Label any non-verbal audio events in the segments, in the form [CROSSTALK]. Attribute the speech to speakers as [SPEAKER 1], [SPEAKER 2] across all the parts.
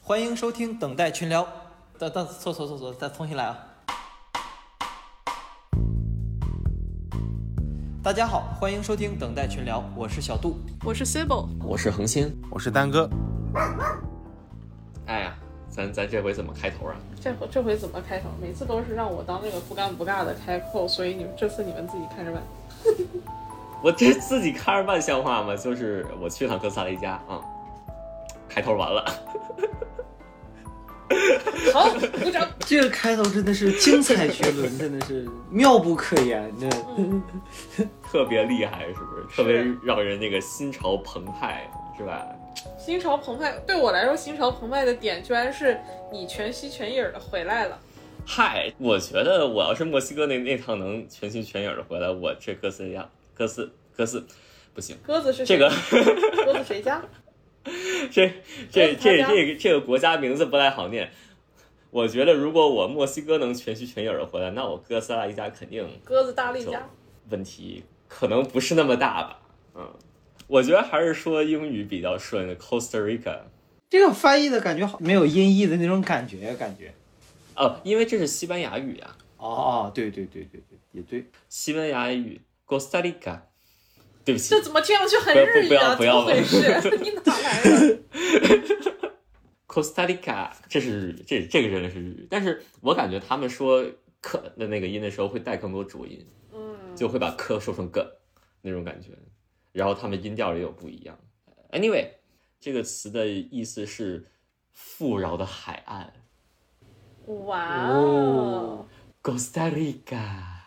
[SPEAKER 1] 欢迎收听等待群聊。等等，错错错错，再重新来啊！大家好，欢迎收听等待群聊，我是小杜。
[SPEAKER 2] 我是 Sibyl，
[SPEAKER 3] 我是恒星。
[SPEAKER 4] 我是丹哥，
[SPEAKER 3] 哎呀，咱咱这回怎么开头啊？
[SPEAKER 2] 这回这回怎么开头？每次都是让我当那个不干不尬的开扣，所以你们这次你们自己看着办。
[SPEAKER 3] 我这自己看着办像话吗？就是我去趟哥斯达黎加啊、嗯开头完了，
[SPEAKER 2] 好，鼓掌。
[SPEAKER 5] 这个开头真的是精彩绝伦，真的是妙不可言。这
[SPEAKER 3] 特别厉害，是不是？啊特别让人那个心潮澎湃，是吧？
[SPEAKER 2] 心潮澎湃，对我来说，心潮澎湃的点居然是你全息全影的回来了。
[SPEAKER 3] 嗨，我觉得我要是墨西哥那那趟能全心全影的回来，我这哥斯达黎加哥斯哥斯不行，
[SPEAKER 2] 鸽子是谁
[SPEAKER 3] 这个
[SPEAKER 2] 鸽子谁家？
[SPEAKER 3] 这
[SPEAKER 2] 这
[SPEAKER 3] 这
[SPEAKER 2] 是
[SPEAKER 3] 这
[SPEAKER 2] 他家
[SPEAKER 3] 这个这个国家名字不太好念。我觉得如果我墨西哥能全心全影的回来，那我哥斯达黎加肯定
[SPEAKER 2] 鸽子大力
[SPEAKER 3] [LAUGHS]
[SPEAKER 2] 家。
[SPEAKER 3] 问题可能不是那么大吧。嗯，我觉得还是说英语比较顺。Costa Rica，
[SPEAKER 5] 这个翻译的感觉好，没有音译的那种感觉，感觉。
[SPEAKER 3] 哦，因为这是西班牙语呀、
[SPEAKER 5] 哦哦，对对对对对，也对。
[SPEAKER 3] 西班牙语 Costa Rica。对不起
[SPEAKER 2] 这，怎么这样就很日语啊？
[SPEAKER 3] 不
[SPEAKER 2] 怎
[SPEAKER 3] 要
[SPEAKER 2] 么
[SPEAKER 3] 不要
[SPEAKER 2] 回事？ [LAUGHS] 你哪来的？
[SPEAKER 3] Costa Rica，这是日语，这这个真的是日语，但是我感觉他们说“克”的那个音的时候会带更多浊音，
[SPEAKER 2] 嗯，
[SPEAKER 3] 就会把“克”说成“个”那种感觉，然后他们音调也有不一样。Anyway，这个词的意思是富饶的海岸
[SPEAKER 2] 哇哦！
[SPEAKER 3] ，Costa Rica。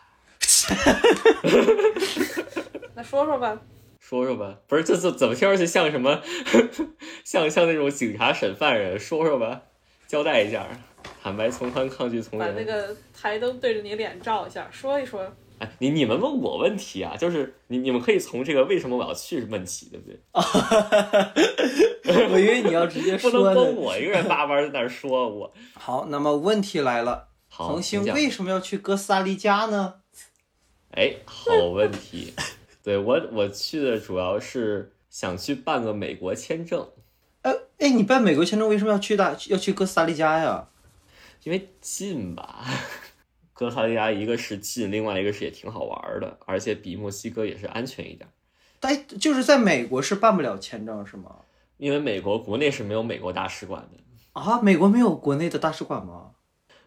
[SPEAKER 2] 那说说吧，
[SPEAKER 3] 说说吧，不是这这怎么听上去像什么， [LAUGHS] 像像那种警察审犯人，说说吧，交代一下，坦白从宽，抗拒从
[SPEAKER 2] 把
[SPEAKER 3] 严。
[SPEAKER 2] 那个台灯对着你脸照一下，说一说。
[SPEAKER 3] 哎，你你们问我问题啊，就是你你们可以从这个为什么我要去问起，对不对？
[SPEAKER 5] [LAUGHS] 我以为你要直接
[SPEAKER 3] 不
[SPEAKER 5] [LAUGHS]
[SPEAKER 3] 能
[SPEAKER 5] 说
[SPEAKER 3] 光
[SPEAKER 5] 呢。
[SPEAKER 3] 我一个人叭叭在那儿说我。
[SPEAKER 5] 好，那么问题来了，
[SPEAKER 3] 好，
[SPEAKER 5] 恒星
[SPEAKER 3] 请讲
[SPEAKER 5] 为什么要去哥斯达黎加呢？
[SPEAKER 3] 哎，好问题。 [LAUGHS] 对我我去的主要是想去办个美国签证，
[SPEAKER 5] 哎哎，你办美国签证为什么要去大要去哥斯达黎加呀？
[SPEAKER 3] 因为近吧。哥斯达黎加一个是近，另外一个是也挺好玩儿的，而且比墨西哥也是安全一点儿。
[SPEAKER 5] 但哎就是在美国是办不了签证是吗？
[SPEAKER 3] 因为美国国内是没有美国大使馆的，
[SPEAKER 5] 啊，美国没有国内的大使馆吗？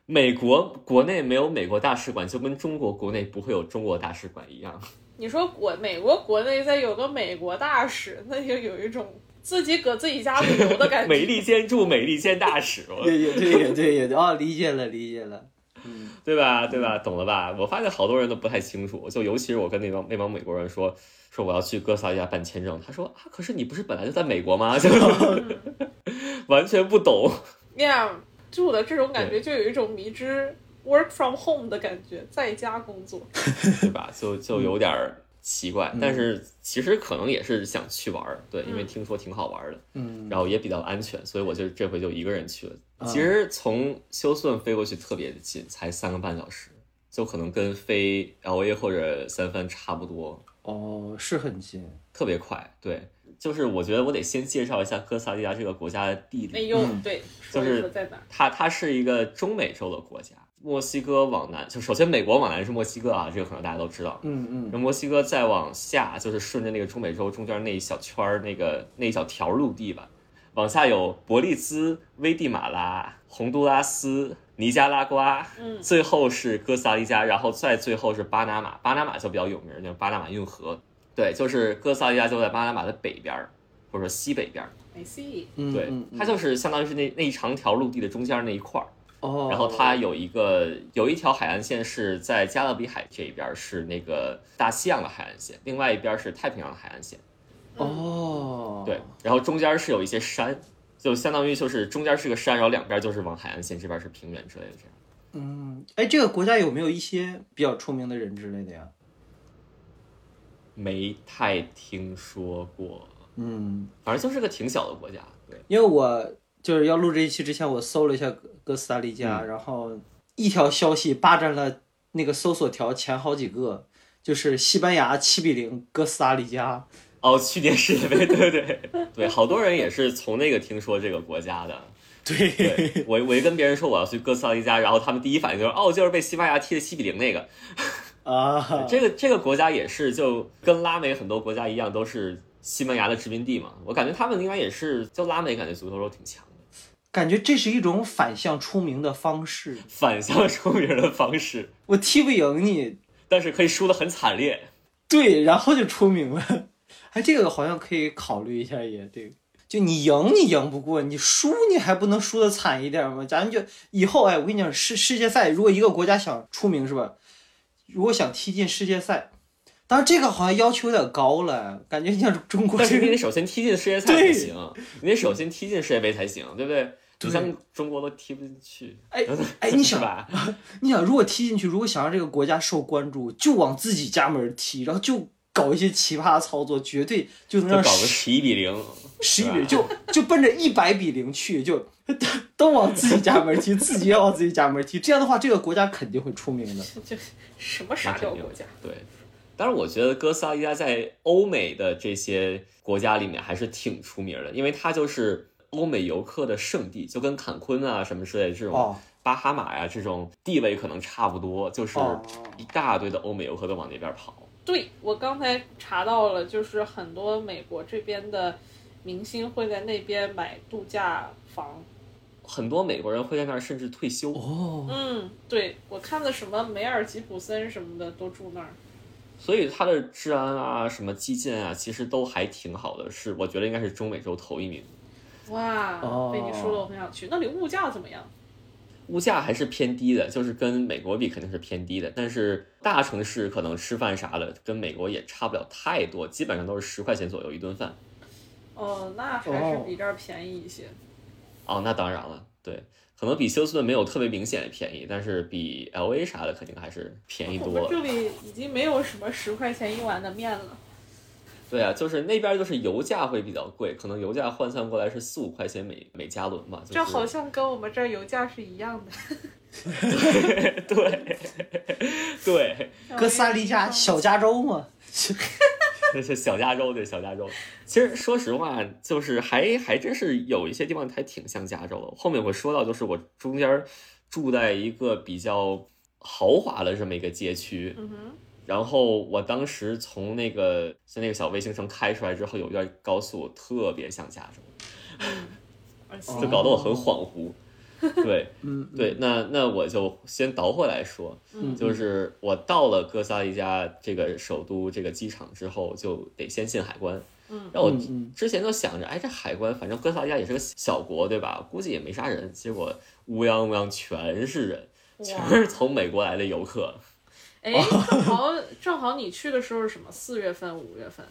[SPEAKER 3] 美国国内没有美国大使馆，就跟中国国内不会有中国大使馆一样。
[SPEAKER 2] 你说国美国国内再有个美国大使，那就有一种自己搁自己家旅游的感觉。
[SPEAKER 3] 美利坚驻美利坚大使，
[SPEAKER 5] [LAUGHS] 也也对也对也对啊，理解了理解了。嗯，
[SPEAKER 3] 对吧？对吧？懂了吧？我发现好多人都不太清楚，就尤其是我跟那帮那帮美国人说说我要去哥斯达黎加办签证，他说啊，可是你不是本来就在美国吗？就 [LAUGHS] 完全不懂。
[SPEAKER 2] Yeah，就我的这种感觉就有一种迷之 work from home 的感觉，在家工作。
[SPEAKER 3] 对吧？就就
[SPEAKER 2] 嗯
[SPEAKER 3] 有点儿奇怪，
[SPEAKER 5] 嗯
[SPEAKER 3] 但是其实可能也是想去玩儿，对，因为
[SPEAKER 2] 嗯
[SPEAKER 3] 听说挺好玩儿的，
[SPEAKER 5] 嗯
[SPEAKER 3] 然后也比较安全，所以我就这回就一个人去了。
[SPEAKER 2] 嗯
[SPEAKER 5] 啊
[SPEAKER 3] 其实从休斯顿飞过去特别近，才三个半小时，就可能跟飞 L A 或者三藩差不多，
[SPEAKER 5] 哦，是很近。
[SPEAKER 3] 特别快。对，就是我觉得我得先介绍一下哥斯达黎加这个国家的地
[SPEAKER 2] 哎
[SPEAKER 3] 理，
[SPEAKER 2] 呦，
[SPEAKER 5] 嗯
[SPEAKER 2] 对，说
[SPEAKER 3] 就
[SPEAKER 2] 一
[SPEAKER 3] 是
[SPEAKER 2] 说在哪儿？
[SPEAKER 3] 它它是一个中美洲的国家。墨西哥往南，就首先美国往南是墨西哥啊，这个可能大家都知道。
[SPEAKER 5] 嗯
[SPEAKER 3] 那墨西哥再往下，就是顺着那个中美洲中间那一小圈儿，那个那一小条陆地吧，往下有伯利兹、危地马拉、洪都拉斯、尼加拉瓜，
[SPEAKER 2] 嗯
[SPEAKER 3] 最后是哥斯达黎加，然后再最后是巴拿马。巴拿马就比较有名，叫巴拿马运河。对，就是哥斯达黎加就在巴拿马的北边儿，或者说西北边儿。
[SPEAKER 2] ，I see。
[SPEAKER 5] 嗯，
[SPEAKER 3] 对
[SPEAKER 5] 嗯，
[SPEAKER 3] 它就是相当于是那那一长条陆地的中间那一块儿。
[SPEAKER 5] 哦，
[SPEAKER 3] 然后它有一个有一条海岸线是在加勒比海这一边儿是那个大西洋的海岸线，另外一边儿是太平洋的海岸线。
[SPEAKER 2] 嗯，
[SPEAKER 5] 哦，
[SPEAKER 3] 对，然后中间是有一些山，就相当于就是中间是个山，然后两边就是往海岸线，这边是平原之类的这样。
[SPEAKER 5] 嗯，哎，这个国家有没有一些比较出名的人之类的呀？
[SPEAKER 3] 没太听说过，
[SPEAKER 5] 嗯，
[SPEAKER 3] 反正就是个挺小的国家。对，
[SPEAKER 5] 因为我就是要录这一期之前，我搜了一下哥哥斯达黎加，然后一条消息霸占了那个搜索条前好几个，就是西班牙七比零哥斯达黎加。
[SPEAKER 3] [LAUGHS] 哦，去年世界杯，对对对，好多人也是从那个听说这个国家的。
[SPEAKER 5] 对，
[SPEAKER 3] 对我我一跟别人说我要去哥斯达黎加，然后他们第一反应就是哦，就是被西班牙踢的七比零那个。
[SPEAKER 5] 啊，
[SPEAKER 3] 这个这个国家也是，就跟拉美很多国家一样，都是西班牙的殖民地嘛。我感觉他们应该也是，就拉美感觉足球都挺强的，
[SPEAKER 5] 感觉这是一种反向出名的方式。
[SPEAKER 3] 反
[SPEAKER 5] 嗯
[SPEAKER 3] 向出名的方式，
[SPEAKER 5] 我踢不赢你，
[SPEAKER 3] 但是可以输得很惨烈。
[SPEAKER 5] 对，然后就出名了。哎，这个好像可以考虑一下也，这个就你赢你赢不过，你输你还不能输的惨一点吗？咱们就以后哎，我跟你讲，世世界赛如果一个国家想出名是吧？如果想踢进世界赛，当然这个好像要求有点高了，感觉像中国
[SPEAKER 3] 但是
[SPEAKER 5] 这
[SPEAKER 3] 你得
[SPEAKER 5] 个
[SPEAKER 3] 首先踢进世界赛才行，你得首先踢进世界杯才行，对不对？你
[SPEAKER 5] 对
[SPEAKER 3] 像中国都踢不进去，
[SPEAKER 5] 哎哎，你
[SPEAKER 3] 是
[SPEAKER 5] 想
[SPEAKER 3] 吧？
[SPEAKER 5] 你想，如果踢进去，如果想让这个国家受关注，就往自己家门踢，然后就搞一些奇葩操作，绝对就能
[SPEAKER 3] 就搞
[SPEAKER 5] 让
[SPEAKER 3] 个十一比零，
[SPEAKER 5] 十一
[SPEAKER 3] 吧
[SPEAKER 5] 比就就奔着一百比零去，就都往自己家门踢，自己也往自己家门踢。这样的话，这个国家肯定会出名的。
[SPEAKER 2] 就什么
[SPEAKER 3] 那
[SPEAKER 2] 傻
[SPEAKER 3] 肯
[SPEAKER 2] 屌
[SPEAKER 3] 定
[SPEAKER 2] 国家，
[SPEAKER 3] 对。但是我觉得哥斯达黎加在欧美的这些国家里面还是挺出名的，因为它就是欧美游客的圣地，就跟坎昆啊什么之类的这种
[SPEAKER 5] 哦
[SPEAKER 3] 巴哈马呀、这种地位可能差不多，就是
[SPEAKER 5] 哦
[SPEAKER 3] 一大堆的欧美游客都往那边跑。
[SPEAKER 2] 对我刚才查到了，就是很多美国这边的明星会在那边买度假房。
[SPEAKER 3] 很多美国人会在那儿甚至退休，
[SPEAKER 5] 哦，
[SPEAKER 2] 嗯，对我看的什么梅尔吉普森什么的都住那儿。
[SPEAKER 3] 所以它的治安啊、什么基建啊，其实都还挺好的，是我觉得应该是中美洲头一名。
[SPEAKER 2] 哇，
[SPEAKER 5] 哦
[SPEAKER 2] 被你说的我很想去。那里物价怎么样？
[SPEAKER 3] 物价还是偏低的，就是跟美国比肯定是偏低的，但是大城市可能吃饭啥的跟美国也差不了太多，基本上都是十块钱左右一顿饭。
[SPEAKER 2] 哦，那还是比这儿便宜一些。
[SPEAKER 3] 哦，那当然了，对，可能比休斯顿没有特别明显的便宜，但是比 L A 啥的肯定还是便宜
[SPEAKER 2] 我
[SPEAKER 3] 多
[SPEAKER 2] 们这
[SPEAKER 3] 了。
[SPEAKER 2] 里已经没有什么十块钱一碗的面了。
[SPEAKER 3] 对啊，就是那边就是油价会比较贵，可能油价换算过来是四五块钱每每加仑吧，
[SPEAKER 2] 这
[SPEAKER 3] 就
[SPEAKER 2] 好
[SPEAKER 3] 是
[SPEAKER 2] 像跟我们这儿油价是一样的。
[SPEAKER 3] 对 [LAUGHS] 对，
[SPEAKER 5] 哥斯达黎加小加州嘛， [LAUGHS]
[SPEAKER 3] 那是小加州，对小加州。其实说实话，就是还还真是有一些地方还挺像加州的。后面我说到，就是我中间住在一个比较豪华的这么一个街区，
[SPEAKER 2] 嗯哼，
[SPEAKER 3] 然后我当时从那个是那个小卫星城开出来之后，有一段高速特别像加州，
[SPEAKER 2] 嗯
[SPEAKER 5] 哦
[SPEAKER 3] 就搞得我很恍惚。对
[SPEAKER 5] 嗯，
[SPEAKER 3] 对，那那我就先倒回来说，
[SPEAKER 5] 嗯，
[SPEAKER 3] 就是我到了哥斯达黎加这个首都这个机场之后，就得先进海关。
[SPEAKER 2] 嗯，
[SPEAKER 3] 然后我
[SPEAKER 5] 嗯嗯
[SPEAKER 3] 之前就想着，哎，这海关反正哥斯达黎加也是个小国，对吧？估计也没啥人。结果乌泱乌泱全是人，全 [LAUGHS]
[SPEAKER 2] 哇，
[SPEAKER 3] 是从美国来的游客。
[SPEAKER 2] 哎，正好正好你去的时候是什么？四月份、五月份？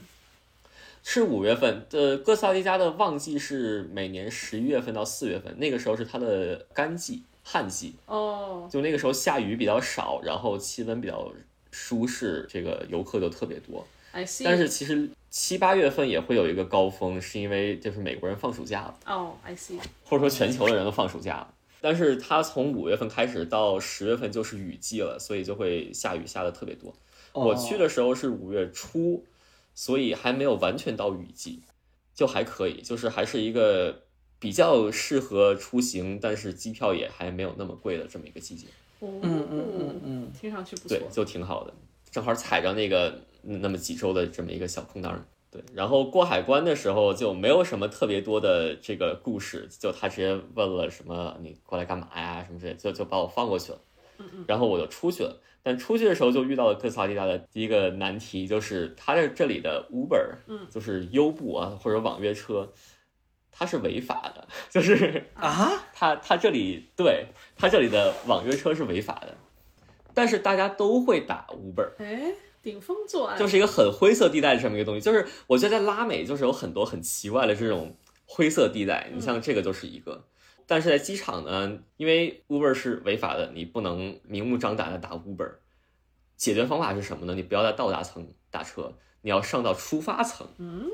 [SPEAKER 3] 是五月份，呃，哥斯达黎加的旺季是每年十一月份到四月份，那个时候是它的干季、旱季，
[SPEAKER 2] 哦，
[SPEAKER 3] 就那个时候下雨比较少，然后气温比较舒适，这个游客就特别多。
[SPEAKER 2] I see。
[SPEAKER 3] 但是其实七八月份也会有一个高峰，是因为就是美国人放暑假了，
[SPEAKER 2] 哦，I see。
[SPEAKER 3] 或者说全球的人都放暑假了。但是它从五月份开始到十月份就是雨季了，所以就会下雨下的特别多。我去
[SPEAKER 5] 了，
[SPEAKER 3] 的时候是五月初，所以还没有完全到雨季，就还可以，就是还是一个比较适合出行，但是机票也还没有那么贵的这么一个季节，
[SPEAKER 2] 嗯
[SPEAKER 5] 嗯嗯嗯嗯，
[SPEAKER 2] 听上去不错
[SPEAKER 3] 对，。就挺好的，正好踩着那个嗯那么几周的这么一个小空档。对，然后过海关的时候就没有什么特别多的这个故事，就他直接问了什么你过来干嘛呀什么之类，就就把我放过去了。
[SPEAKER 2] 嗯
[SPEAKER 3] 然后我就出去了。但出去的时候就遇到了哥斯达黎加的第一个难题，就是它这这里的 Uber，
[SPEAKER 2] 嗯
[SPEAKER 3] 就是优步啊或者网约车，它是违法的， [LAUGHS] 就是
[SPEAKER 5] 啊，
[SPEAKER 3] 它它这里对它这里的网约车是违法的，但是大家都会打 Uber。
[SPEAKER 2] 哎，顶风作案
[SPEAKER 3] 就是一个很灰色地带的这么一个东西。就是我觉得在拉美就是有很多很奇怪的这种灰色地带，你像这个就是一个。但是在机场呢，因为 Uber 是违法的，你不能明目张胆的打 Uber。解决方法是什么呢？你不要在到达层打车，你要上到出发层。
[SPEAKER 2] 嗯，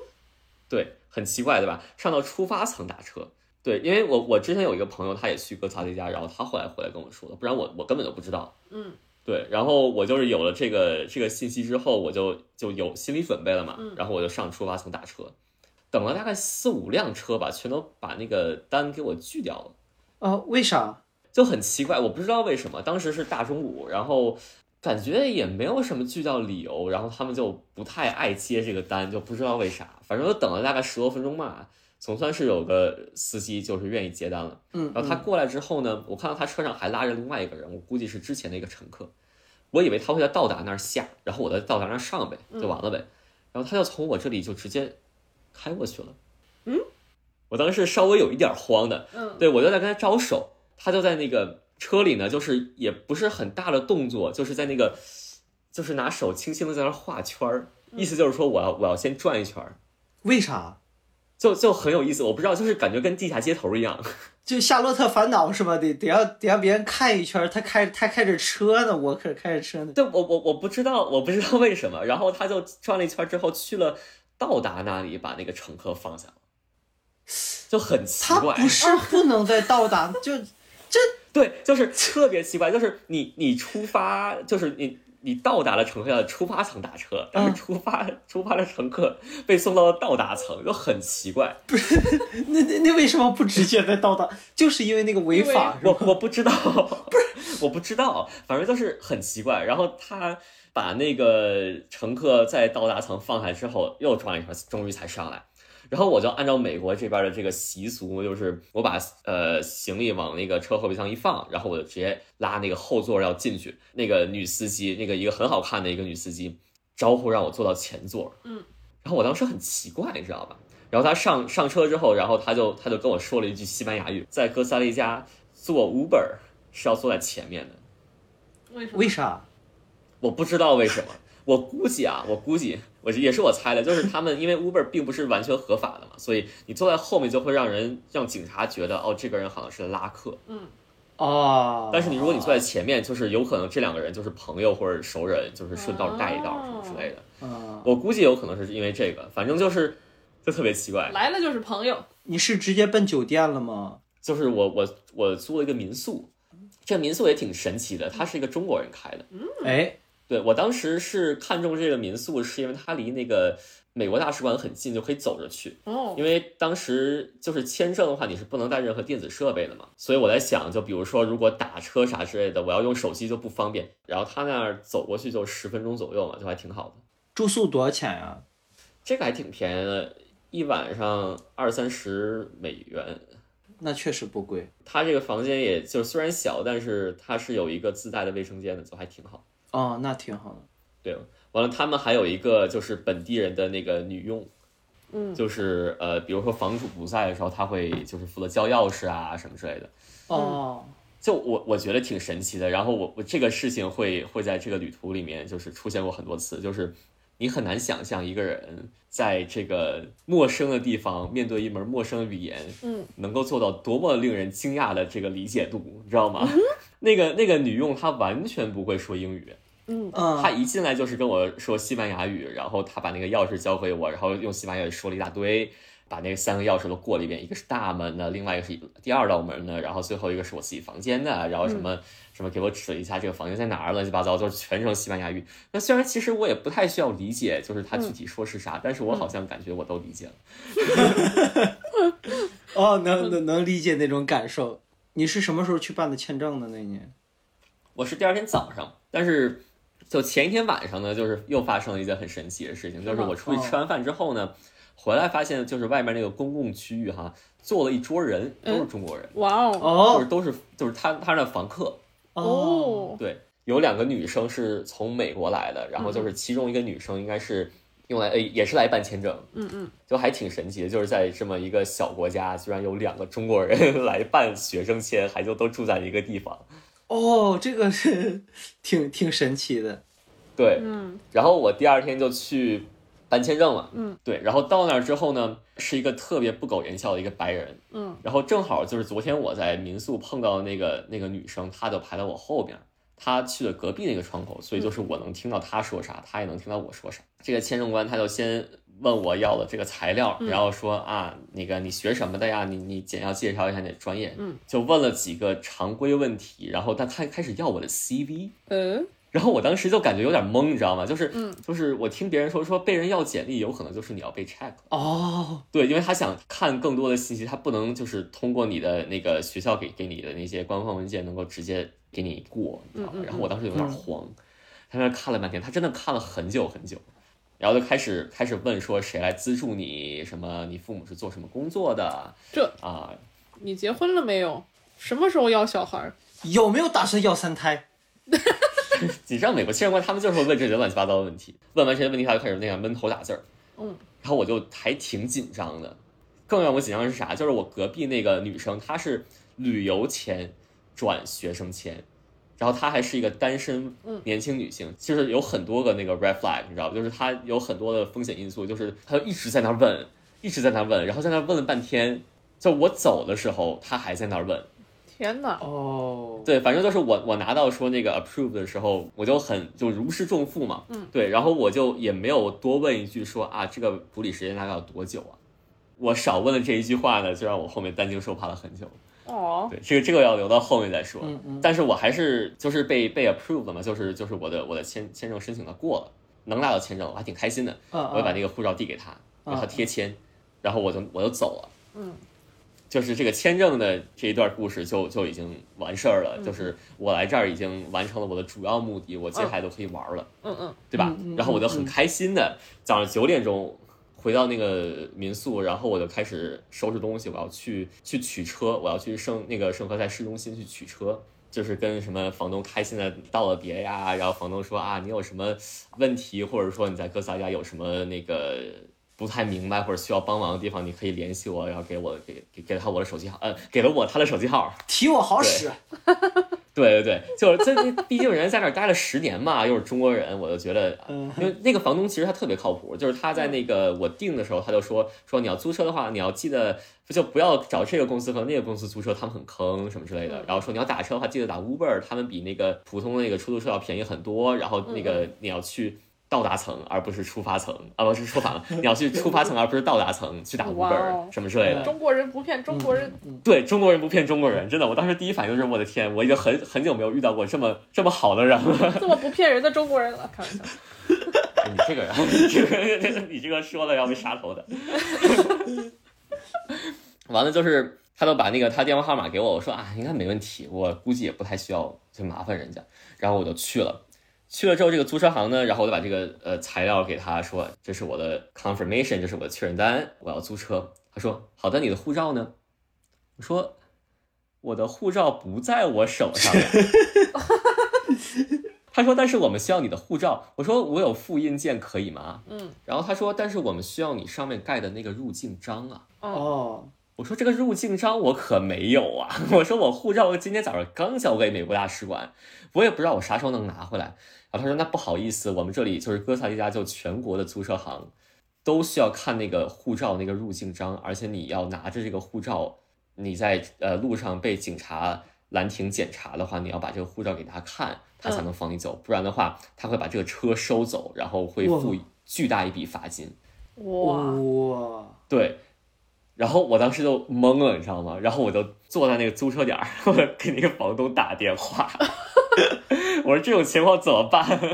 [SPEAKER 3] 对，很奇怪，对吧？上到出发层打车。对，因为我我之前有一个朋友，他也去哥斯达黎加，然后他后来回来跟我说的，不然我我根本就不知道。
[SPEAKER 2] 嗯
[SPEAKER 3] 对，然后我就是有了这个这个信息之后，我就就有心理准备了嘛
[SPEAKER 2] 嗯，
[SPEAKER 3] 然后我就上出发层打车，等了大概四五辆车吧，全都把那个单给我拒掉了。
[SPEAKER 5] 呃，为啥？
[SPEAKER 3] 就很奇怪，我不知道为什么，当时是大中午，然后感觉也没有什么巨大理由，然后他们就不太爱接这个单，就不知道为啥，反正就等了大概十多分钟吧，总算是有个司机就是愿意接单了。
[SPEAKER 5] 嗯，
[SPEAKER 3] 然后他
[SPEAKER 5] 嗯
[SPEAKER 3] 过来之后呢，我看到他车上还拉着另外一个人，我估计是之前的一个乘客，我以为他会在到达那儿下，然后我在到达那儿上呗，
[SPEAKER 5] 嗯
[SPEAKER 3] 就完了呗，然后他就从我这里就直接开过去了。
[SPEAKER 2] 嗯，
[SPEAKER 3] 我当时稍微有一点慌的，
[SPEAKER 2] 嗯，
[SPEAKER 3] 对我就在跟他招手，他就在那个车里呢，就是也不是很大的动作，就是在那个，就是拿手轻轻的在那儿画圈儿，意思就是说我要我要先转一圈儿，
[SPEAKER 5] 为啥？
[SPEAKER 3] 就就很有意思，我不知道，就是感觉跟地下街头一样， [LAUGHS]
[SPEAKER 5] 就《夏洛特烦恼》是吧？得得要得让别人看一圈儿，他开他开着车呢，我可开着车呢。
[SPEAKER 3] 对我我我不知道我不知道为什么，然后他就转了一圈儿之后去了到达那里，把那个乘客放下了，就很奇
[SPEAKER 5] 他
[SPEAKER 3] 怪，
[SPEAKER 5] 不是不能再到达，就
[SPEAKER 3] 对，就是特别奇怪，就是你你出发，就是你你到达了乘客的出发层打车，但是出发、出发的乘客被送到了到达层，就很奇怪。
[SPEAKER 5] 那那那为什么不直接再到达？就是因为那个违法是吧？
[SPEAKER 3] [LAUGHS] 我我不知道，不是我不知道，反正就是很奇怪。然后他把那个乘客在到达层放下之后，又转了一圈，终于才上来。然后我就按照美国这边的这个习俗，就是我把呃行李往那个车后备箱一放，然后我就直接拉那个后座要进去。那个女司机，那个一个很好看的一个女司机，招呼让我坐到前座。
[SPEAKER 2] 嗯，
[SPEAKER 3] 然后我当时很奇怪，你知道吧？然后他上上车之后，然后他就他就跟我说了一句西班牙语，在哥斯达黎加坐 Uber 是要坐在前面的。
[SPEAKER 2] 为什么？
[SPEAKER 5] 为啥？
[SPEAKER 3] 我不知道为什么，我估计啊，我估计我是也是我猜的，就是他们因为 Uber 并不是完全合法的嘛，所以你坐在后面就会让人让警察觉得哦，这个人好像是拉客。
[SPEAKER 2] 嗯，
[SPEAKER 5] 哦，
[SPEAKER 3] 但是你如果你坐在前面，就是有可能这两个人就是朋友或者熟人，就是顺道带一道什么之类的。
[SPEAKER 5] 啊，
[SPEAKER 3] 我估计有可能是因为这个，反正就是就特别奇怪。
[SPEAKER 2] 来了就是朋友，
[SPEAKER 5] 你是直接奔酒店了吗？
[SPEAKER 3] 就是我我我租了一个民宿，这民宿也挺神奇的，它是一个中国人开的。
[SPEAKER 5] 哎，
[SPEAKER 3] 对我当时是看中这个民宿，是因为它离那个美国大使馆很近，就可以走着去。
[SPEAKER 2] 哦
[SPEAKER 3] 因，为当时就是签证的话，你是不能带任何电子设备的嘛，所以我在想，就比如说如果打车啥之类的，我要用手机就不方便。然后他那儿走过去就十分钟左右嘛，就还挺好的。
[SPEAKER 5] 住宿多少钱啊呀、
[SPEAKER 3] 这个还挺便宜的，一晚上二三十美元。
[SPEAKER 5] 那确实不贵
[SPEAKER 3] 他这个房间也就虽然小，但是它是有一个自带的卫生间的，就还挺好。
[SPEAKER 5] 哦，那挺好的。
[SPEAKER 3] 对，完了他们还有一个就是本地人的那个女佣，
[SPEAKER 2] 嗯
[SPEAKER 3] 就是呃，比如说房主不在的时候，他会就是负责交钥匙啊什么之类的。
[SPEAKER 5] 哦，
[SPEAKER 3] 就我我觉得挺神奇的，然后我我这个事情会会在这个旅途里面就是出现过很多次，就是你很难想象一个人在这个陌生的地方面对一门陌生的语言，
[SPEAKER 2] 嗯，
[SPEAKER 3] 能够做到多么令人惊讶的这个理解度，你知道
[SPEAKER 2] 嗯
[SPEAKER 3] 吗？那个那个女佣她完全不会说英语，
[SPEAKER 2] 嗯，
[SPEAKER 3] 他
[SPEAKER 5] 嗯，
[SPEAKER 3] 一进来就是跟我说西班牙语，然后他把那个钥匙交给我，然后用西班牙语说了一大堆，把那三个钥匙都过了一遍，一个是大门的，另外一个是第二道门的，然后最后一个是我自己房间的，然后什么、什么给我指了一下这个房间在哪儿，乱七八糟，就是全程西班牙语。那虽然其实我也不太需要理解，就是他具体说是啥，但是我好像感觉我都理解了。
[SPEAKER 5] 哦，能能能理解那种感受。你是什么时候去办的签证的那年？
[SPEAKER 3] 我是第二天早上，但是就前一天晚上呢，就是又发生了一件很神奇的事情，就是我出去吃完饭之后呢，回来发现就是外面那个公共区域哈，坐了一桌人，都是中国人，
[SPEAKER 2] 哇哦，
[SPEAKER 3] 就
[SPEAKER 5] 哦
[SPEAKER 3] 是都是就是他他那房客，
[SPEAKER 5] 哦，
[SPEAKER 3] 对，有两个女生是从美国来的，然后就是其中一个女生应该是用来呃也是来办签证，
[SPEAKER 2] 嗯嗯，
[SPEAKER 3] 就还挺神奇的，就是在这么一个小国家，居然有两个中国人 [LAUGHS] 来办学生签，还就都住在一个地方，
[SPEAKER 5] 哦，这个是挺挺神奇的。
[SPEAKER 3] 对，
[SPEAKER 2] 嗯
[SPEAKER 3] 然后我第二天就去办签证了，
[SPEAKER 2] 嗯，
[SPEAKER 3] 对，然后到那儿之后呢，是一个特别不苟言笑的一个白人，
[SPEAKER 2] 嗯
[SPEAKER 3] 然后正好就是昨天我在民宿碰到的那个那个女生，她就排到我后边儿，她去了隔壁那个窗口，所以就是
[SPEAKER 2] 嗯
[SPEAKER 3] 我能听到她说啥，她也能听到我说啥。这个签证官他就先问我要了这个材料，
[SPEAKER 2] 嗯
[SPEAKER 3] 然后说啊，那个你学什么的呀？你你简要介绍一下你的专业，
[SPEAKER 2] 嗯，
[SPEAKER 3] 就问了几个常规问题，然后他开开始要我的 CV，
[SPEAKER 2] 嗯
[SPEAKER 3] 然后我当时就感觉有点懵，你知道吗？就是，
[SPEAKER 2] 嗯
[SPEAKER 3] 就是我听别人说说被人要简历，有可能就是你要被 check，
[SPEAKER 5] 哦，
[SPEAKER 3] 对，因为他想看更多的信息，他不能就是通过你的那个学校给给你的那些官方文件能够直接给你过，你知道吗？
[SPEAKER 2] 嗯
[SPEAKER 3] 然后我当时有点慌，他在那看了半天，他真的看了很久很久，然后就开始开始问说谁来资助你，什么你父母是做什么工作的，
[SPEAKER 2] 这
[SPEAKER 3] 啊，
[SPEAKER 2] 你结婚了没有？什么时候要小孩儿？
[SPEAKER 5] 有没有打算要三胎？
[SPEAKER 3] [LAUGHS] 你知道美国亲人官他们就是会问这些乱七八糟的问题，问完这些问题他就开始那样闷头打字儿，
[SPEAKER 2] 嗯，
[SPEAKER 3] 然后我就还挺紧张的。更让我紧张的是啥？就是我隔壁那个女生，她是旅游签转学生签，然后她还是一个单身
[SPEAKER 2] 嗯
[SPEAKER 3] 年轻女性，就是有很多个那个 red flag，你知道吧？就是她有很多的风险因素，就是她就一直在那儿问，一直在那儿问，然后在那儿问了半天，就我走的时候，她还在那儿问。
[SPEAKER 2] 天哪！
[SPEAKER 5] 哦，
[SPEAKER 3] 对，反正就是我我拿到说那个 approve 的时候，我就很就如释重负嘛，
[SPEAKER 2] 嗯，
[SPEAKER 3] 对，然后我就也没有多问一句说啊这个处理时间大概要多久啊，我少问了这一句话呢，就让我后面担惊受怕了很久。
[SPEAKER 2] 哦，
[SPEAKER 3] 对，这个这个要留到后面再说。
[SPEAKER 5] 嗯嗯
[SPEAKER 3] 但是我还是就是被被 approve 了嘛，就是就是我的我的签签证申请的过了，能拿到签证，我还挺开心的。
[SPEAKER 5] 嗯
[SPEAKER 3] 我就把
[SPEAKER 5] 嗯，
[SPEAKER 3] 那个护照递给他，
[SPEAKER 5] 嗯
[SPEAKER 3] 然后他贴签，然后我就我就走了。
[SPEAKER 2] 嗯，
[SPEAKER 3] 就是这个签证的这一段故事就就已经完事儿
[SPEAKER 5] 嗯
[SPEAKER 3] 了，就是我来这儿已经完成了我的主要目的，我接下来都可以玩了，
[SPEAKER 2] 嗯嗯，
[SPEAKER 3] 对吧？
[SPEAKER 5] 嗯嗯
[SPEAKER 3] 然后我就很开心的早上九点钟。回到那个民宿，然后我就开始收拾东西，我要去去取车，我要去圣那个圣何塞市中心去取车，就是跟什么房东开心的道了别呀，然后房东说啊，你有什么问题，或者说你在哥斯达黎加有什么那个不太明白或者需要帮忙的地方，你可以联系我，然后给我给给给他我的手机号，呃，给了我他的手机号。 [LAUGHS]
[SPEAKER 5] 提我好使，
[SPEAKER 3] 对对对，就是 [LAUGHS] 这，毕竟人家在那儿待了十年嘛，又是中国人，我就觉得
[SPEAKER 5] 嗯，
[SPEAKER 3] 因为那个房东其实他特别靠谱，就是他
[SPEAKER 2] 嗯
[SPEAKER 3] 在那个我订的时候，他就说说你要租车的话，你要记得就不要找这个公司和那个公司租车，他们很坑什么之类的
[SPEAKER 2] 嗯。
[SPEAKER 3] 然后说你要打车的话，记得打 Uber，他们比那个普通的那个出租车要便宜很多。然后那
[SPEAKER 2] 嗯
[SPEAKER 3] 个你要去到达层，而不是出发层啊，不是说反了，你要去出发层而不是到达层去打
[SPEAKER 2] 哇哦
[SPEAKER 3] Uber 什么之类的。
[SPEAKER 2] 中国人不骗中国人，
[SPEAKER 3] 对中国人不骗中国人，真的，我当时第一反应就是我的天，我已经很很久没有遇到过这么这么好的人了。
[SPEAKER 2] 这么不骗人的中国人了，开玩笑。
[SPEAKER 3] [LAUGHS] 你这个人，你这个人你这个说了要被杀头的。 [LAUGHS] 完了就是，他都把那个他电话号码给我，我说啊，应该没问题，我估计也不太需要去麻烦人家。然后我就去了，去了之后这个租车行呢，然后我就把这个呃材料给他说，这是我的 confirmation，这是我的确认单，我要租车。他说好的，你的护照呢？我说我的护照不在我手上。 [LAUGHS] 他说：“但是我们需要你的护照。”我说：“我有复印件可以吗？”
[SPEAKER 2] [LAUGHS] 嗯，
[SPEAKER 3] 然后他说：“但是我们需要你上面盖的那个入境章啊。
[SPEAKER 2] 哦，
[SPEAKER 5] 哦，”
[SPEAKER 3] 我说：“这个入境章我可没有啊！” [LAUGHS] 我说：“我护照今天早上刚交给美国大使馆，我也不知道我啥时候能拿回来。”然后他说：“那不好意思，我们这里就是哥斯达黎加就全国的租车行都需要看那个护照那个入境章，而且你要拿着这个护照，你在呃路上被警察拦停检查的话，你要把这个护照给他看，他才能放你走，不然的话他会把这个车收走，然后会付
[SPEAKER 5] 哇
[SPEAKER 3] 巨大一笔罚金。
[SPEAKER 2] 哇，
[SPEAKER 5] 哇，
[SPEAKER 3] 对，然后我当时就懵了，你知道吗？然后我就坐在那个租车点儿， [LAUGHS] 我给那个房东打电话， [LAUGHS] 我说这种情况怎么办？ [LAUGHS]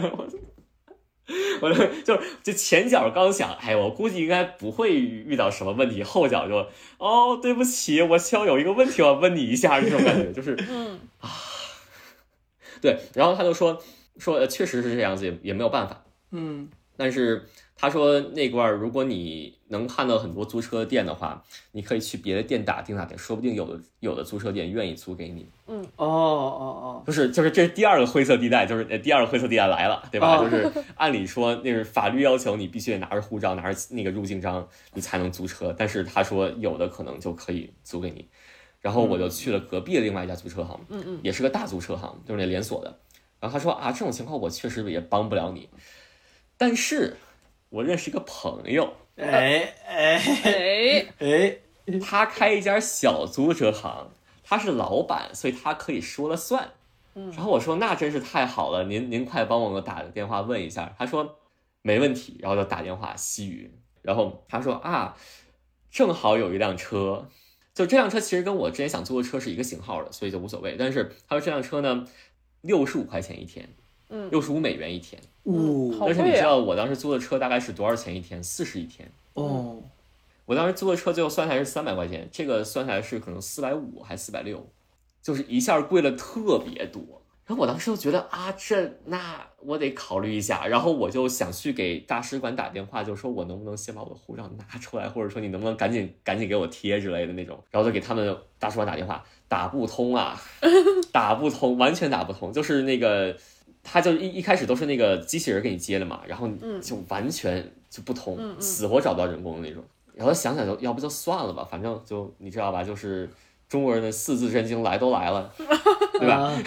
[SPEAKER 3] 我就我就就是这前脚刚想，哎，我估计应该不会遇到什么问题，后脚就哦，对不起，我需要有一个问题我要问你一下，这种感觉就是
[SPEAKER 2] 嗯，
[SPEAKER 3] 对。然后他就说说呃确实是这样子，也也没有办法。
[SPEAKER 5] 嗯，
[SPEAKER 3] 但是他说那块儿，如果你能看到很多租车店的话，你可以去别的店打听打听，说不定有的有的租车店愿意租给你。
[SPEAKER 5] 哦哦哦，
[SPEAKER 3] 不是，就是这是第二个灰色地带，就是呃第二个灰色地带来了，对吧？
[SPEAKER 5] 哦
[SPEAKER 3] 就是按理说那是法律要求你必须得拿着护照，拿着那个入境章，你才能租车。但是他说有的可能就可以租给你。然后我就去了隔壁的另外一家租车行，
[SPEAKER 2] 嗯嗯，
[SPEAKER 3] 也是个大租车行，就是那连锁的。然后他说啊，这种情况我确实也帮不了你，但是我认识一个朋友，
[SPEAKER 5] 哎哎
[SPEAKER 2] 哎，
[SPEAKER 5] 哎，
[SPEAKER 3] 他开一家小租车行，他是老板，所以他可以说了算。然后我说那真是太好了，您您快帮我打个电话问一下。他说没问题，然后就打电话西语，然后他说啊，正好有一辆车，就这辆车其实跟我之前想租的车是一个型号的，所以就无所谓。但是他说这辆车呢，六十五块钱一天，
[SPEAKER 2] 嗯
[SPEAKER 3] 六十五美元一天。
[SPEAKER 5] 呜、
[SPEAKER 2] 好
[SPEAKER 3] 但是你
[SPEAKER 2] 贵
[SPEAKER 3] 知
[SPEAKER 2] 啊
[SPEAKER 3] 道我当时租的车大概是多少钱一天？四十一天。
[SPEAKER 5] 哦，
[SPEAKER 3] 我当时租的车最后算下来是三百块钱，这个算下来是可能四百五还四百六，就是一下贵了特别多。然后我当时就觉得啊，这那我得考虑一下。然后我就想去给大使馆打电话，就说我能不能先把我的护照拿出来，或者说你能不能赶紧赶紧给我贴之类的那种。然后就给他们大使馆打电话，打不通啊，
[SPEAKER 2] [LAUGHS]
[SPEAKER 3] 打不通，完全打不通，就是那个。他就一一开始都是那个机器人给你接的嘛，然后
[SPEAKER 2] 嗯
[SPEAKER 3] 就完全就不通，
[SPEAKER 2] 嗯嗯
[SPEAKER 3] 死活找不到人工的那种。然后想想就要不就算了吧，反正就你知道吧，就是中国人的四字真经来都来了，对吧？
[SPEAKER 5] 啊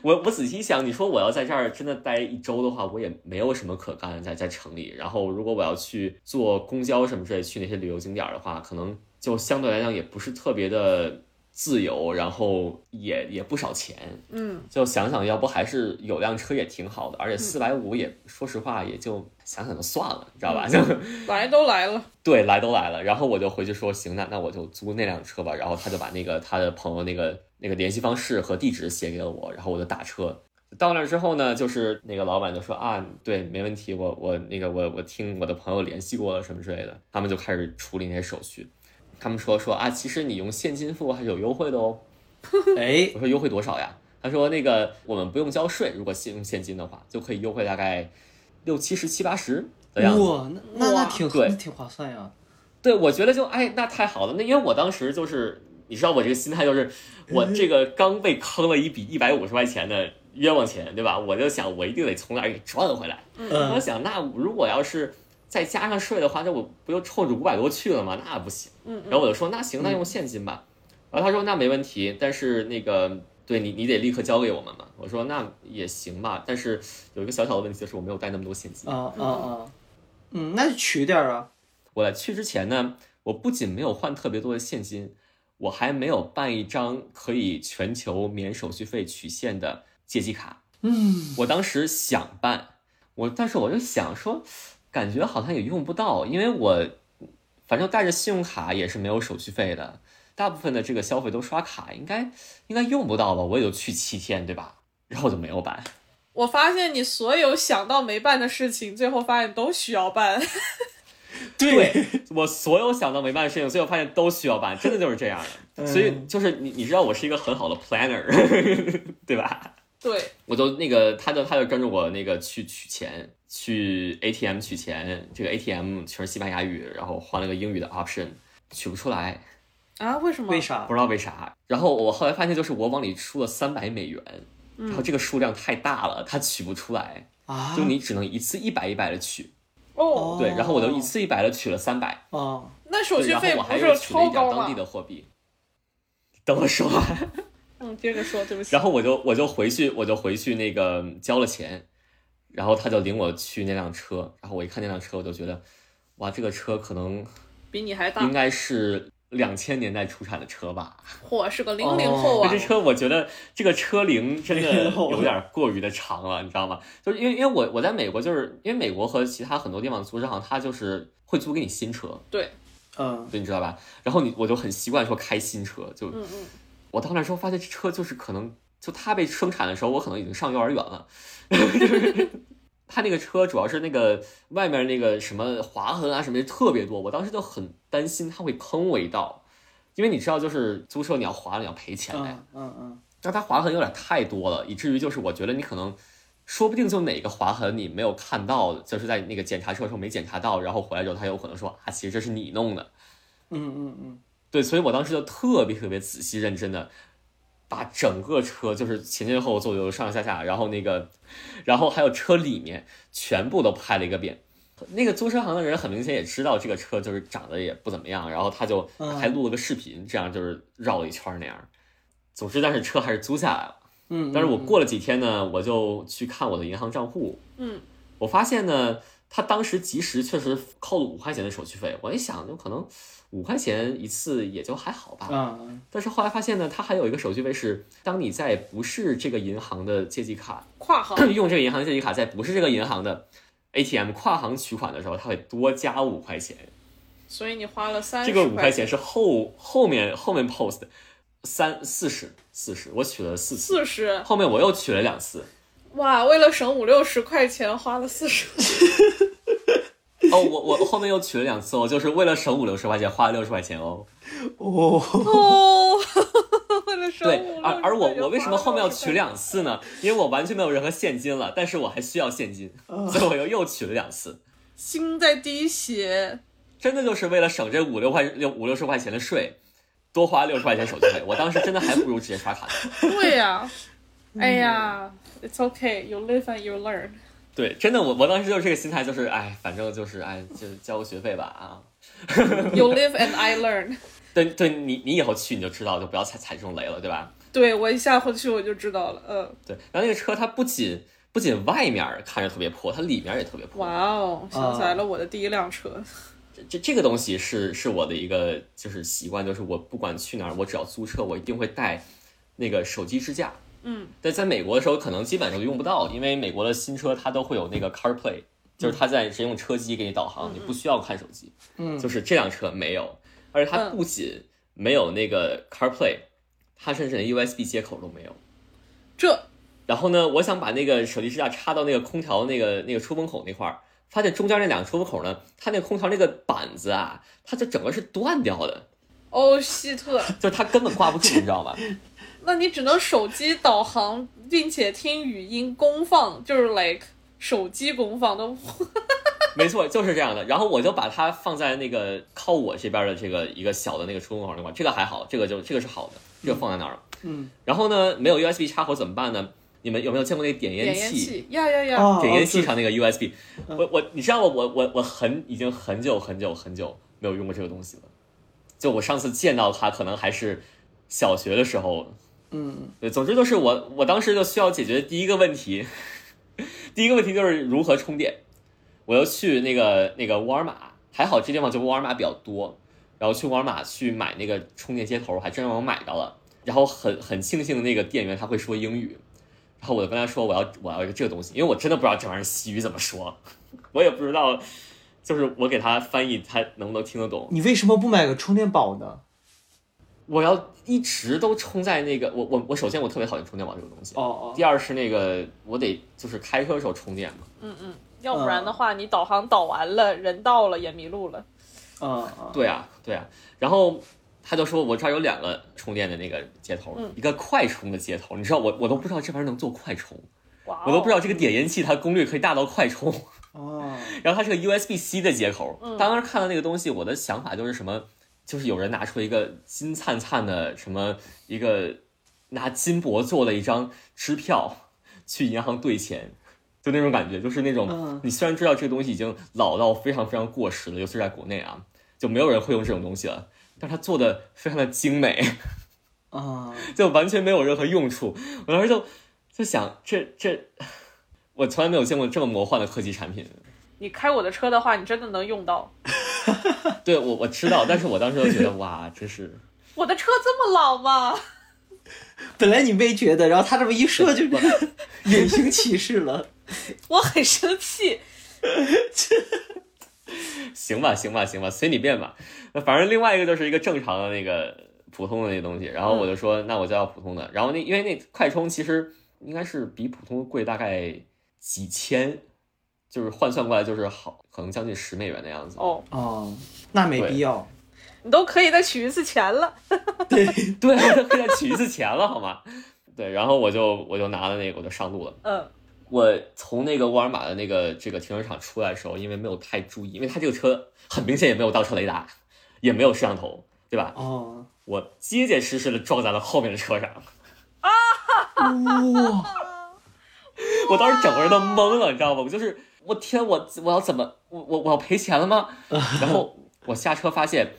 [SPEAKER 3] 我我仔细想，你说我要在这儿真的待一周的话，我也没有什么可干在在城里。然后如果我要去坐公交什么之类去那些旅游景点儿的话，可能就相对来讲也不是特别的自由，然后也也不少钱。
[SPEAKER 2] 嗯，
[SPEAKER 3] 就想想，要不还是有辆车也挺好的，而且四百五也、说实话也就想想就算了，你知道吧？就
[SPEAKER 2] 来都来了，
[SPEAKER 3] 对，来都来了，然后我就回去说行，那那我就租那辆车吧。然后他就把那个他的朋友那个那个联系方式和地址写给了我，然后我就打车。到那儿之后呢，就是那个老板就说啊，对，没问题，我我那个我我听我的朋友联系过了什么之类的，他们就开始处理那些手续。他们说说啊，其实你用现金付还是有优惠的哦。
[SPEAKER 5] 哎，
[SPEAKER 3] 我说优惠多少呀？他说那个我们不用交税，如果现用现金的话，就可以优惠大概六七十七八十的样子。
[SPEAKER 5] 哇，那那那
[SPEAKER 2] 哇
[SPEAKER 5] 挺
[SPEAKER 3] 对
[SPEAKER 5] 那挺划算呀。
[SPEAKER 3] 对，我觉得就哎，那太好了。那因为我当时就是，你知道我这个心态就是，我这个刚被坑了一笔一百五十块钱的冤枉钱，对吧？我就想我一定得从哪儿给赚回来。我
[SPEAKER 5] 嗯，
[SPEAKER 3] 想，那如果要是再加上税的话，那我不就冲着五百多去了吗？那不行。
[SPEAKER 2] 嗯
[SPEAKER 3] 然后我就说，那行，那用现金吧。然后他说，那没问题，但是那个对你，你得立刻交给我们嘛。我说那也行吧，但是有一个小小的问题就是我没有带那么多现金。
[SPEAKER 5] 啊啊啊，嗯，那就取点儿啊。
[SPEAKER 3] 我在去之前呢，我不仅没有换特别多的现金，我还没有办一张可以全球免手续费取现的借记卡。嗯，我当时想办，我但是我就想说，感觉好像也用不到，因为我反正带着信用卡也是没有手续费的，大部分的这个消费都刷卡，应该应该用不到吧？我也就去七天，对吧？然后我就没有办。
[SPEAKER 2] 我发现你所有想到没办的事情，最后发现都需要办。 [LAUGHS]
[SPEAKER 3] 对 [LAUGHS] 我所有想到没办的事情，所以我发现都需要办，真的就是这样的。
[SPEAKER 5] 嗯
[SPEAKER 3] 所以就是你，你知道我是一个很好的 planner，对吧？
[SPEAKER 2] 对，
[SPEAKER 3] 我就那个，他就他就跟着我那个去取钱，去 ATM 取钱，这个 ATM 全是西班牙语，然后换了个英语的 option，取不出来，
[SPEAKER 2] 啊，为什么？
[SPEAKER 5] 为？啥
[SPEAKER 3] 不？知道为啥。然后我后来发现，就是我往里输了三百美元，然后这个数量太大了，它取不出来，
[SPEAKER 5] 啊？
[SPEAKER 3] 就你只能一次一百一百的取。
[SPEAKER 2] 哦，
[SPEAKER 3] 对，然后我就一
[SPEAKER 5] 次
[SPEAKER 3] 次一百的取了三百。
[SPEAKER 5] 啊，
[SPEAKER 2] 那手
[SPEAKER 3] 对
[SPEAKER 2] 续
[SPEAKER 3] 然后
[SPEAKER 2] 费
[SPEAKER 3] 我还
[SPEAKER 2] 不
[SPEAKER 3] 又
[SPEAKER 2] 是
[SPEAKER 3] 取了一
[SPEAKER 2] 超
[SPEAKER 3] 点
[SPEAKER 2] 高
[SPEAKER 3] 当地
[SPEAKER 2] 吗？
[SPEAKER 3] 的货币。等我
[SPEAKER 2] [LAUGHS]
[SPEAKER 3] 说完，
[SPEAKER 2] 嗯，接着说，对不起。
[SPEAKER 3] 然后我就我就回去，我就回去那个交了钱，然后他就领我去那辆车，然后我一看那辆车，我就觉得，哇，这个车可能
[SPEAKER 2] 比你还大
[SPEAKER 3] 应，该是两千年代出产的车吧？
[SPEAKER 2] 嚯，是个零零后
[SPEAKER 5] 哇
[SPEAKER 3] 那
[SPEAKER 2] 啊
[SPEAKER 3] 这！车我觉得这个车龄真的
[SPEAKER 5] 零后
[SPEAKER 3] 有点过于的长了，你知道吗？就是因为因为我我在美国，就是因为美国和其他很多地方租车行，它就是会租给你新车，
[SPEAKER 2] 对，
[SPEAKER 5] 嗯，
[SPEAKER 3] 对，你知道吧？然后你我就很习惯说开新车，就
[SPEAKER 2] 嗯 [LAUGHS] 嗯，
[SPEAKER 3] 我到那之后发现这车就是可能就它被生产的时候，我可能已经上幼儿园了。 [LAUGHS] 就是它那个车主要是那个外面那个什么划痕啊什么的特别多，我当时就很担心它会坑我一道，因为你知道就是租车你要划了你要赔钱的呀，
[SPEAKER 5] 嗯嗯嗯，
[SPEAKER 3] 但它划痕有点太多了，以至于就是我觉得你可能。说不定就哪个划痕你没有看到，就是在那个检查车的时候没检查到，然后回来之后他有可能说啊，其实这是你弄的，
[SPEAKER 5] 嗯嗯嗯，
[SPEAKER 3] 对，所以我当时就特别特别仔细认真的把整个车，就是前前后后、左右上上下下，然后那个，然后还有车里面全部都拍了一个遍。那个租车行的人很明显也知道这个车就是长得也不怎么样，然后他就
[SPEAKER 5] 嗯
[SPEAKER 3] 还录了个视频，这样就是绕了一圈儿那样。总之，但是车还是租下来了。
[SPEAKER 5] 嗯，
[SPEAKER 3] 但是我过了几天呢，我就去看我的银行账户，
[SPEAKER 2] 嗯，
[SPEAKER 3] 我发现呢，他当时及时确实扣了五块钱的手续费，我一想，就可能五块钱一次也就还好吧。
[SPEAKER 5] 嗯，
[SPEAKER 3] 但是后来发现呢，它还有一个手续费是，当你在不是这个银行的借记卡，
[SPEAKER 2] 跨行
[SPEAKER 3] 用这个银行借记卡在不是这个银行的 ATM 跨行取款的时候，它会多加五块钱。
[SPEAKER 2] 所以你花了三
[SPEAKER 3] 这
[SPEAKER 2] 十
[SPEAKER 3] 个五块钱是后后面后面 post 的三四十四十，我取了四次，
[SPEAKER 2] 四十，
[SPEAKER 3] 后面我又取了两次，
[SPEAKER 2] 哇，为了省五六十块钱，花了四
[SPEAKER 3] [LAUGHS]
[SPEAKER 2] 十。
[SPEAKER 3] 哦，我我后面又取了两次哦，就是为了省五六十块钱，花了六十块钱哦。
[SPEAKER 5] 哦，
[SPEAKER 2] 哦， [LAUGHS] 为了省
[SPEAKER 3] 对
[SPEAKER 2] 五，六
[SPEAKER 3] 而
[SPEAKER 2] 十块钱
[SPEAKER 3] 而我我为什么后面要
[SPEAKER 2] 花
[SPEAKER 3] 取？
[SPEAKER 2] 了
[SPEAKER 3] 两次呢？因为我完全没有任何现金了，但是我还需要现金，
[SPEAKER 2] 嗯
[SPEAKER 3] 所以我又又取了两次。
[SPEAKER 2] 60心在滴血，
[SPEAKER 3] 真的就是为了省这五六块六五六十块钱的税，多花六十块钱手续费。我当时真的还不如直接刷卡呢。
[SPEAKER 2] 对呀、
[SPEAKER 3] [LAUGHS] 嗯
[SPEAKER 2] 哎呀，It's okay, you live and you learn。
[SPEAKER 3] 对，真的我我当时就是这个心态，就是哎，反正就是哎，就交个学费吧啊。
[SPEAKER 2] You live and I learn [LAUGHS]
[SPEAKER 3] 对对，你你以后去你就知道，就不要踩踩这种雷了，对吧？
[SPEAKER 2] 对我一下回去我就知道了，嗯，
[SPEAKER 3] 对，然后那个车它不仅不仅外面看着特别破，它里面也特别破。
[SPEAKER 2] 哇哦，
[SPEAKER 3] 啊
[SPEAKER 2] 想起来了，我的第一辆车，
[SPEAKER 3] 这这个东西是是我的一个就是习惯，就是我不管去哪儿，我只要租车，我一定会带那个手机支架。
[SPEAKER 2] 嗯，
[SPEAKER 3] 但在美国的时候，可能基本上就用不到，因为美国的新车它都会有那个 CarPlay，就
[SPEAKER 2] 嗯
[SPEAKER 3] 是它在只用车机给你导航，你不需要看手机。
[SPEAKER 5] 嗯
[SPEAKER 3] 就是这辆车没有，而且它
[SPEAKER 2] 嗯
[SPEAKER 3] 不仅没有那个 CarPlay，它甚至连 USB 接口都没有。
[SPEAKER 2] 这
[SPEAKER 3] 然后呢，我想把那个手机支架插到那个空调那个那个出风口那块儿，发现中间那两个出风口呢，它那个空调那个板子啊，它就整个是断掉的，
[SPEAKER 2] 哦希
[SPEAKER 3] [LAUGHS]
[SPEAKER 2] 特，
[SPEAKER 3] 就是它根本挂不住，你知 [LAUGHS] 道吧？
[SPEAKER 2] 那你只能手机导航，并且听语音公放，就是 like 手机公放都
[SPEAKER 3] 没错，就是这样的。然后我就把它放在那个靠我这边的这个一个小的那个出风口那块儿，这个还好，这个就这个是好的，这个放在那儿了。
[SPEAKER 5] 嗯，
[SPEAKER 3] 然后呢，没有 USB 插口怎么办呢？你们有没有见过那个点
[SPEAKER 2] 点
[SPEAKER 3] 烟
[SPEAKER 2] 烟
[SPEAKER 3] 器？
[SPEAKER 2] 器，呀呀呀，
[SPEAKER 5] 哦，
[SPEAKER 3] 点烟器
[SPEAKER 5] 对
[SPEAKER 3] 上那个 USB，
[SPEAKER 5] 嗯
[SPEAKER 3] 我我你知道我我我我很已经很久很久很久没有用过这个东西了，就我上次见到它可能还是小学的时候，
[SPEAKER 5] 嗯，
[SPEAKER 3] 对，总之就是我我当时就需要解决第一个问题， [LAUGHS] 第一个问题就是如何充电，我又去那个那个沃尔玛，还好这地方就沃尔玛比较多，然后去沃尔玛去买那个充电接头，还真让我买到了，然后很很庆幸的那个店员他会说英语，然后我就跟他说我要我要一个这个东西，因为我真的不知道这玩意儿西语怎么说， [LAUGHS] 我也不知道，就是我给他翻译他能不能听得懂，
[SPEAKER 5] 你为什么不买个充电宝呢？
[SPEAKER 3] 我要一直都充在那个我我我首先我特别讨厌充电宝这个东西。
[SPEAKER 5] 哦
[SPEAKER 3] 第二是那个，我得就是开车的时候充电嘛。
[SPEAKER 2] 嗯嗯，要不然的话你导航导完了，人到了也迷路了，
[SPEAKER 5] 哦，啊，
[SPEAKER 3] 对啊，对啊。然后他就说我这儿有两个充电的那个接头，
[SPEAKER 2] 嗯
[SPEAKER 3] 一个快充的接头，你知道我我都不知道这玩意儿能做快充，
[SPEAKER 2] 哇、哦，
[SPEAKER 3] 我都不知道这个点烟器它功率可以大到快充。
[SPEAKER 5] 哦，
[SPEAKER 3] 然后它是个 USB C 的接口
[SPEAKER 2] 嗯，
[SPEAKER 3] 当时看到那个东西，我的想法就是什么，就是有人拿出一个金灿灿的什么一个拿金箔做了一张支票去银行兑钱。就那种感觉，就是那种、
[SPEAKER 5] 嗯
[SPEAKER 3] 你虽然知道这个东西已经老到非常非常过时了，尤其是在国内啊，就没有人会用这种东西了，但是它做的非常的精美， [LAUGHS]
[SPEAKER 5] 啊，
[SPEAKER 3] 就完全没有任何用处。我当时就就想，这这， [LAUGHS] 我从来没有见过这么魔幻的科技产品。
[SPEAKER 2] 你开我的车的话，你真的能用到。
[SPEAKER 3] 对我我知道，但是我当时就觉得哇，真是
[SPEAKER 2] 我的车这么老吗？ [LAUGHS]
[SPEAKER 5] 本来你没觉得，然后他这么一说就隐形歧视了。
[SPEAKER 2] 我很生气。
[SPEAKER 3] [LAUGHS] 行吧行吧行吧，随你便吧。那反正另外一个就是一个正常的那个普通的那东西，然后我就说、那我就要普通的。然后那因为那快充其实应该是比普通的贵大概几千，就是换算过来就是好可能将近十美元的样子。
[SPEAKER 2] 哦，
[SPEAKER 5] 哦，那没必要。
[SPEAKER 2] 你都可以再取一次钱了。
[SPEAKER 3] [LAUGHS] 对，我就可以再取一次钱了，好吗？对，然后我就我就拿了那个我就上路了。
[SPEAKER 2] 嗯，
[SPEAKER 3] 我从那个沃尔玛的那个这个停车场出来的时候，因为没有太注意，因为它这个车很明显也没有倒车雷达，也没有摄像头，对吧？
[SPEAKER 5] 哦，
[SPEAKER 3] 我结结实实的撞在了后面的车上，
[SPEAKER 5] 哇，
[SPEAKER 3] 我当时整个人都懵了，你知道吗？我就是我天，我我要怎么我我我要赔钱了吗？然后我下车发现，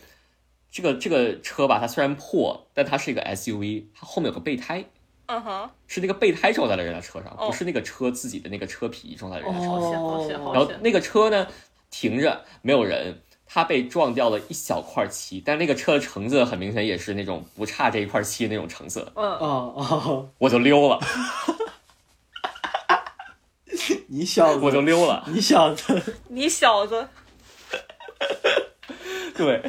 [SPEAKER 3] 这个这个车吧，它虽然破，但它是一个 SUV，它后面有个备胎。
[SPEAKER 2] 嗯哼，
[SPEAKER 3] 是那个备胎撞在了人家车上，
[SPEAKER 2] 哦
[SPEAKER 3] 不是那个车自己的那个车皮撞在了人家车上。
[SPEAKER 2] 好险好险
[SPEAKER 3] 然
[SPEAKER 2] 好
[SPEAKER 3] 后
[SPEAKER 2] 险！
[SPEAKER 3] 那个车呢停着，没有人，它被撞掉了一小块漆，但那个车的橙色很明显也是那种不差这一块漆的那种橙色，
[SPEAKER 2] 嗯，
[SPEAKER 5] 哦哦，
[SPEAKER 3] 我就溜
[SPEAKER 5] [LAUGHS]
[SPEAKER 3] 了，
[SPEAKER 5] 你小
[SPEAKER 3] 我
[SPEAKER 5] 子，
[SPEAKER 3] 就溜了。
[SPEAKER 5] 你小子，
[SPEAKER 2] 你小子，
[SPEAKER 3] 对，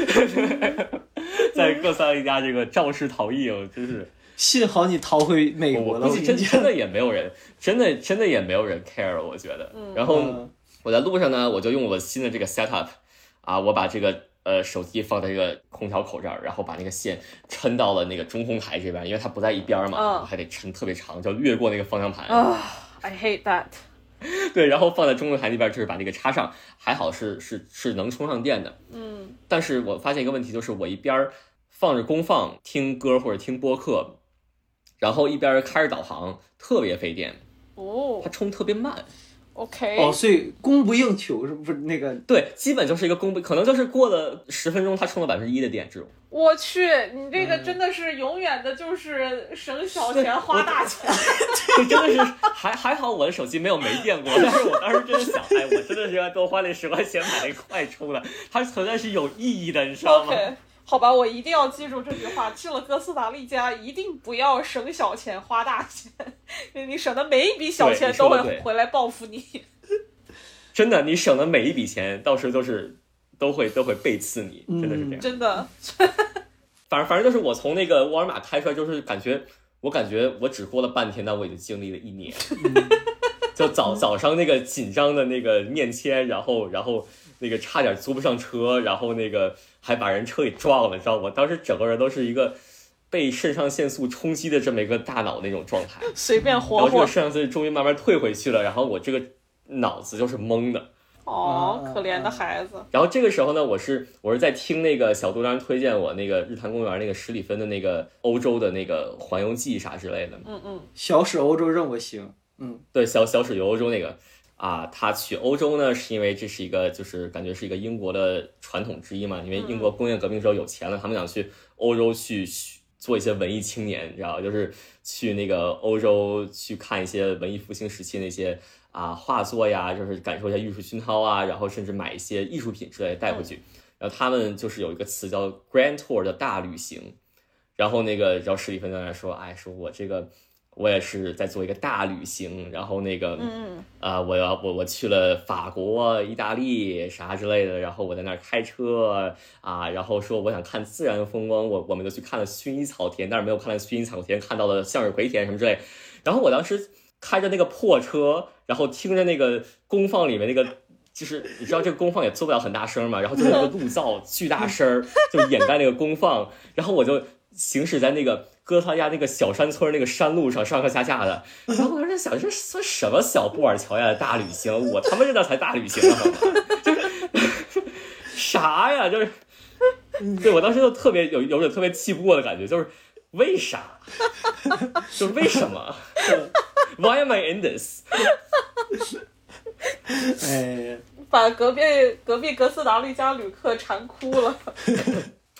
[SPEAKER 3] [LAUGHS] 在哥斯达黎加这个肇事逃逸，我真是
[SPEAKER 5] 幸好你逃回美国
[SPEAKER 3] 我
[SPEAKER 5] 了，
[SPEAKER 3] 估
[SPEAKER 5] 我
[SPEAKER 3] 计
[SPEAKER 5] 跟
[SPEAKER 3] 真
[SPEAKER 5] 你
[SPEAKER 3] 真
[SPEAKER 5] 讲。
[SPEAKER 3] 的也没有人，真的真的也没有人 care，我觉得。然后
[SPEAKER 5] 嗯
[SPEAKER 3] 我在路上呢，我就用我新的这个 setup 啊，我把这个呃手机放在这个空调口这儿，然后把那个线抻到了那个中控台这边，因为它不在一边儿嘛，
[SPEAKER 2] 嗯
[SPEAKER 3] 我还得抻特别长，就越过那个方向盘。
[SPEAKER 2] 啊、i hate that。
[SPEAKER 3] 对，然后放在中控台那边，就是把那个插上，还好是是是能充上电的。
[SPEAKER 2] 嗯
[SPEAKER 3] 但是我发现一个问题，就是我一边儿放着功放听歌或者听播客，然后一边儿开着导航，特别费电，
[SPEAKER 2] 哦
[SPEAKER 3] 它充特别慢。
[SPEAKER 2] ，OK，
[SPEAKER 5] 哦，所以供不应求是不是那个？
[SPEAKER 3] 对，基本就是一个公，可能就是过了十分钟，它充了百分之一的电这种。
[SPEAKER 2] 我去，你这个真的是永远的就是省小钱花大钱。
[SPEAKER 3] [LAUGHS] 这真的是还还好，我的手机没有没电过，但是我当时真的想，哎，我真的是要多花那十块钱买那快充的，它存在是有意义的，你知道吗？
[SPEAKER 2] OK，好吧，我一定要记住这句话。去了哥斯达黎加，一定不要省小钱花大钱，因为你省的每一笔小
[SPEAKER 3] 对
[SPEAKER 2] 钱
[SPEAKER 3] 你
[SPEAKER 2] 都
[SPEAKER 3] 说得
[SPEAKER 2] 会
[SPEAKER 3] 对
[SPEAKER 2] 回来报复你。 [LAUGHS]
[SPEAKER 3] 真的，你省的每一笔钱，到时候都是都会都会背刺你，真的是这样。
[SPEAKER 2] 真的，
[SPEAKER 3] 反正反正就是我从那个沃尔玛开出来，就是感觉我感觉我只过了半天，但我已经经历了一年。 [LAUGHS] 就早早上那个紧张的那个面签，然后然后那个差点租不上车，然后那个还把人车给撞了，你知道吗？当时整个人都是一个被肾上腺素冲击的这么一个大脑那种状态。
[SPEAKER 2] 随便
[SPEAKER 3] 然
[SPEAKER 2] 活
[SPEAKER 3] 后这
[SPEAKER 2] 活
[SPEAKER 3] 个。肾上腺素终于慢慢退回去了，然后我这个脑子就是懵的。
[SPEAKER 2] 哦
[SPEAKER 5] 嗯，
[SPEAKER 2] 可怜的孩子。
[SPEAKER 3] 然后这个时候呢，我是我是在听那个小杜当时推荐我那个日坛公园那个十里芬的那个欧洲的那个环游记啥之类的，
[SPEAKER 2] 嗯嗯，
[SPEAKER 5] 小使欧洲任我行，嗯，
[SPEAKER 3] 对，小小水游欧洲那个啊，他去欧洲呢，是因为这是一个就是感觉是一个英国的传统之一嘛，因为英国工业革命之后有钱了，他们想去欧洲去学做一些文艺青年，你知道，就是去那个欧洲去看一些文艺复兴时期那些啊画作呀，就是感受一下艺术熏陶啊，然后甚至买一些艺术品之类的带回去。然后他们就是有一个词叫 grand tour 的大旅行，然后那个，然后史蒂芬在那说，哎，说我这个我也是在做一个大旅行，然后那个，嗯啊、我要我我去了法国、意大利啥之类的，然后我在那儿开车啊，然后说我想看自然风光，我我们就去看了薰衣草田，但是没有看到薰衣草田，看到了向日葵田什么之类。然后我当时开着那个破车，然后听着那个功放里面那个。就是你知道这个功放也做不了很大声嘛，然后就是那个路噪巨大声儿，就掩盖那个功放，然后我就行驶在那个哥斯达黎加那个小山村那个山路上上上下下的，然后我当时在想，这算什么小布尔乔亚的大旅行？我他妈这那才大旅行呢，好吗就是 [LAUGHS] 啥呀？就是，对我当时就特别有有种特别气不过的感觉，就是为啥？ [LAUGHS] 就是为什么 [LAUGHS] ？Why am I in this？
[SPEAKER 5] 哎，
[SPEAKER 2] 把隔壁隔壁哥斯达黎加旅客馋哭了。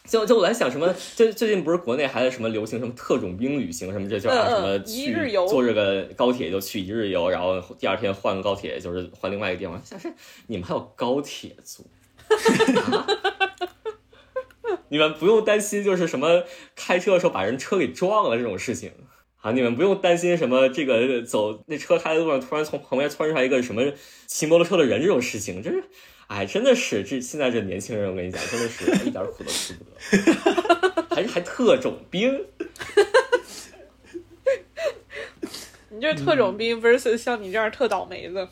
[SPEAKER 3] 就就我在想什么，最最近不是国内还在什么流行什么特种兵旅行什么这就啊
[SPEAKER 2] 嗯嗯
[SPEAKER 3] 什么
[SPEAKER 2] 一日
[SPEAKER 3] 去
[SPEAKER 2] 游
[SPEAKER 3] 坐这个高铁就去一日游，然后第二天换个高铁就是换另外一个地方。想是你们还有高铁坐，啊 [LAUGHS] 你们不用担心就是什么开车的时候把人车给撞了这种事情。啊，你们不用担心什么这个走那车开在路上突然从旁边窜出来一个什么骑摩托车的人这种事情，真是，哎，真的是这现在这年轻人，我跟你讲，真的是一点苦都吃不得，还还特种兵，
[SPEAKER 2] [LAUGHS] 你这特种兵 versus 像你这样特倒霉的，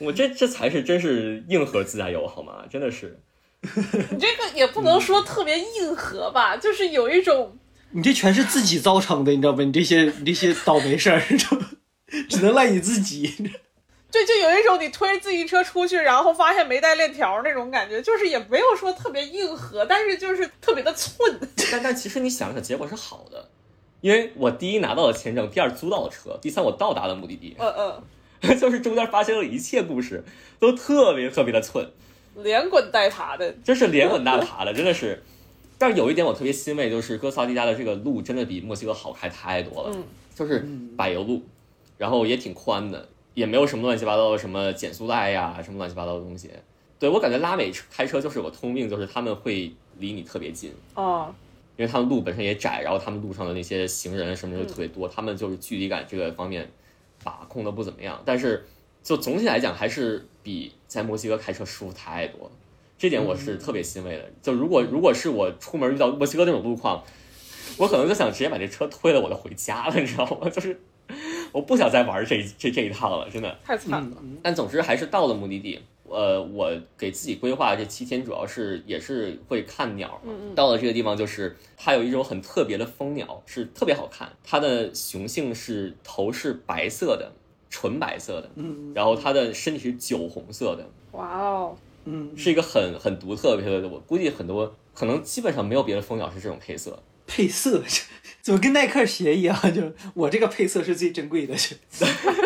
[SPEAKER 3] 我这这才是真是硬核自驾游好吗？真的是，
[SPEAKER 2] 你这个也不能说特别硬核吧，就是有一种
[SPEAKER 5] 你这全是自己造成的，你知道吗？你这些你这些倒霉事儿，你 [LAUGHS] 知道吗只能赖你自己。
[SPEAKER 2] 对，就有一种你推着自行车出去，然后发现没带链条那种感觉，就是也没有说特别硬核，但是就是特别的寸。
[SPEAKER 3] 但但其实你想想，结果是好的，因为我第一拿到了签证，第二租到了车，第三我到达了目的地， [LAUGHS]
[SPEAKER 2] 嗯嗯，
[SPEAKER 3] 就是中间发生的一切故事都特别特别的寸，
[SPEAKER 2] 连滚带爬的。
[SPEAKER 3] 真是连滚带爬的，真的是。但是有一点我特别欣慰，就是哥斯达黎加的这个路真的比墨西哥好开太多了，
[SPEAKER 2] 嗯
[SPEAKER 3] 就是柏油路，然后也挺宽的，也没有什么乱七八糟的什么减速带呀，什么乱七八糟的东西。对我感觉拉美车开车就是有个通病，就是他们会离你特别近，
[SPEAKER 2] 哦，
[SPEAKER 3] 因为他们路本身也窄，然后他们路上的那些行人什么的就特别多，他们就是距离感这个方面把控的不怎么样。但是就总体来讲，还是比在墨西哥开车舒服太多了。这点我是特别欣慰的。就如果如果是我出门遇到墨西哥那种路况，我可能就想直接把这车推了，我就回家了，你知道吗？ [LAUGHS] 就是我不想再玩这这这一趟了，真的。
[SPEAKER 2] 太惨了。
[SPEAKER 5] 嗯，
[SPEAKER 3] 但总之还是到了目的地。呃，我给自己规划这七天主要是也是会看鸟嘛。
[SPEAKER 2] 嗯嗯
[SPEAKER 3] 到了这个地方，就是它有一种很特别的蜂鸟，是特别好看。它的雄性是头是白色的，纯白色的，
[SPEAKER 5] 嗯
[SPEAKER 3] 然后它的身体是酒红色的，
[SPEAKER 2] 哇哦，
[SPEAKER 5] 嗯，
[SPEAKER 3] 是一个很很独特的配色。我估计很多可能基本上没有别的蜂鸟是这种配色。
[SPEAKER 5] 配色， [LAUGHS] 怎么跟耐克鞋一样？就是我这个配色是最珍贵的，就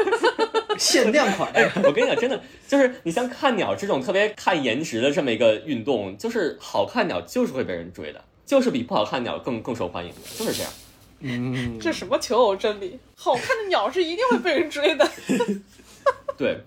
[SPEAKER 5] [LAUGHS] 限量款。啊
[SPEAKER 3] [LAUGHS] 我跟你讲，真的就是你像看鸟这种特别看颜值的这么一个运动，就是好看鸟就是会被人追的，就是比不好看鸟更更受欢迎的，就是这样。
[SPEAKER 5] 嗯，
[SPEAKER 2] 这什么求偶真理？好看的鸟是一定会被人追的。
[SPEAKER 3] 对，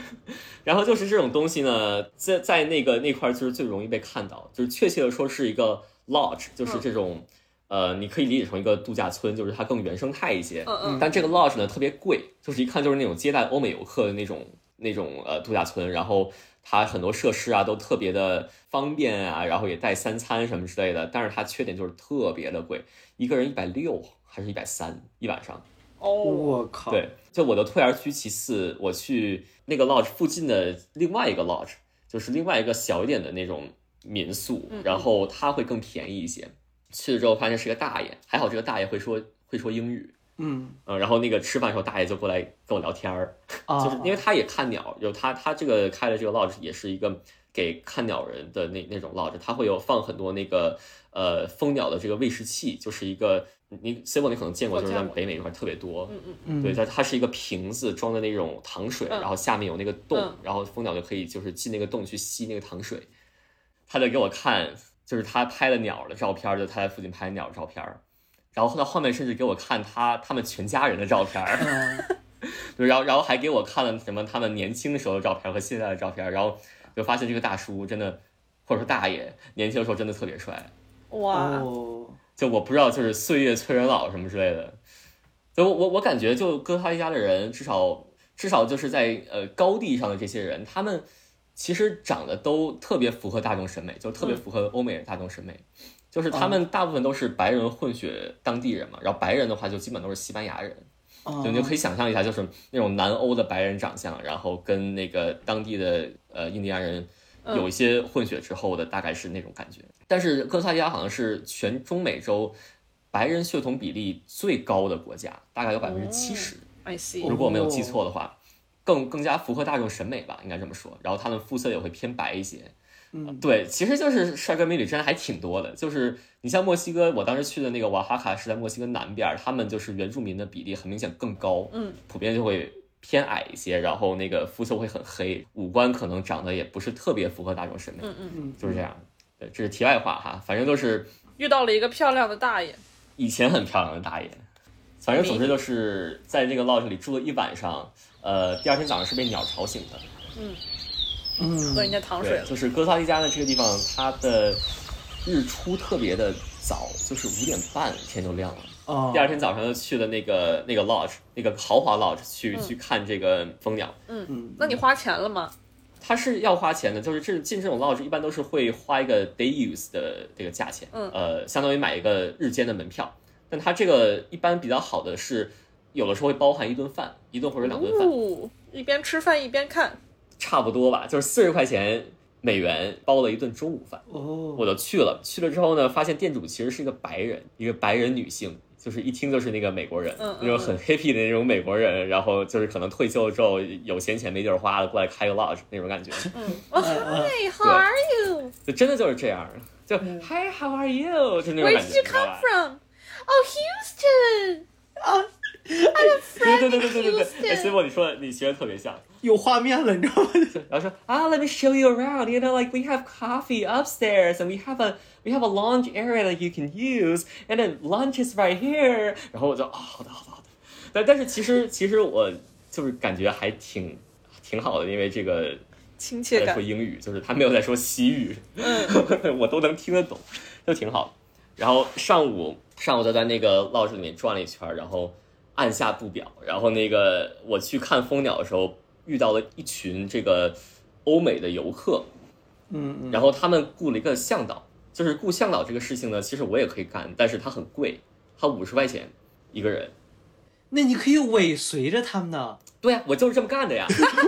[SPEAKER 3] [LAUGHS] 然后就是这种东西呢，在在那个那块儿就是最容易被看到，就是确切的说是一个 lodge，就是这种、呃，你可以理解成一个度假村，就是它更原生态一些。
[SPEAKER 2] 嗯嗯，
[SPEAKER 3] 但这个 lodge 呢特别贵，就是一看就是那种接待欧美游客的那种那种呃度假村，然后它很多设施啊都特别的方便啊，然后也带三餐什么之类的，但是它缺点就是特别的贵，一个人一百六还是一百三一晚上。
[SPEAKER 2] 哦，
[SPEAKER 5] 我靠，
[SPEAKER 3] 对，就我的退而居其次，我去那个 lodge 附近的另外一个 lodge，就是另外一个小一点的那种民宿
[SPEAKER 2] 嗯，
[SPEAKER 3] 然后它会更便宜一些。去了之后发现是个大爷，还好这个大爷会说会说英语，
[SPEAKER 5] 嗯
[SPEAKER 3] 嗯，然后那个吃饭的时候，大爷就过来跟我聊天儿，
[SPEAKER 5] 啊，
[SPEAKER 3] 就是因为他也看鸟，有他他这个开的这个 lodge 也是一个给看鸟人的那那种 lodge，他会有放很多那个呃蜂鸟的这个喂食器，就是一个你 C 罗你可能见过，
[SPEAKER 2] 我
[SPEAKER 3] 就是
[SPEAKER 2] 见
[SPEAKER 3] 在
[SPEAKER 2] 过
[SPEAKER 3] 北美那块儿特别多，
[SPEAKER 2] 嗯嗯，
[SPEAKER 5] 嗯
[SPEAKER 3] 对，它它是一个瓶子装的那种糖水，
[SPEAKER 2] 嗯
[SPEAKER 3] 然后下面有那个洞，
[SPEAKER 2] 嗯
[SPEAKER 3] 然后蜂鸟就可以就是进那个洞去吸那个糖水。他就给我看，就是他拍的鸟的照片，就他在附近拍的鸟的照片儿，然后到后面甚至给我看他他们全家人的照片儿，
[SPEAKER 2] [LAUGHS]
[SPEAKER 5] 嗯
[SPEAKER 3] 对，然后然后还给我看了什么他们年轻的时候的照片和现在的照片，然后就发现这个大叔真的，或者说大爷，年轻的时候真的特别帅。
[SPEAKER 2] 嗯哇，
[SPEAKER 5] 哦，
[SPEAKER 3] 就我不知道，就是岁月催人老什么之类的。所以我我我感觉，就哥斯达黎加的人，至少至少就是在呃高地上的这些人，他们其实长得都特别符合大众审美，就特别符合欧美人大众审美。就是他们大部分都是白人混血当地人嘛，然后白人的话就基本都是西班牙人，
[SPEAKER 5] 啊
[SPEAKER 3] 就你就可以想象一下，就是那种南欧的白人长相，然后跟那个当地的呃印第安人
[SPEAKER 2] 嗯
[SPEAKER 3] 有一些混血之后的，大概是那种感觉。但是哥斯达黎加好像是全中美洲白人血统比例最高的国家，大概有百分之七十，
[SPEAKER 2] ，I see，
[SPEAKER 3] 如果我没有
[SPEAKER 2] 哦
[SPEAKER 3] 记错的话，更更加符合大众审美吧，应该这么说。然后他们肤色也会偏白一些，
[SPEAKER 5] 嗯
[SPEAKER 3] 对，其实就是帅哥美女真的还挺多的。就是你像墨西哥，我当时去的那个瓦哈卡是在墨西哥南边儿，他们就是原住民的比例很明显更高，
[SPEAKER 2] 嗯，
[SPEAKER 3] 普遍就会偏矮一些，然后那个肤色会很黑，五官可能长得也不是特别符合大众审美，
[SPEAKER 2] 嗯嗯，
[SPEAKER 5] 嗯，
[SPEAKER 3] 就是这样。对，这是题外话哈，反正就是
[SPEAKER 2] 遇到了一个漂亮的大爷，
[SPEAKER 3] 以前很漂亮的大爷，反正总之就是在这个 lodge 里住了一晚上，呃，第二天早上是被鸟吵醒的。
[SPEAKER 5] 嗯
[SPEAKER 2] 喝人家糖水
[SPEAKER 3] 对，
[SPEAKER 2] 了，
[SPEAKER 3] 就是哥斯达黎加的这个地方，它的日出特别的早，就是五点半天就亮了。
[SPEAKER 5] 哦，
[SPEAKER 3] 第二天早上就去了那个那个 lodge，那个豪华 lodge 去、去看这个蜂鸟。
[SPEAKER 5] 嗯，
[SPEAKER 2] 那你花钱了吗？
[SPEAKER 3] 它是要花钱的，就是这进这种 lodge 一般都是会花一个 day use 的这个价钱，
[SPEAKER 2] 嗯
[SPEAKER 3] 呃，相当于买一个日间的门票。但它这个一般比较好的是，有的时候会包含一顿饭，一顿或者两顿饭，
[SPEAKER 2] 哦，一边吃饭一边看，
[SPEAKER 3] 差不多吧，就是四十块钱美元包了一顿中午饭。
[SPEAKER 2] 嗯
[SPEAKER 5] 哦，
[SPEAKER 3] 我就去了，去了之后呢，发现店主其实是一个白人，一个白人女性，就是一听就是那个美国人，
[SPEAKER 2] 嗯嗯
[SPEAKER 3] 那种很 hippy 的那种美国人，然后就是可能退休了之后有闲钱没地儿花了，过来开个 lodge 那种感觉，
[SPEAKER 2] 嗯，哦
[SPEAKER 5] 嗯
[SPEAKER 2] ，Hi，How are you？
[SPEAKER 3] 就真的就是这样，就 Hi，how are you？就那种
[SPEAKER 2] Where
[SPEAKER 3] 感
[SPEAKER 2] did
[SPEAKER 3] 觉，
[SPEAKER 2] you
[SPEAKER 3] 你知道
[SPEAKER 2] come
[SPEAKER 3] [LAUGHS] 吧
[SPEAKER 2] from? Oh, Houston.
[SPEAKER 3] 对对对对对对对，哎
[SPEAKER 2] Houston
[SPEAKER 3] 所以我你说的你学的特别像，
[SPEAKER 5] 有画面了，你知道吗？ [LAUGHS]
[SPEAKER 3] 然后说啊、l e t me show you around. You know, like we have coffee upstairs, and we have a we have a lounge area that you can use, and then lunch is right here. 然后我就啊、好的好的好的。但但是其实其实我就是感觉还挺挺好的，因为这个
[SPEAKER 2] 亲切
[SPEAKER 3] 在
[SPEAKER 2] 感
[SPEAKER 3] 说，英语，就是他没有在说西语，
[SPEAKER 5] 嗯
[SPEAKER 3] [LAUGHS] 我都能听得懂，就挺好。然后上午上午就在那个 lodge 里面转了一圈，然后按下不表。然后那个我去看蜂鸟的时候，遇到了一群这个欧美的游客，
[SPEAKER 5] 嗯嗯，
[SPEAKER 3] 然后他们雇了一个向导，就是雇向导这个事情呢，其实我也可以干，但是它很贵，它五十块钱一个人。
[SPEAKER 5] 那你可以尾随着他们呢。
[SPEAKER 3] 对呀、我就是这么干的呀。 [LAUGHS]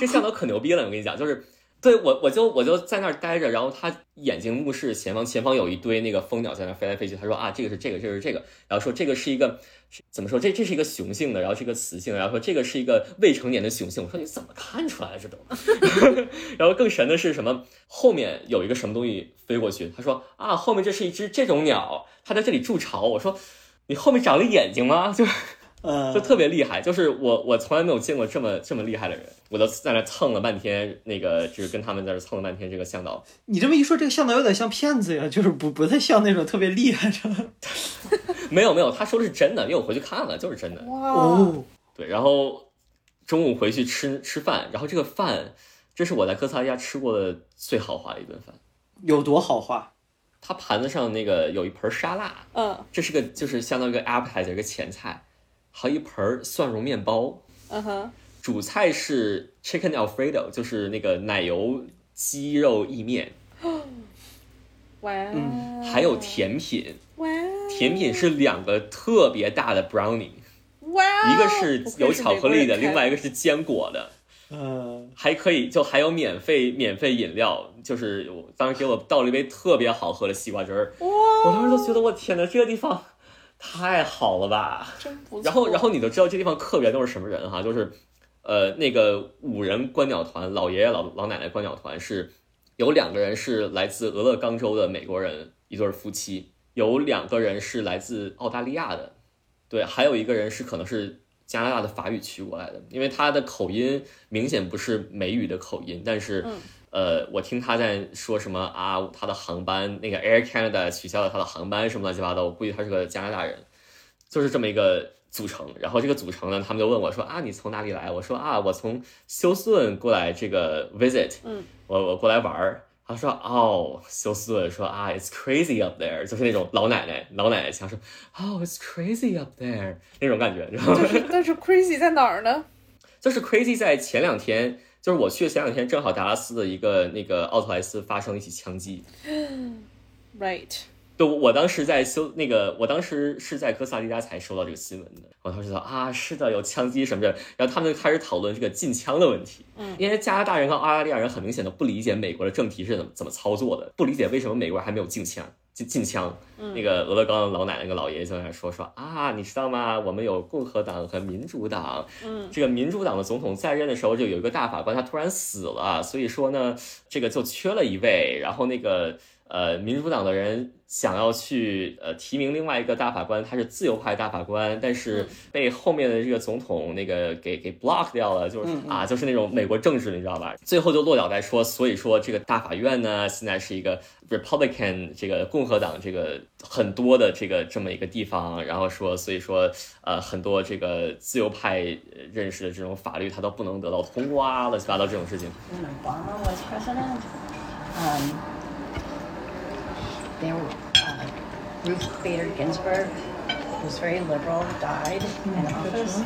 [SPEAKER 3] 这向导可牛逼了，我跟你讲，就是对我我就我就在那儿待着，然后他眼睛目视前方，前方有一堆那个蜂鸟在那飞来飞去。他说啊，这个是这个，这个是这个，然后说这个是一个是怎么说？这这是一个雄性的，然后是一个雌性的，然后说这个是一个未成年的雄性。我说你怎么看出来的这都？ [LAUGHS] 然后更神的是什么？后面有一个什么东西飞过去，他说啊，后面这是一只这种鸟，它在这里筑巢。我说你后面长了眼睛吗？ [LAUGHS] 就是。
[SPEAKER 5] 呃，
[SPEAKER 3] 就特别厉害，就是我我从来没有见过这么这么厉害的人，我都在那蹭了半天，那个就是跟他们在那蹭了半天，这个向导
[SPEAKER 5] 你这么一说，这个向导有点像骗子呀，就是不不太像那种特别厉害的。 [LAUGHS]
[SPEAKER 3] 没有没有，他说的是真的，因为我回去看了，就是真的。
[SPEAKER 2] 哇，
[SPEAKER 5] 哦，
[SPEAKER 3] 对，然后中午回去吃吃饭，然后这个饭，这是我在哥斯达黎加吃过的最豪华的一顿饭。
[SPEAKER 5] 有多好话？
[SPEAKER 3] 他盘子上那个有一盆沙拉，
[SPEAKER 2] 嗯
[SPEAKER 3] 这是个就是相当于一个 appetizer 一个前菜，还有一盆蒜蓉面包，
[SPEAKER 2] 嗯哼，
[SPEAKER 3] 主菜是 chicken alfredo，就是那个奶油鸡肉意面，
[SPEAKER 2] 哇，
[SPEAKER 3] 嗯还有甜品。
[SPEAKER 2] 哇，
[SPEAKER 3] 甜品是两个特别大的 brownie，
[SPEAKER 2] 哇，
[SPEAKER 3] 一个是有巧克力的，另外一
[SPEAKER 2] 个
[SPEAKER 3] 个是坚果的，
[SPEAKER 5] 呃，
[SPEAKER 3] 还可以就还有免费免费饮料，就是我当时给我倒了一杯特别好喝的西瓜汁儿，我当时都觉得我天哪，这个地方太好了吧！
[SPEAKER 2] 真不错。
[SPEAKER 3] 然后然后你就知道这地方客源都是什么人哈、就是呃那个五人观鸟团，老爷爷老老奶奶观鸟团是有两个人是来自俄勒冈州的美国人，一对儿夫妻，有两个人是来自澳大利亚的，对，还有一个人是可能是加拿大的法语区过来的，因为他的口音明显不是美语的口音，但是。
[SPEAKER 2] 嗯
[SPEAKER 3] 呃，我听他在说什么啊，他的航班那个 Air Canada 取消了他的航班什么乱七八糟，我估计他是个加拿大人，就是这么一个组成。然后这个组成呢，他们就问我说啊，你从哪里来？我说啊，我从休斯顿过来这个 visit，
[SPEAKER 2] 嗯，
[SPEAKER 3] 我我过来玩儿。他说哦，休斯顿说啊，it's crazy up there，就是那种老奶奶老奶奶腔说哦，it's crazy up there 那种感觉，然后
[SPEAKER 2] 就是 [LAUGHS] 但是 crazy 在哪儿呢？
[SPEAKER 3] 就是 Crazy 在前两天，就是我去的前两天，正好达拉斯的一个那个奥特莱斯发生一起枪击。
[SPEAKER 2] Right，
[SPEAKER 3] 对，我我当时在修那个，我当时是在哥斯达黎加才收到这个新闻的。我当时说啊，是的，有枪击什么的，然后他们就开始讨论这个禁枪的问题。
[SPEAKER 2] 嗯
[SPEAKER 3] 因为加拿大人和澳大利亚人很明显的不理解美国的政体是怎么怎么操作的，不理解为什么美国人还没有禁枪。禁禁枪，
[SPEAKER 2] 嗯
[SPEAKER 3] 那个俄勒冈的老奶奶、那个老爷爷就在那说说啊，你知道吗？我们有共和党和民主党，
[SPEAKER 2] 嗯，
[SPEAKER 3] 这个民主党的总统在任的时候，就有一个大法官他突然死了，所以说呢，这个就缺了一位。然后那个呃，民主党的人想要去呃提名另外一个大法官，他是自由派大法官，但
[SPEAKER 5] 嗯
[SPEAKER 3] 是被后面的这个总统那个给给 block 掉了，就是
[SPEAKER 5] 嗯嗯
[SPEAKER 3] 啊，就是那种美国政治，你知道吧？最后就落脚在说，所以说这个大法院呢，现在是一个 Republican 这个共和党这个很多的这个这么一个地方，然后说，所以说呃，很多这个自由派呃认识的这种法律，它都不能得到通过啊，乱七八糟这种事情。
[SPEAKER 4] when Obama was president, um, there, uh, Ruth Bader Ginsburg, who was very liberal, died in office.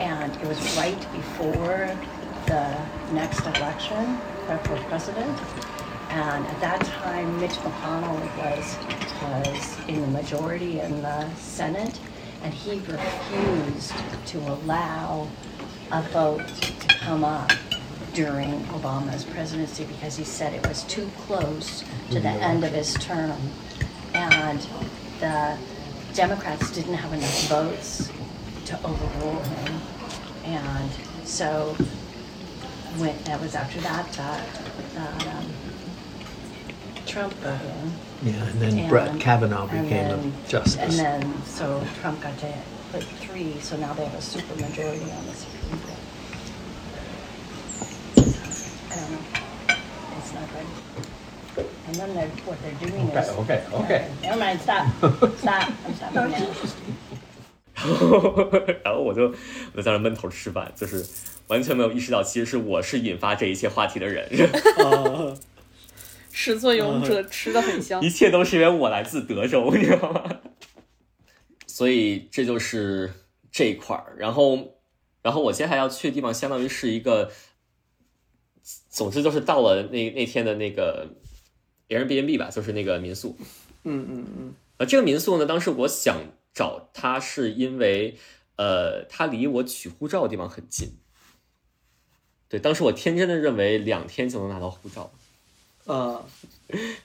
[SPEAKER 4] And it was right before the next election for president. And at that time, Mitch McConnell was, was in the majority in the Senate, and he refused to allow a vote to come up during Obama's presidency because he said it was too close to the end of his term. And the Democrats didn't have enough votes to overrule him. And so when, that was after that, that, that um, Trump got in.
[SPEAKER 6] Yeah, and then Brett Kavanaugh
[SPEAKER 4] and
[SPEAKER 6] became
[SPEAKER 4] then-
[SPEAKER 6] a justice.
[SPEAKER 4] And then, so Trump got to put three, so now they have a super majority on the Supreme Court. I don't know. It's not good. And then they're, what they're doing is.
[SPEAKER 6] okay, okay.
[SPEAKER 4] Never mind, stop, stop, I'm stopping now.
[SPEAKER 3] 然后我就我就在那闷头吃饭，就是完全没有意识到，其实是我是引发这一切话题的人，
[SPEAKER 5] 呃，
[SPEAKER 2] 始作俑者吃的很香
[SPEAKER 3] 一。切都是因为我来自德州， [LAUGHS] 你知道吗？所以这就是这一块儿。然后，然后我接下来要去的地方，相当于是一个总之就是到了那那天的那个 Airbnb 吧，就是那个民宿。
[SPEAKER 5] 嗯嗯嗯，
[SPEAKER 3] 呃，这个民宿呢，当时我想找它是因为，呃，它离我取护照的地方很近。对，当时我天真的认为两天就能拿到护照，
[SPEAKER 5] 呃，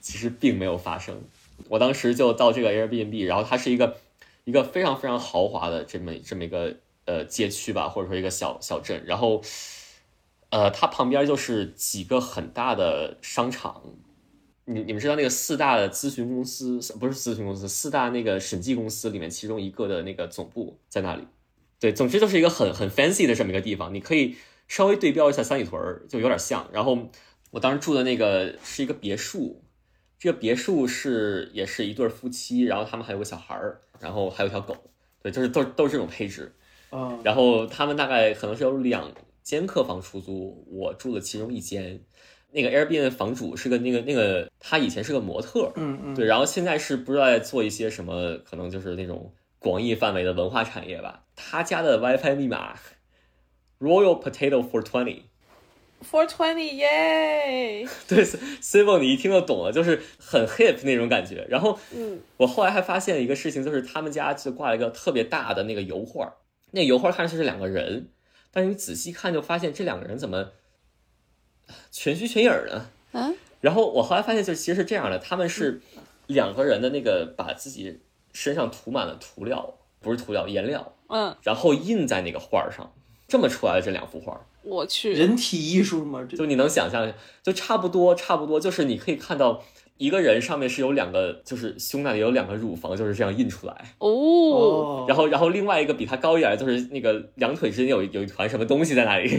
[SPEAKER 3] 其实并没有发生。我当时就到这个 Airbnb，然后它是一个一个非常非常豪华的这么这么一个呃街区吧，或者说一个小小镇，然后呃，它旁边就是几个很大的商场。你你们知道那个四大的咨询公司不是咨询公司，四大那个审计公司里面其中一个的那个总部在那里。对，总之就是一个很很 fancy 的这么一个地方，你可以稍微对标一下三里屯儿，就有点像。然后我当时住的那个是一个别墅，这个别墅是也是一对夫妻，然后他们还有个小孩儿，然后还有条狗，对，就是都是都是这种配置。
[SPEAKER 5] 嗯，
[SPEAKER 3] 然后他们大概可能是有两间客房出租，我住了其中一间。那个 Airbnb 房主是个那个那个，他以前是个模特，
[SPEAKER 5] 嗯嗯，
[SPEAKER 3] 对，然后现在是不知道在做一些什么，可能就是那种广义范围的文化产业吧。他家的 WiFi 密码 [LAUGHS] Royal Potato for Twenty，
[SPEAKER 2] Four Twenty 耶，
[SPEAKER 3] [LAUGHS] 对 s i v o 你一听就懂了，就是很 hip 那种感觉。然后
[SPEAKER 2] 嗯，
[SPEAKER 3] 我后来还发现一个事情，就是他们家就挂了一个特别大的那个油画儿，那个油画儿看上去是两个人，但是你仔细看就发现这两个人怎么全虚全影儿呢？
[SPEAKER 2] 嗯，
[SPEAKER 3] [LAUGHS] 然后我后来发现，就其实是这样的，他们是两个人的那个把自己身上涂满了涂料，不是涂料，颜料，
[SPEAKER 2] 嗯，
[SPEAKER 3] 然后印在那个画儿上，这么出来的这两幅画儿。
[SPEAKER 2] 我去，
[SPEAKER 5] 人体艺术嘛，这
[SPEAKER 3] 就你能想象，就差不多，差不多，就是你可以看到一个人上面是有两个，就是胸那里有两个乳房，就是这样印出来。
[SPEAKER 2] 哦，
[SPEAKER 5] 哦，
[SPEAKER 3] 然后，然后另外一个比他高一点的，就是那个两腿之间有有一团什么东西在那里。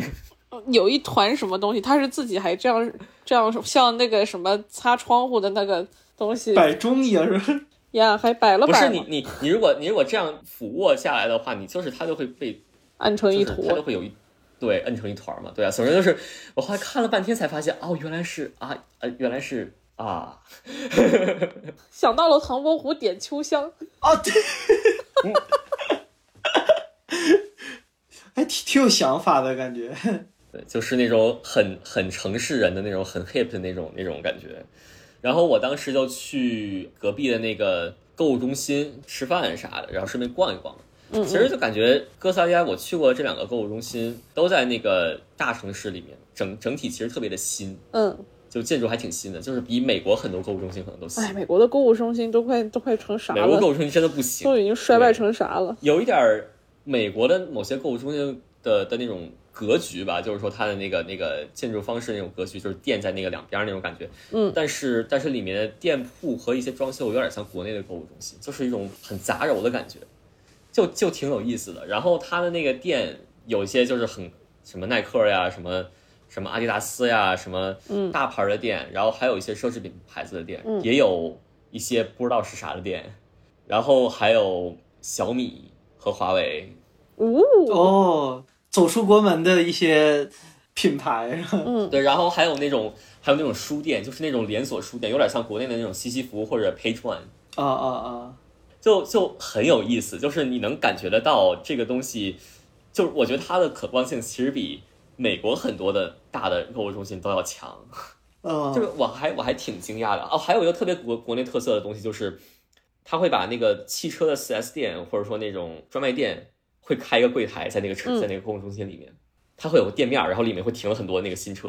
[SPEAKER 2] 有一团什么东西，他是自己还这样这样像那个什么擦窗户的那个东西
[SPEAKER 5] 摆钟也是，
[SPEAKER 2] 呀，还摆
[SPEAKER 3] [LAUGHS]
[SPEAKER 2] 了
[SPEAKER 3] 不
[SPEAKER 2] 摆
[SPEAKER 3] 是
[SPEAKER 2] 了
[SPEAKER 3] 你你你如果你如果这样俯卧下来的话，你就是他就会被
[SPEAKER 2] 按成一
[SPEAKER 3] 就是
[SPEAKER 2] 坨
[SPEAKER 3] 它，就会有一对摁成一团嘛，对啊，总之就是我后来看了半天才发现，哦，原来是啊，呃，原来是啊，
[SPEAKER 2] 想到了唐伯虎点秋香，
[SPEAKER 5] 哦，对，哎，挺挺有想法的感觉，
[SPEAKER 3] 对，就是那种很很城市人的那种很 hip 的那种那种感觉。然后我当时就去隔壁的那个购物中心吃饭啥的，然后顺便逛一逛。
[SPEAKER 2] 嗯
[SPEAKER 3] 其实就感觉哥斯达黎加，我去过这两个购物中心，都在那个大城市里面，整整体其实特别的新，
[SPEAKER 2] 嗯，
[SPEAKER 3] 就建筑还挺新的，就是比美国很多购物中心可能都新
[SPEAKER 2] 哎，。美国的购物中心都快都快成啥
[SPEAKER 3] 美国购
[SPEAKER 2] 了，
[SPEAKER 3] 物中心真的不行，
[SPEAKER 2] 都已经衰败成啥了。
[SPEAKER 3] 有一点儿美国的某些购物中心的的那种格局吧，就是说它的那个那个建筑方式那种格局，就是店在那个两边儿那种感觉。
[SPEAKER 2] 嗯
[SPEAKER 3] 但是但是里面的店铺和一些装修有点像国内的购物中心，就是一种很杂糅的感觉，就就挺有意思的。然后它的那个店有一些就是很什么耐克呀，什么。什么阿迪达斯呀，什么
[SPEAKER 2] 嗯
[SPEAKER 3] 大牌儿的店，然后还有一些奢侈品牌子的店，
[SPEAKER 2] 嗯
[SPEAKER 3] 也有一些不知道是啥的店，然后还有小米和华为，
[SPEAKER 2] 呜、
[SPEAKER 5] 哦，走出国门的一些品牌，
[SPEAKER 3] 对，然后还有那种还有那种书店，就是那种连锁书店，有点像国内的那种西西弗或者 Page One，
[SPEAKER 5] 啊啊啊，
[SPEAKER 3] 就就很有意思，就是你能感觉得到这个东西，就是我觉得它的可观性其实比美国很多的大的购物中心都要强。
[SPEAKER 5] 嗯，
[SPEAKER 3] 就是我还我还挺惊讶的哦，还有一个特别国国内特色的东西，就是他会把那个汽车的 4S 店或者说那种专卖店会开一个柜台在那个车、
[SPEAKER 2] 嗯
[SPEAKER 3] 在那个购物中心里面，它会有个店面儿，然后里面会停了很多那个新车，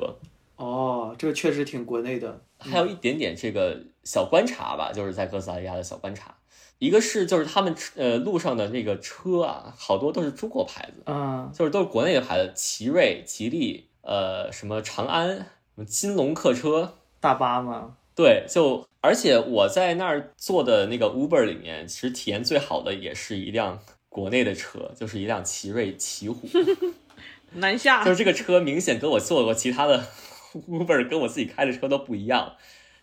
[SPEAKER 5] 哦，这个确实挺国内的，
[SPEAKER 3] 还有一点点这个小观察吧，就是在哥斯达黎加的小观察，一个是就是他们呃路上的那个车啊，好多都是中国牌子，
[SPEAKER 5] 嗯，
[SPEAKER 3] 就是都是国内的牌子，奇瑞、吉利，呃什么长安、什么金龙客车。
[SPEAKER 5] 大巴嘛，
[SPEAKER 3] 对，就而且我在那儿坐的那个 Uber 里面，其实体验最好的也是一辆国内的车，就是一辆奇瑞奇虎。
[SPEAKER 2] 南下
[SPEAKER 3] 就是这个车明显跟我坐过其他的 Uber 跟我自己开的车都不一样。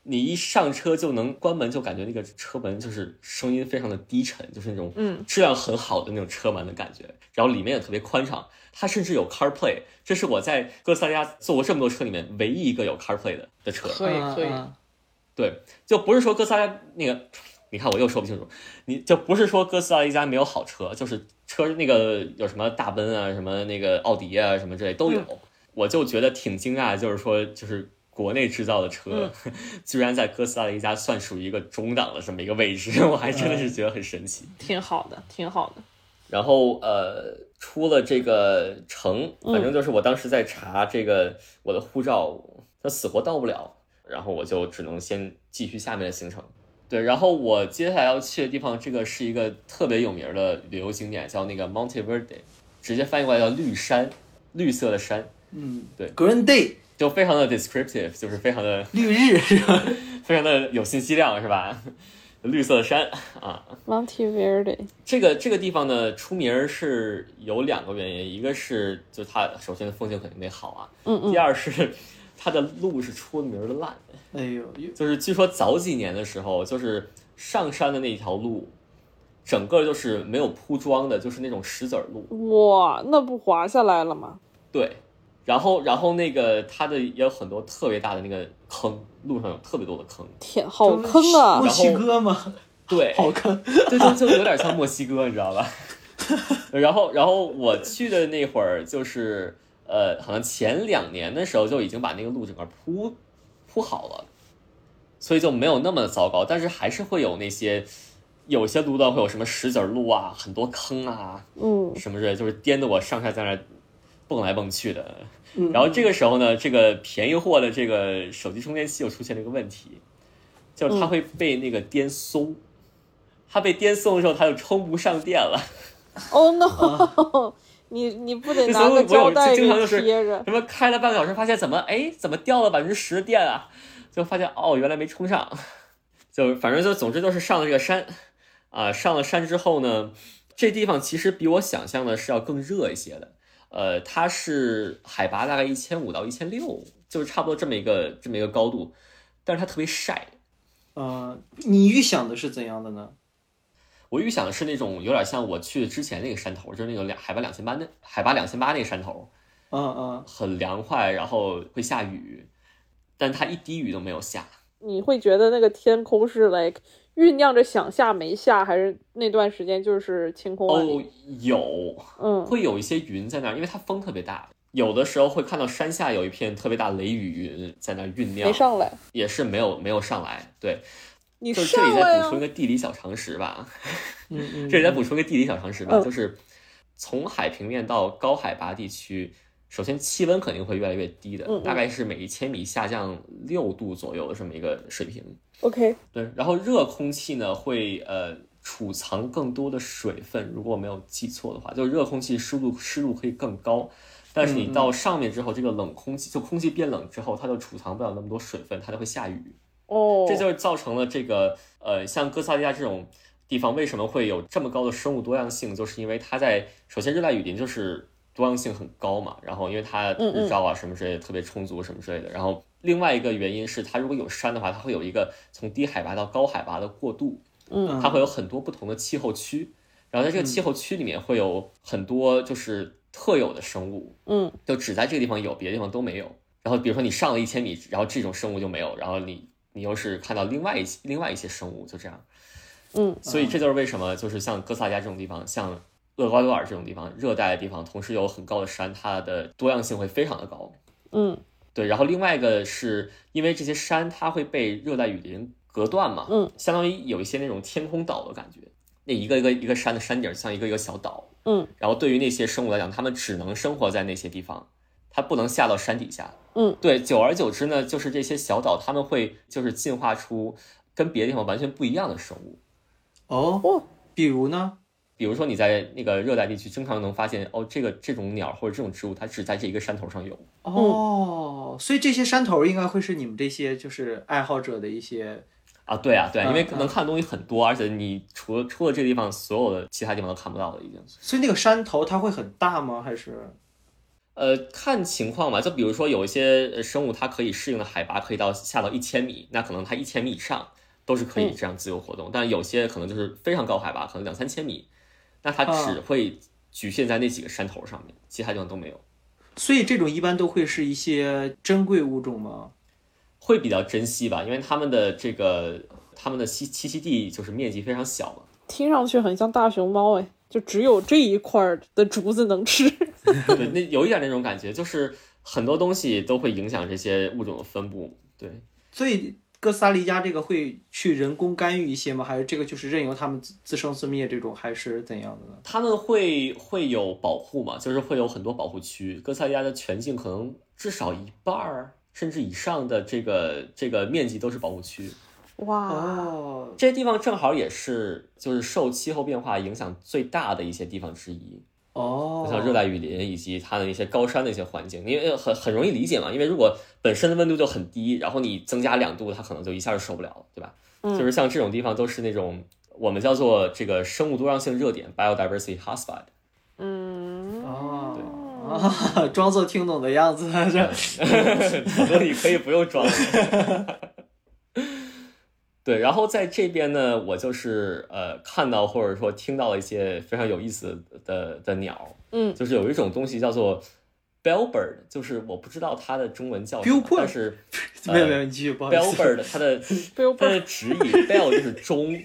[SPEAKER 3] 你一上车就能关门，就感觉那个车门就是声音非常的低沉，就是那种
[SPEAKER 2] 嗯
[SPEAKER 3] 质量很好的那种车门的感觉。然后里面也特别宽敞，它甚至有 CarPlay，这是我在哥斯达黎加坐过这么多车里面唯一一个有 CarPlay 的的车。
[SPEAKER 2] 可以
[SPEAKER 5] 嗯
[SPEAKER 2] 可以
[SPEAKER 5] 嗯
[SPEAKER 3] 对，就不是说哥斯达黎加那个，你看我又说不清楚，你就不是说哥斯达黎加没有好车，就是车那个有什么大奔啊，什么那个奥迪啊，什么之类都有，我就觉得挺惊讶，就是说，就是国内制造的车， [LAUGHS] 居然在哥斯达黎加算属于一个中档的这么一个位置， [LAUGHS] 我还真的是觉得很神奇。
[SPEAKER 2] 挺好的，挺好的。
[SPEAKER 3] 然后呃，出了这个城，反正就是我当时在查这个我的护照，它死活到不了，然后我就只能先继续下面的行程。对，然后我接下来要去的地方，这个是一个特别有名儿的旅游景点，叫那个 Monte Verde，直接翻译过来叫绿山，绿色的山，
[SPEAKER 5] Green 嗯 Day
[SPEAKER 3] 就非常的 descriptive，就是非常的 [LAUGHS]
[SPEAKER 5] 绿 [LAUGHS] 日，
[SPEAKER 3] 非常的有信息量，是吧？绿色的山啊，
[SPEAKER 2] Monte Verde，
[SPEAKER 3] 这个这个地方呢，出名儿是有两个原因，一个是就它首先风景肯定得好啊，
[SPEAKER 2] 嗯
[SPEAKER 3] 第
[SPEAKER 2] 嗯，
[SPEAKER 3] 二是 [LAUGHS] 它的路是出名儿的烂，
[SPEAKER 5] 哎呦，
[SPEAKER 3] 就是据说早几年的时候，就是上山的那一条路，整个就是没有铺装的，就是那种石子儿路，
[SPEAKER 2] 哇，那不滑下来了吗？
[SPEAKER 3] 对，然后然后那个它的也有很多特别大的那个坑，路上有特别多的坑，
[SPEAKER 2] 天，好坑啊
[SPEAKER 5] 墨！
[SPEAKER 3] 然后
[SPEAKER 5] 西哥嘛，
[SPEAKER 3] 对，
[SPEAKER 5] 好坑，
[SPEAKER 3] 对， [LAUGHS] 就就有点像墨西哥，你知道吧？然后，然后我去的那会儿，就是呃，好像前两年的时候就已经把那个路整个铺铺好了，所以就没有那么糟糕，但是还是会有那些有些路段会有什么石子儿路啊，很多坑啊，
[SPEAKER 2] 嗯，
[SPEAKER 3] 什么之类，就是颠得我上下在那儿蹦来蹦去的。然后这个时候呢，这个便宜货的这个手机充电器又出现了一个问题，就是它会被那个颠松，它被颠松的时候，它就充不上电了。
[SPEAKER 2] 哦 no，你 [LAUGHS] 你不得
[SPEAKER 3] 这
[SPEAKER 2] 拿
[SPEAKER 3] 啊所
[SPEAKER 2] 个
[SPEAKER 3] 以我
[SPEAKER 2] 胶
[SPEAKER 3] 有
[SPEAKER 2] 带
[SPEAKER 3] 经常
[SPEAKER 2] 给
[SPEAKER 3] 就是
[SPEAKER 2] 贴着？
[SPEAKER 3] 什么开了半个小时，发现怎么哎怎么掉了百分之十的电啊？就发现哦原来没充上，就反正就总之就是上了这个山啊，上了山之后呢，这地方其实比我想象的是要更热一些的，呃，它是海拔大概一千五到一千六，就是差不多这么一个这么一个高度，但是它特别晒。
[SPEAKER 5] 呃，你预想的是怎样的呢？
[SPEAKER 3] 我预想的是那种有点像我去之前那个山头，就是那个两海拔两千八那海拔两千八那个山头，
[SPEAKER 5] 嗯嗯，
[SPEAKER 3] 很凉快，然后会下雨，但它一滴雨都没有下。
[SPEAKER 2] 你会觉得那个天空是 like 酝酿着想下没下，还是那段时间就是晴空万
[SPEAKER 3] 哦
[SPEAKER 2] 里？，
[SPEAKER 3] 有
[SPEAKER 2] 嗯，
[SPEAKER 3] 哦会有一些云在那儿，因为它风特别大，有的时候会看到山下有一片特别大雷雨云在那儿酝酿
[SPEAKER 2] 没，上来，
[SPEAKER 3] 也是没有没有上来。对，
[SPEAKER 2] 你
[SPEAKER 3] 就是这
[SPEAKER 2] 上
[SPEAKER 3] 里再
[SPEAKER 2] 来
[SPEAKER 3] 补
[SPEAKER 2] 啊
[SPEAKER 3] 充一！个地理小常识吧，
[SPEAKER 5] 嗯嗯，
[SPEAKER 3] [LAUGHS] 这里再补充一个地理小常识吧，
[SPEAKER 2] 嗯
[SPEAKER 3] 就是从海平面到高海拔地区。首先，气温肯定会越来越低的，
[SPEAKER 2] 嗯嗯
[SPEAKER 3] 大概是每一千米下降六度左右的这么一个水平。
[SPEAKER 2] OK，
[SPEAKER 3] 对，然后热空气呢会呃储藏更多的水分，如果我没有记错的话，就是热空气湿度湿度可以更高，但是你到上面之后，这个冷空气就空气变冷之后，它就储藏不了那么多水分，它就会下雨，
[SPEAKER 2] 哦，
[SPEAKER 3] 这就是造成了这个呃像哥斯达黎加这种地方为什么会有这么高的生物多样性，就是因为它在首先热带雨林就是多样性很高嘛，然后因为它
[SPEAKER 2] 嗯嗯
[SPEAKER 3] 日照啊什么之类的特别充足什么之类的，然后另外一个原因是它如果有山的话，它会有一个从低海拔到高海拔的过渡，
[SPEAKER 5] 嗯
[SPEAKER 3] 它会有很多不同的气候区，然后在
[SPEAKER 2] 嗯
[SPEAKER 3] 这个气候区里面会有很多就是特有的生物，
[SPEAKER 2] 嗯，
[SPEAKER 3] 就只在这个地方有，别的地方都没有。然后比如说你上了一千米，然后这种生物就没有，然后你你又是看到另外一些另外一些生物，就这样，
[SPEAKER 2] 嗯，
[SPEAKER 3] 所以这就是为什么就是像哥斯达黎加这种地方，像厄瓜多尔这种地方，热带的地方，同时有很高的山，它的多样性会非常的高。
[SPEAKER 2] 嗯
[SPEAKER 3] 对，然后另外一个是因为这些山它会被热带雨林隔断嘛，
[SPEAKER 2] 嗯，
[SPEAKER 3] 相当于有一些那种天空岛的感觉，那一个一个一个山的山顶像一个一个小岛，
[SPEAKER 2] 嗯，
[SPEAKER 3] 然后对于那些生物来讲，它们只能生活在那些地方，它不能下到山底下，
[SPEAKER 2] 嗯，
[SPEAKER 3] 对，久而久之呢，就是这些小岛它们会就是进化出跟别的地方完全不一样的生物，
[SPEAKER 5] 哦，比如呢？
[SPEAKER 3] 比如说你在那个热带地区，经常能发现哦，这个这种鸟或者这种植物，它只在这一个山头上有，
[SPEAKER 5] 哦，所以这些山头应该会是你们这些就是爱好者的一些，
[SPEAKER 3] 啊，对啊，对啊，因为
[SPEAKER 5] 嗯
[SPEAKER 3] 能看的东西很多，而且你除了除了这个地方，所有的其他地方都看不到了，已经。
[SPEAKER 5] 所以那个山头它会很大吗？还是
[SPEAKER 3] 呃，看情况吧，就比如说有一些呃生物，它可以适应的海拔可以到下到一千米，那可能它一千米以上都是可
[SPEAKER 5] 嗯
[SPEAKER 3] 以这样自由活动，但有些可能就是非常高海拔，可能两三千米，那它
[SPEAKER 5] 嗯
[SPEAKER 3] 只会局限在那几个山头上面，其他地方都没有，
[SPEAKER 5] 所以这种一般都会是一些珍贵物种吗？
[SPEAKER 3] 会比较珍惜吧，因为它们的这个它们的栖栖息地就是面积非常小嘛。
[SPEAKER 2] 听上去很像大熊猫哎，就只有这一块儿的竹子能吃。
[SPEAKER 3] 对，那有一点那种感觉，就是很多东西都会影响这些物种的分布。对，
[SPEAKER 5] 所以哥斯达黎加这个会去人工干预一些吗？还是这个就是任由他们自自生自灭这种，还是怎样的呢？
[SPEAKER 3] 他们会会有保护嘛，就是会有很多保护区。哥斯达黎加的全境可能至少一半儿甚至以上的这个这个面积都是保护区。
[SPEAKER 2] 哇，
[SPEAKER 5] 哦，
[SPEAKER 3] 这些地方正好也是就是受气候变化影响最大的一些地方之一。
[SPEAKER 5] 哦，
[SPEAKER 3] 像热带雨林以及它的一些高山的一些环境，因为很很容易理解嘛，因为如果本身的温度就很低，然后你增加两度，它可能就一下就受不了了，对吧？就是像这种地方都是那种我们叫做这个生物多样性热点 （biodiversity hotspot）。
[SPEAKER 2] 嗯，
[SPEAKER 5] 哦。啊， [LAUGHS] 装作听懂的样子，这
[SPEAKER 3] [LAUGHS] 我觉得你可以不用装了。 [LAUGHS] 对，然后在这边呢，我就是呃看到或者说听到了一些非常有意思的的鸟，
[SPEAKER 2] 嗯
[SPEAKER 3] 就是有一种东西叫做 bellbird，就是我不知道它的中文叫什么
[SPEAKER 5] Billboard
[SPEAKER 3] 但是
[SPEAKER 5] 没有没有，你继续，不好意思。
[SPEAKER 3] bellbird 它的 [LAUGHS] 它的
[SPEAKER 2] Billboard
[SPEAKER 3] 直译 bell 就是钟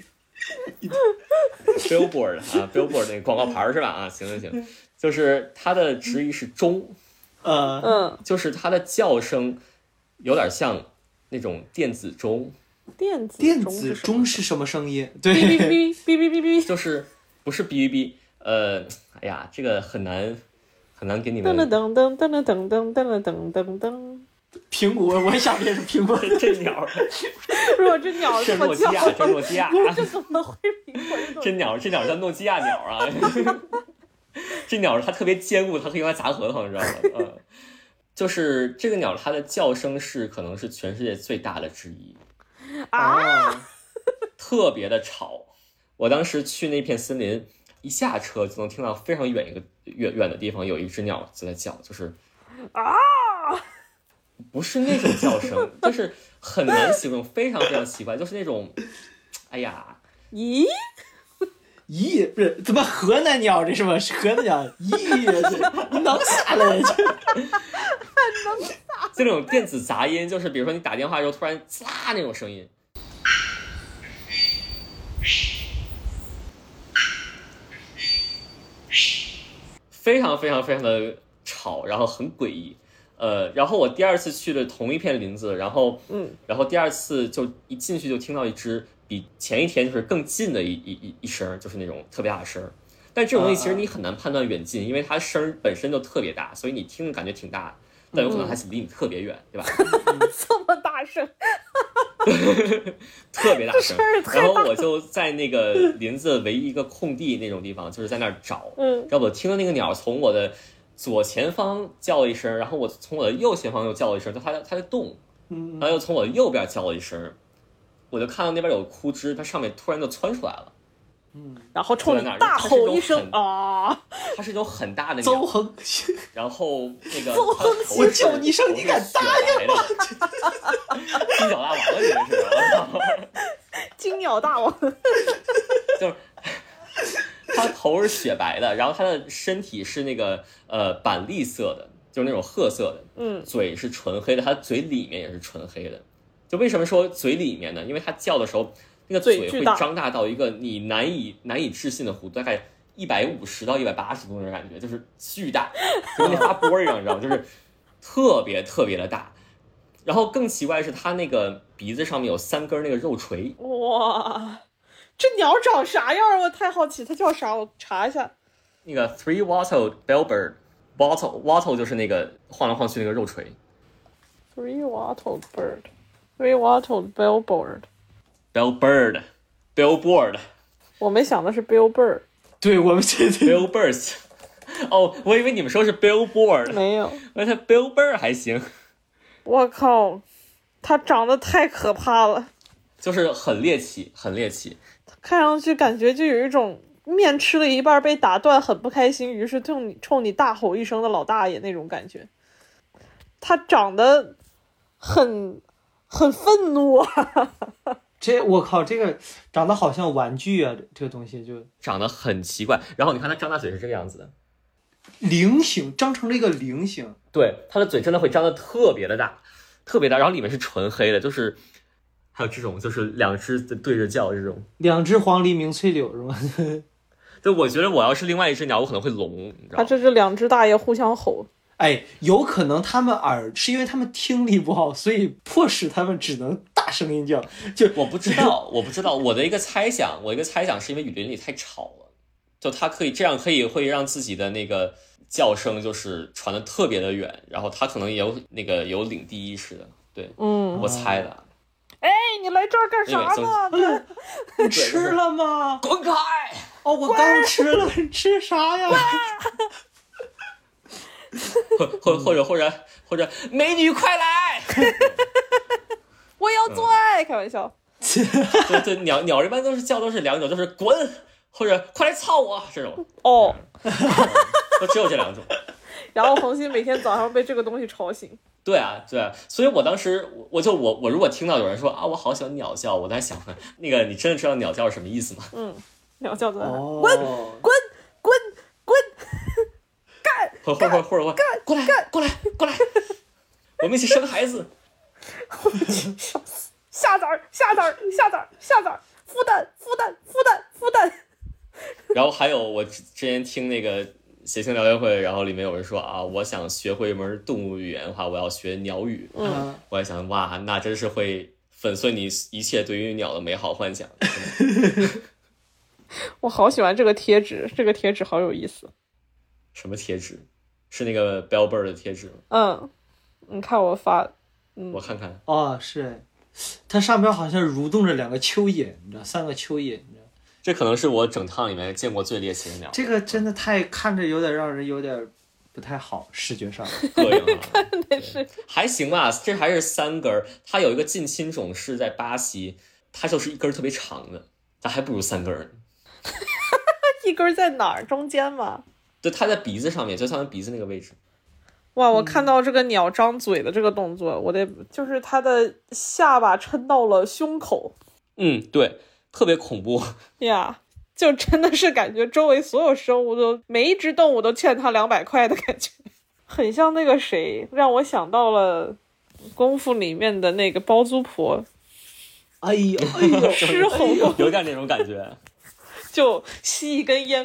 [SPEAKER 3] ，billboard 啊 billboard 那个广告牌儿是吧？啊，行行行，就是它的直译是钟，
[SPEAKER 5] 呃，
[SPEAKER 2] 嗯，
[SPEAKER 3] 就是它的叫声有点像那种电子钟，
[SPEAKER 2] 电子
[SPEAKER 5] 电
[SPEAKER 2] 钟
[SPEAKER 5] 子
[SPEAKER 2] 是什
[SPEAKER 5] 钟是什么声音？
[SPEAKER 2] 么哔哔
[SPEAKER 5] 对，
[SPEAKER 2] 哔哔哔哔哔，
[SPEAKER 3] 就是不是哔哔哔，呃，哎呀，这个很难很难给你
[SPEAKER 2] 噔
[SPEAKER 3] 们
[SPEAKER 2] 噔噔噔噔噔噔噔噔噔噔。
[SPEAKER 5] 苹果，我也想也是苹果。
[SPEAKER 3] [LAUGHS] 这鸟儿，
[SPEAKER 2] 如果这鸟
[SPEAKER 3] 这
[SPEAKER 2] 这
[SPEAKER 3] 是诺
[SPEAKER 2] 么
[SPEAKER 3] 基
[SPEAKER 2] 叫，
[SPEAKER 3] 亚，这是诺基亚，
[SPEAKER 2] 这怎么会苹果运动
[SPEAKER 3] [LAUGHS] 这鸟儿这鸟儿叫诺基亚鸟儿啊， [LAUGHS] 这鸟儿它特别坚固，它可以用来砸核桃，你知道吗？嗯， [LAUGHS] 就是这个鸟儿它的叫声是可能是全世界最大的之一，
[SPEAKER 2] 啊？
[SPEAKER 5] 哦，
[SPEAKER 3] 特别的吵。我当时去那片森林，一下车就能听到非常远一个远远的地方有一只鸟在叫，就是
[SPEAKER 2] 啊，
[SPEAKER 3] 不是那种叫声，就是很难形容，非常非常奇怪，就是那种，哎呀，
[SPEAKER 2] 咦，
[SPEAKER 5] 咦，不是，怎么河南鸟这是吗？是河南鸟， [LAUGHS] 咦，这能啥嘞？这
[SPEAKER 3] 就那种电子杂音，就是比如说你打电话的时候突然滋啦那种声音，非常非常非常的吵，然后很诡异。呃，然后我第二次去了同一片林子，然后
[SPEAKER 2] 嗯，
[SPEAKER 3] 然后第二次就一进去就听到一只比前一天就是更近的一一一一声儿，就是那种特别大的声儿。但这种东西其实你很难判断远近，因为它声儿本身就特别大，所以你听着感觉挺大，但有可能它离你特别远，对吧？
[SPEAKER 2] 这么大声，
[SPEAKER 3] 特别大
[SPEAKER 2] 这
[SPEAKER 3] 声
[SPEAKER 2] 事儿。太
[SPEAKER 3] 然
[SPEAKER 2] 大
[SPEAKER 3] 后我就在
[SPEAKER 2] [LAUGHS]
[SPEAKER 3] 那个林子唯一一个空地那种地方，就是在那儿找。
[SPEAKER 2] 嗯
[SPEAKER 3] 然后我听到那个鸟从我的左前方叫了一声，然后我从我的右前方又叫了一声，就它在它在动，
[SPEAKER 5] 嗯
[SPEAKER 3] 然后又从我的右边叫了一声，我就看到那边有枯枝，它上面突然就窜出来了。
[SPEAKER 2] 然后冲你大吼一声啊！
[SPEAKER 3] 它是一种很大的
[SPEAKER 5] 邹
[SPEAKER 3] 鸟，
[SPEAKER 5] 恒， [LAUGHS]
[SPEAKER 3] 然后那个
[SPEAKER 2] 邹
[SPEAKER 3] 它的
[SPEAKER 2] 恒
[SPEAKER 3] 头
[SPEAKER 5] 我
[SPEAKER 3] 是
[SPEAKER 5] 叫你一声
[SPEAKER 3] 头
[SPEAKER 5] 你
[SPEAKER 3] 是
[SPEAKER 5] 敢
[SPEAKER 3] 雪白的 [LAUGHS] 金角大王了，你这是？我操！
[SPEAKER 2] 金鸟大王，
[SPEAKER 3] 就是它头是雪白的，然后它的身体是那个呃板栗色的，就是那种褐色的，
[SPEAKER 2] 嗯
[SPEAKER 3] 嘴是纯黑的，它嘴里面也是纯黑的。就为什么说嘴里面呢？因为它叫的时候，那个
[SPEAKER 2] 嘴
[SPEAKER 3] 嘴
[SPEAKER 2] 巨
[SPEAKER 3] 会
[SPEAKER 2] 大
[SPEAKER 3] 张大到一个你难以难以置信的弧度，大概一百五十到一百八十度那种感觉，就是巨大，就跟那发波一样，你知道吗？就是特别特别的大。然后更奇怪的是，它那个鼻子上面有三根那个肉锤，
[SPEAKER 2] 哇，这鸟长啥样儿？我太好奇，它叫啥？我查一下。
[SPEAKER 3] 那个 Three Wattle Bellbird Wattle Wattle 就是那个晃来晃去那个肉锤
[SPEAKER 2] Three wattled bird, three wattled billboard。
[SPEAKER 3] [LAUGHS] Bellbird [LAUGHS] Billboard
[SPEAKER 2] 我们想的是 billboard，
[SPEAKER 5] 对我们这这
[SPEAKER 3] Billbirds [LAUGHS] 哦，我以为你们说是 Billboard，
[SPEAKER 2] 没有。
[SPEAKER 3] 那它 Billbird 还行，
[SPEAKER 2] 我靠，它长得太可怕了，
[SPEAKER 3] 就是很猎奇，很猎奇。
[SPEAKER 2] 看上去感觉就有一种面吃了一半被打断，很不开心，于是冲你冲你大吼一声的老大爷那种感觉。它长得很很愤怒啊！
[SPEAKER 5] 这我靠，这个长得好像玩具啊，这个东西就
[SPEAKER 3] 长得很奇怪，然后你看它张大嘴是这个样子的，
[SPEAKER 5] 菱形，张成了一个菱形。
[SPEAKER 3] 对，它的嘴真的会张得特别的大，特别大，然后里面是纯黑的，就是还有这种就是两只对着叫这种，
[SPEAKER 5] 两只黄鹂鸣翠柳是吗？ [LAUGHS]
[SPEAKER 3] 就我觉得我要是另外一只鸟，我可能会聋，你知道
[SPEAKER 2] 它
[SPEAKER 3] 吗？
[SPEAKER 2] 这是两只大爷互相吼，
[SPEAKER 5] 哎，有可能他们耳是因为他们听力不好，所以迫使他们只能大声音叫。就
[SPEAKER 3] 我不知道， [LAUGHS] 我不知道。我的一个猜想，我一个猜想是因为雨林里太吵了，就他可以这样，可以会让自己的那个叫声就是传的特别的远，然后他可能也有那个有领地意识的，对
[SPEAKER 2] 嗯，
[SPEAKER 3] 我猜的。
[SPEAKER 2] 哎，你来这儿干啥呢？
[SPEAKER 5] 吃了吗？
[SPEAKER 3] 滚开！
[SPEAKER 5] 哦，我刚吃了，你吃啥呀？
[SPEAKER 3] 或或或者或者或者，美女快来！ [LAUGHS]
[SPEAKER 2] 我要做爱，开玩笑。
[SPEAKER 3] 对对，鸟鸟一般都是叫都是两种，就是滚或者快来操我这种，
[SPEAKER 2] 哦，
[SPEAKER 3] 就只有这两种。 [LAUGHS]
[SPEAKER 2] 然后红心每天早上被这个东西吵醒。
[SPEAKER 3] 对啊，对啊，所以我当时我我就我我如果听到有人说啊我好喜欢鸟叫，我在想那个你真的知道鸟叫是什么意思吗？
[SPEAKER 2] 嗯，鸟叫在那儿
[SPEAKER 5] 哦，
[SPEAKER 2] 滚滚滚滚，
[SPEAKER 3] 或或或或者过来过来过来，我们一起生孩子。 [LAUGHS]
[SPEAKER 2] 下崽儿下崽儿下崽儿下崽儿，孵蛋孵蛋孵蛋孵蛋。 [LAUGHS]
[SPEAKER 3] 然后还有我之之前听那个谐星聊天会，然后里面有人说啊，我想学会一门动物语言的话，我要学鸟语。
[SPEAKER 5] 嗯，
[SPEAKER 3] 我在想哇，那真是会粉碎你一切对于鸟的美好幻想。
[SPEAKER 2] 我好喜欢这个贴纸，这个贴纸好有意思。
[SPEAKER 3] 什么贴纸？是那个 Bell Bird 的贴纸吗？
[SPEAKER 2] 嗯，你看我发，
[SPEAKER 3] 我看看，
[SPEAKER 5] 哦，是，它上边好像蠕动着两个蚯蚓，你知道，三个蚯蚓，你知道，
[SPEAKER 3] 这可能是我整趟里面见过最猎奇的鸟，
[SPEAKER 5] 这个真的太看着有点让人有点不太好，视觉上。
[SPEAKER 3] 膈应 [LAUGHS] 啊。
[SPEAKER 2] 那是
[SPEAKER 3] 还行吧，这还是三根儿。它有一个近亲种是在巴西，它就是一根儿特别长的，它还不如三根儿呢。
[SPEAKER 2] 一根儿在哪儿？中间吗？
[SPEAKER 3] 对，它在鼻子上面，就像鼻子那个位置。
[SPEAKER 2] 哇！我看到这个鸟张嘴的这个动作，我得就是它的下巴撑到了胸口
[SPEAKER 3] 嗯，对，特别恐怖。 [LAUGHS]
[SPEAKER 2] 呀就真的是感觉周围所有生物都每一只动物都欠它两百块的感觉，很像那个谁，让我想到了功夫里面的那个包租
[SPEAKER 5] [LAUGHS]
[SPEAKER 2] 婆，
[SPEAKER 5] [LAUGHS] 哎呦，哎呦，
[SPEAKER 2] 狮吼功
[SPEAKER 3] 有点那种感觉。
[SPEAKER 2] 就吸一根烟，啊，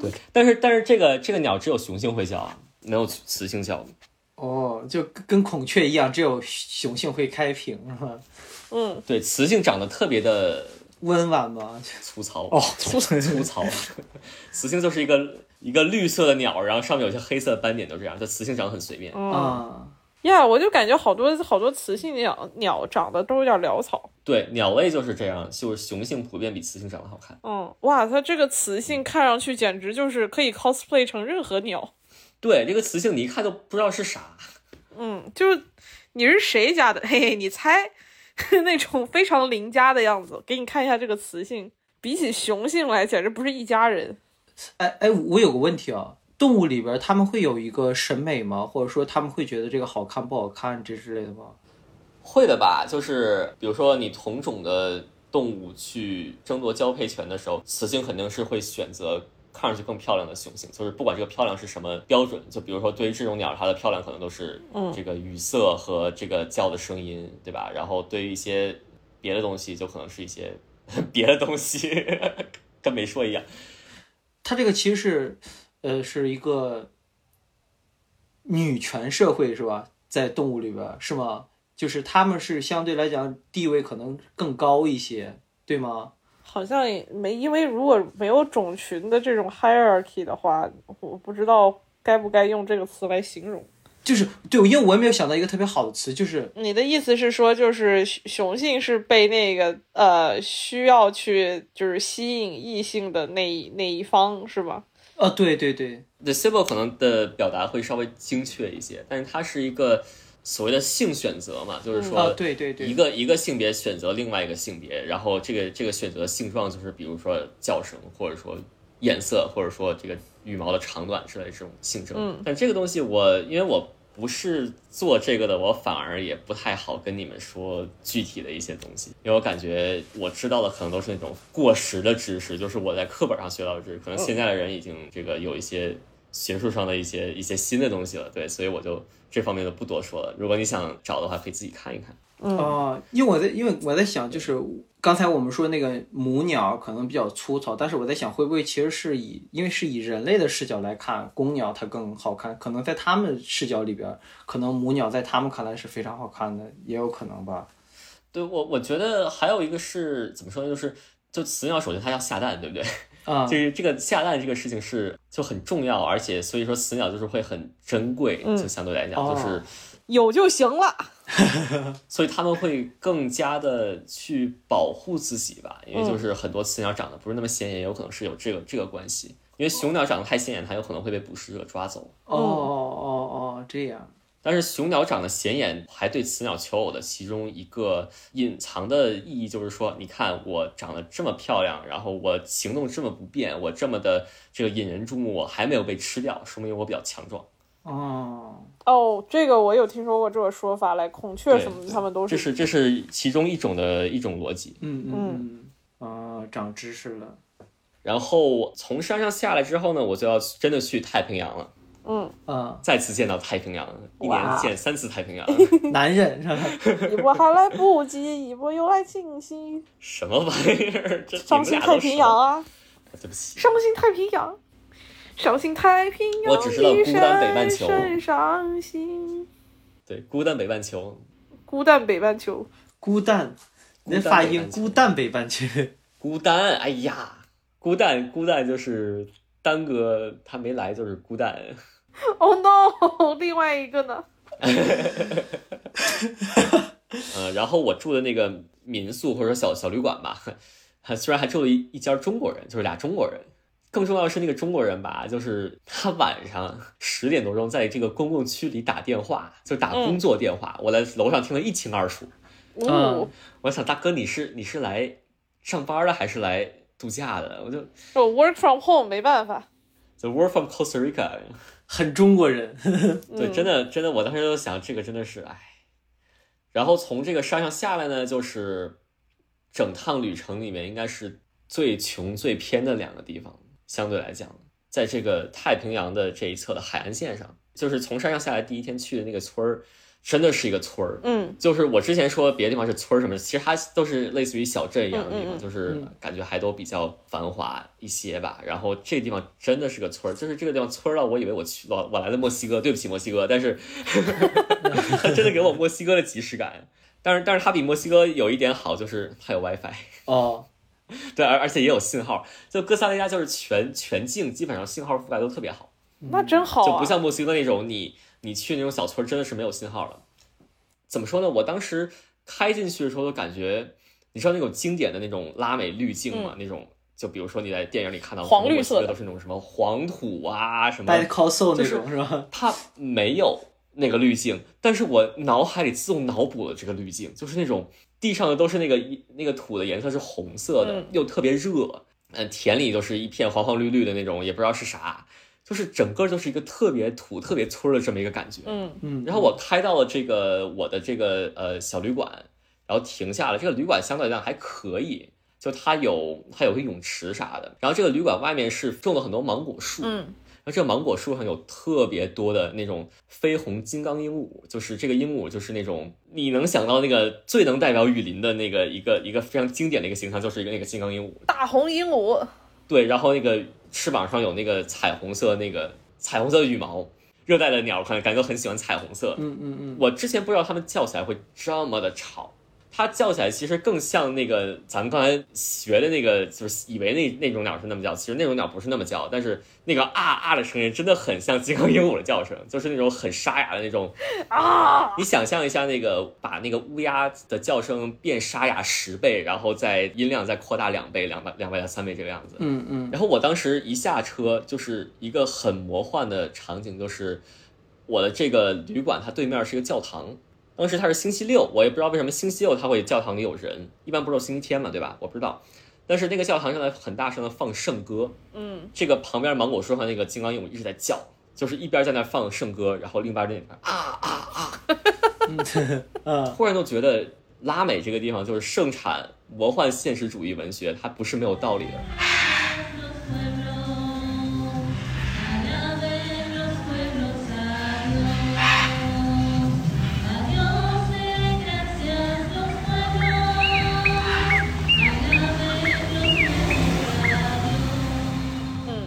[SPEAKER 3] 对，但是但是这个这个鸟只有雄性会叫啊，没有雌性叫。
[SPEAKER 5] [LAUGHS] 哦，就跟跟孔雀一样，只有雄性会开屏，是吧？
[SPEAKER 2] 嗯，
[SPEAKER 3] 对，雌性长得特别的
[SPEAKER 5] 温婉吗？ [LAUGHS]
[SPEAKER 3] 粗糙
[SPEAKER 5] 哦，粗糙 [LAUGHS]
[SPEAKER 3] 粗糙， [LAUGHS] 雌性就是一个一个绿色的鸟，然后上面有些黑色的斑点，就这样。就雌性长得很随便。
[SPEAKER 5] 啊，
[SPEAKER 2] 嗯呀我就感觉好多好多雌性鸟鸟长得都有点潦草。
[SPEAKER 3] 对，鸟类就是这样，就是雄性普遍比雌性长得好看。
[SPEAKER 2] 嗯，哇，它这个雌性看上去简直就是可以 cosplay 成任何鸟。
[SPEAKER 3] 对，这个雌性你一看就不知道是啥。
[SPEAKER 2] 嗯，就是你是谁家的？嘿嘿，你猜， [LAUGHS] 那种非常邻家的样子。给你看一下这个雌性，比起雄性来，简直不是一家人。
[SPEAKER 5] 哎哎，我有个问题啊，动物里边他们会有一个审美吗？或者说他们会觉得这个好看不好看这之类的吗？
[SPEAKER 3] 会的吧？就是比如说你同种的动物去争夺交配权的时候，雌性肯定是会选择看上去更漂亮的雄性，就是不管这个漂亮是什么标准，就比如说对于这种鸟，它的漂亮可能都是这个语色和这个叫的声音，对吧？然后对于一些别的东西，就可能是一些 [LAUGHS] 别的东西， [LAUGHS] 跟没说一样。
[SPEAKER 5] 它这个其实是，呃，是一个女权社会是吧？在动物里边是吗？就是他们是相对来讲地位可能更高一些，对吗？
[SPEAKER 2] 好像也没，因为如果没有种群的这种 hierarchy 的话，我不知道该不该用这个词来形容。
[SPEAKER 5] 就是对，因为我也没有想到一个特别好的词，就是
[SPEAKER 2] 你的意思是说，就是雄雄性是被那个呃需要去就是吸引异性的那一那一方是吧？
[SPEAKER 5] 呃，对对对，
[SPEAKER 3] The Civil 可能的表达会稍微精确一些，但是它是一个所谓的性选择嘛，就是说、
[SPEAKER 5] 啊、对对对，
[SPEAKER 3] 一个一个性别选择另外一个性别，然后这个这个选择的性状就是比如说叫声，或者说颜色，或者说这个羽毛的长短之类的这种性征。
[SPEAKER 2] 嗯
[SPEAKER 3] 但这个东西我因为我不是做这个的，我反而也不太好跟你们说具体的一些东西，因为我感觉我知道的可能都是那种过时的知识，就是我在课本上学到的知识，
[SPEAKER 5] 嗯
[SPEAKER 3] 可能现在的人已经这个有一些学术上的一些一些新的东西了，对，所以我就这方面就不多说了。如果你想找的话，可以自己看一看。
[SPEAKER 5] 哦，因为我在因为我在想，就是刚才我们说那个母鸟可能比较粗糙，但是我在想，会不会其实是以因为是以人类的视角来看，公鸟它更好看，可能在他们视角里边，可能母鸟在他们看来是非常好看的，也有可能吧。
[SPEAKER 3] 对我，我觉得还有一个是怎么说呢？就是就雌鸟，首先它要下蛋，对不对？ [LAUGHS]
[SPEAKER 5] 啊、
[SPEAKER 3] 就是这个下蛋这个事情是就很重要，而且所以说雌鸟就是会很珍贵，就相对来讲，
[SPEAKER 5] 哦
[SPEAKER 3] 就是
[SPEAKER 2] 有就行了。
[SPEAKER 3] 所以他们会更加的去保护自己吧，因为
[SPEAKER 5] 嗯
[SPEAKER 3] 就是很多雌鸟长得不是那么显眼，有可能是有这个这个关系。因为雄鸟长得太显眼，它有可能会被捕食者抓走。
[SPEAKER 5] 哦哦哦哦，这样
[SPEAKER 3] 但是雄鸟长得显眼，还对雌鸟求偶的其中一个隐藏的意义就是说，你看我长得这么漂亮，然后我行动这么不便，我这么的这个引人注目，我还没有被吃掉，说明我比较强壮。
[SPEAKER 5] 哦，
[SPEAKER 2] 哦，这个我有听说过这个说法，来孔雀
[SPEAKER 3] 对
[SPEAKER 2] 什么的，他们都
[SPEAKER 3] 这
[SPEAKER 2] 是
[SPEAKER 3] 是这是其中一种的一种逻辑。
[SPEAKER 5] 嗯嗯嗯，哦，长知识了。
[SPEAKER 3] 然后从山上下来之后呢，我就要真的去太平洋了，
[SPEAKER 2] 嗯，
[SPEAKER 5] 啊、
[SPEAKER 3] 再次见到太平洋，一年见三次太平
[SPEAKER 2] [LAUGHS]
[SPEAKER 3] 洋，
[SPEAKER 5] 男人是吧？
[SPEAKER 2] 一波还来不及，一波又来进
[SPEAKER 3] [LAUGHS]
[SPEAKER 2] 西，
[SPEAKER 3] 什么玩意儿？这
[SPEAKER 2] 伤心太平洋
[SPEAKER 3] 啊！
[SPEAKER 2] 啊，
[SPEAKER 3] 对不起，
[SPEAKER 2] 伤心太平洋，伤心太平洋，
[SPEAKER 3] 我只知道孤单北半球
[SPEAKER 2] 一身伤心，
[SPEAKER 3] 对，孤单北半球，
[SPEAKER 2] 孤单北半球， [LAUGHS]
[SPEAKER 5] 孤单，那
[SPEAKER 3] 孤单
[SPEAKER 5] 发
[SPEAKER 3] 北
[SPEAKER 5] 音
[SPEAKER 3] 半球
[SPEAKER 5] 孤单北半球。
[SPEAKER 3] 孤单，哎呀，孤单，孤单就是丹哥他没来就是孤单， [LAUGHS]
[SPEAKER 2] Oh no！另外一个呢？
[SPEAKER 3] 呃，然后我住的那个民宿或者说小小旅馆吧， [LAUGHS] 虽然还住了一一家中国人，就是俩中国人。更重要的是那个中国人吧，就是他晚上十点多钟在这个公共区里打电话，就打工作电话，我在楼上听得一清二楚。
[SPEAKER 2] 哦，
[SPEAKER 3] 我想大哥你是你是来上班的还是来度假的？我就
[SPEAKER 2] 我 work from home 没办法。
[SPEAKER 3] The World from Costa Rica，
[SPEAKER 5] 很中国人，
[SPEAKER 3] 对，真的真的，我当时就想这个真的是哎。然后从这个山上下来呢，就是整趟旅程里面应该是最穷最偏的两个地方，相对来讲，在这个太平洋的这一侧的海岸线上，就是从山上下来第一天去的那个村儿，真的是一个村儿，
[SPEAKER 2] 嗯
[SPEAKER 3] 就是我之前说别的地方是村儿什么的，其实它都是类似于小镇一样的地
[SPEAKER 2] 嗯嗯
[SPEAKER 3] 方，
[SPEAKER 2] 嗯
[SPEAKER 3] 就是感觉还都比较繁华一些吧。然后这个地方真的是个村儿，就是这个地方村儿到我以为我去我我来了墨西哥，对不起墨西哥，
[SPEAKER 2] [LAUGHS]
[SPEAKER 3] 但是 [LAUGHS] 它真的给我墨西哥的即视感。但是但是它比墨西哥有一点好，就是它有 WiFi，
[SPEAKER 5] 哦，
[SPEAKER 3] 对，而而且也有信号。就哥斯达黎加就是全全境基本上信号覆盖都特别好，
[SPEAKER 2] 那真好
[SPEAKER 3] 就
[SPEAKER 2] 啊
[SPEAKER 3] 不。像墨西哥那种你你去那种小村儿真的是没有信号了。怎么说呢？我当时开进去的时候就感觉，你知道那种经典的那种拉美滤镜吗？那种就比如说你在电影里看
[SPEAKER 2] 嗯
[SPEAKER 3] 到
[SPEAKER 2] 黄
[SPEAKER 3] 很多
[SPEAKER 2] 绿
[SPEAKER 3] 墨西
[SPEAKER 2] 色
[SPEAKER 3] 哥
[SPEAKER 2] 的
[SPEAKER 3] 都是那种什么黄土啊什么
[SPEAKER 5] Bad Call Soul
[SPEAKER 3] 就
[SPEAKER 5] 那
[SPEAKER 3] 是
[SPEAKER 5] 嗯种是吧？
[SPEAKER 3] 它没有那个滤镜，但是我脑海里自动脑补了这个滤镜，就是那种地上的都是那个那个土的颜色是红色的，
[SPEAKER 2] 嗯
[SPEAKER 3] 又特别热，嗯，田里就是一片黄黄绿绿的那种，也不知道是啥，就是整个就是一个特别土、特别村儿的这么一个感觉。
[SPEAKER 2] 嗯
[SPEAKER 5] 嗯，
[SPEAKER 3] 然后我开到了这个我的这个呃小旅馆，然后停下了。这个旅馆相对来讲还可以，就它有它有个泳池啥的。然后这个旅馆外面是种了很多芒果树，
[SPEAKER 2] 嗯，
[SPEAKER 3] 那这个芒果树上有特别多的那种绯红金刚鹦鹉，就是这个鹦鹉就是那种你能想到那个最能代表雨林的那个一个一个非常经典的一个形象，就是一个那个金刚鹦鹉。
[SPEAKER 2] 大红鹦鹉，
[SPEAKER 3] 对，然后那个翅膀上有那个彩虹色那个彩虹色的羽毛，热带的鸟感感觉很喜欢彩虹色。
[SPEAKER 5] 嗯嗯嗯，
[SPEAKER 3] 我之前不知道它们叫起来会这么的吵。它叫起来其实更像那个咱们刚才学的那个，就是以为那那种鸟是那么叫，其实那种鸟不是那么叫，但是那个啊啊的声音真的很像金刚鹦鹉的叫声，就是那种很沙哑的那种啊。 [LAUGHS] 你想象一下，那个把那个乌鸦的叫声变沙哑十倍，然后再音量再扩大两倍、两百、两百到三倍这个样子，
[SPEAKER 5] 嗯嗯，
[SPEAKER 3] 然后我当时一下车，就是一个很魔幻的场景，就是我的这个旅馆，它对面是一个教堂。当时它是星期六，我也不知道为什么星期六它会教堂里有人，一般不是都星期天嘛，对吧？我不知道。但是那个教堂正在很大声的放圣歌，
[SPEAKER 2] 嗯，
[SPEAKER 3] 这个旁边芒果树上那个金刚鹦鹉一直在叫，就是一边在那放圣歌，然后另一边在那边 [LAUGHS]
[SPEAKER 5] 嗯
[SPEAKER 3] 突然就觉得拉美这个地方就是盛产魔幻现实主义文学，它不是没有道理的。
[SPEAKER 7] Adiós, gracias.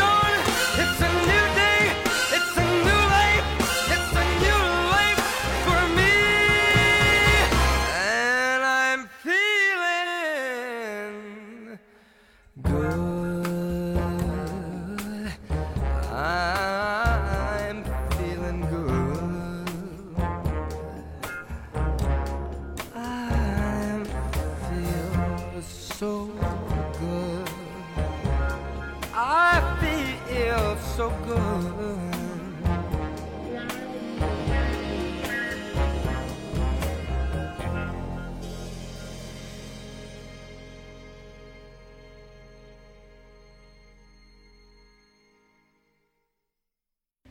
[SPEAKER 7] dawn, it's a new day, it's a new life, it's a new life for me. And I'm feeling good. I'm feeling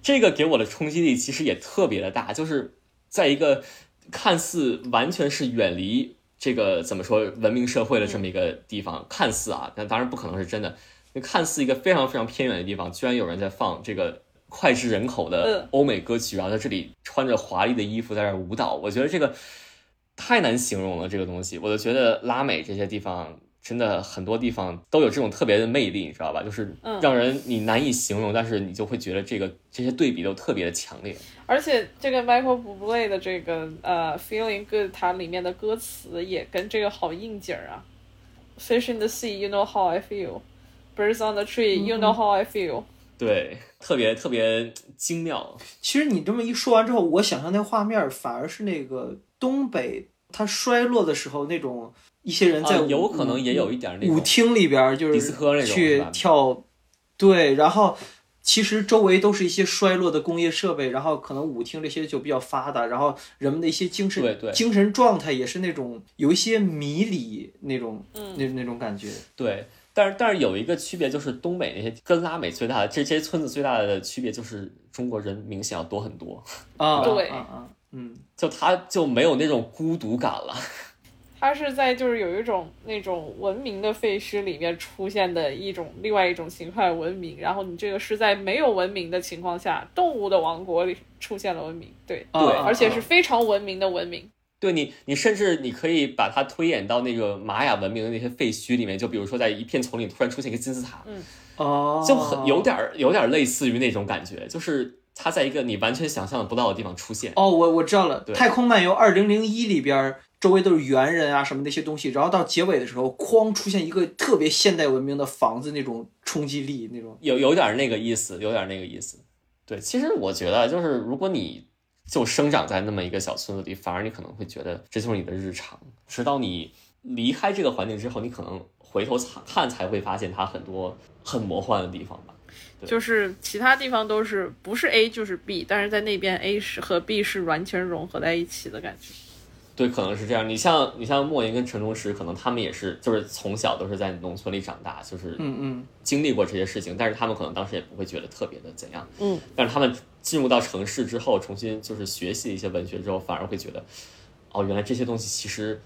[SPEAKER 3] 这个给我的冲击力其实也特别的大，就是在一个看似完全是远离这个怎么说文明社会的这么一个地方，看似啊，但当然不可能是真的，那看似一个非常非常偏远的地方，居然有人在放这个脍炙人口的
[SPEAKER 2] 嗯
[SPEAKER 3] 欧美歌曲，然后在这里穿着华丽的衣服在这儿舞蹈，我觉得这个太难形容了，这个东西，我就觉得拉美这些地方。真的很多地方都有这种特别的魅力，你知道吧？就是
[SPEAKER 2] 嗯
[SPEAKER 3] 让人你难以形容，但是你就会觉得这个这些对比都特别的强烈。
[SPEAKER 2] 而且这个 Michael Bublé 的这个呃 Feeling Good，它里面的歌词也跟这个好应景儿啊。Fish in the sea, you know how I feel. Birds on the tree, you know how I feel.
[SPEAKER 3] 对，特别特别精妙。
[SPEAKER 5] 其实你这么一说完之后，我想象那画面儿反而是那个东北它衰落的时候那种一些人在
[SPEAKER 3] 啊
[SPEAKER 5] 舞、
[SPEAKER 3] 有可能也有一点那种
[SPEAKER 5] 舞厅里边儿就
[SPEAKER 3] 迪斯科那
[SPEAKER 5] 是
[SPEAKER 3] 种是
[SPEAKER 5] 去
[SPEAKER 3] 吧
[SPEAKER 5] 跳，对，然后其实周围都是一些衰落的工业设备，然后可能舞厅这些就比较发达，然后人们的一些精神
[SPEAKER 3] 对对
[SPEAKER 5] 精神状态也是那种有一些迷离那种、
[SPEAKER 2] 嗯
[SPEAKER 5] 那那种感觉，
[SPEAKER 3] 对，但是但是有一个区别就是东北那些跟拉美最大的这这些村子最大的区别就是中国人明显要多很多，
[SPEAKER 5] 啊，
[SPEAKER 2] 对
[SPEAKER 5] 啊啊，嗯，
[SPEAKER 3] 就他就没有那种孤独感了。
[SPEAKER 2] 它是在就是有一种那种文明的废墟里面出现的一种另外一种形态文明，然后你这个是在没有文明的情况下，动物的王国里出现了文明，对，
[SPEAKER 5] 啊
[SPEAKER 3] 对
[SPEAKER 5] 啊
[SPEAKER 2] 而且
[SPEAKER 5] 啊
[SPEAKER 2] 是非常文明的文明。
[SPEAKER 3] 对你，你甚至你可以把它推演到那个玛雅文明的那些废墟里面，就比如说在一片丛林突然出现一个金字塔，
[SPEAKER 5] 哦，
[SPEAKER 3] 就很有点儿有点儿类似于那种感觉，就是它在一个你完全想象不到的地方出现。
[SPEAKER 5] 哦，我我知道了，
[SPEAKER 3] 对
[SPEAKER 5] 《太空漫游二零零一》里边儿周围都是猿人啊什么那些东西，然后到结尾的时候，哐出现一个特别现代文明的房子，那种冲击力，那种
[SPEAKER 3] 有有点儿那个意思，有点儿那个意思。对，其实我觉得就是如果你就生长在那么一个小村子里，反而你可能会觉得这就是你的日常，直到你离开这个环境之后，你可能回头看才会发现它很多很魔幻的地方吧。对
[SPEAKER 2] 就是其他地方都是不是 A 就是 B，但是在那边 A 是和 B 是完全融合在一起的感觉。
[SPEAKER 3] 对，可能是这样。你像你像莫言跟陈忠实，可能他们也是就是从小都是在农村里长大，就是
[SPEAKER 5] 嗯嗯，
[SPEAKER 3] 经历过这些事情，但是他们可能当时也不会觉得特别的怎样，
[SPEAKER 2] 嗯，
[SPEAKER 3] 但是他们进入到城市之后，重新就是学习一些文学之后，反而会觉得，哦，原来这些东西其实，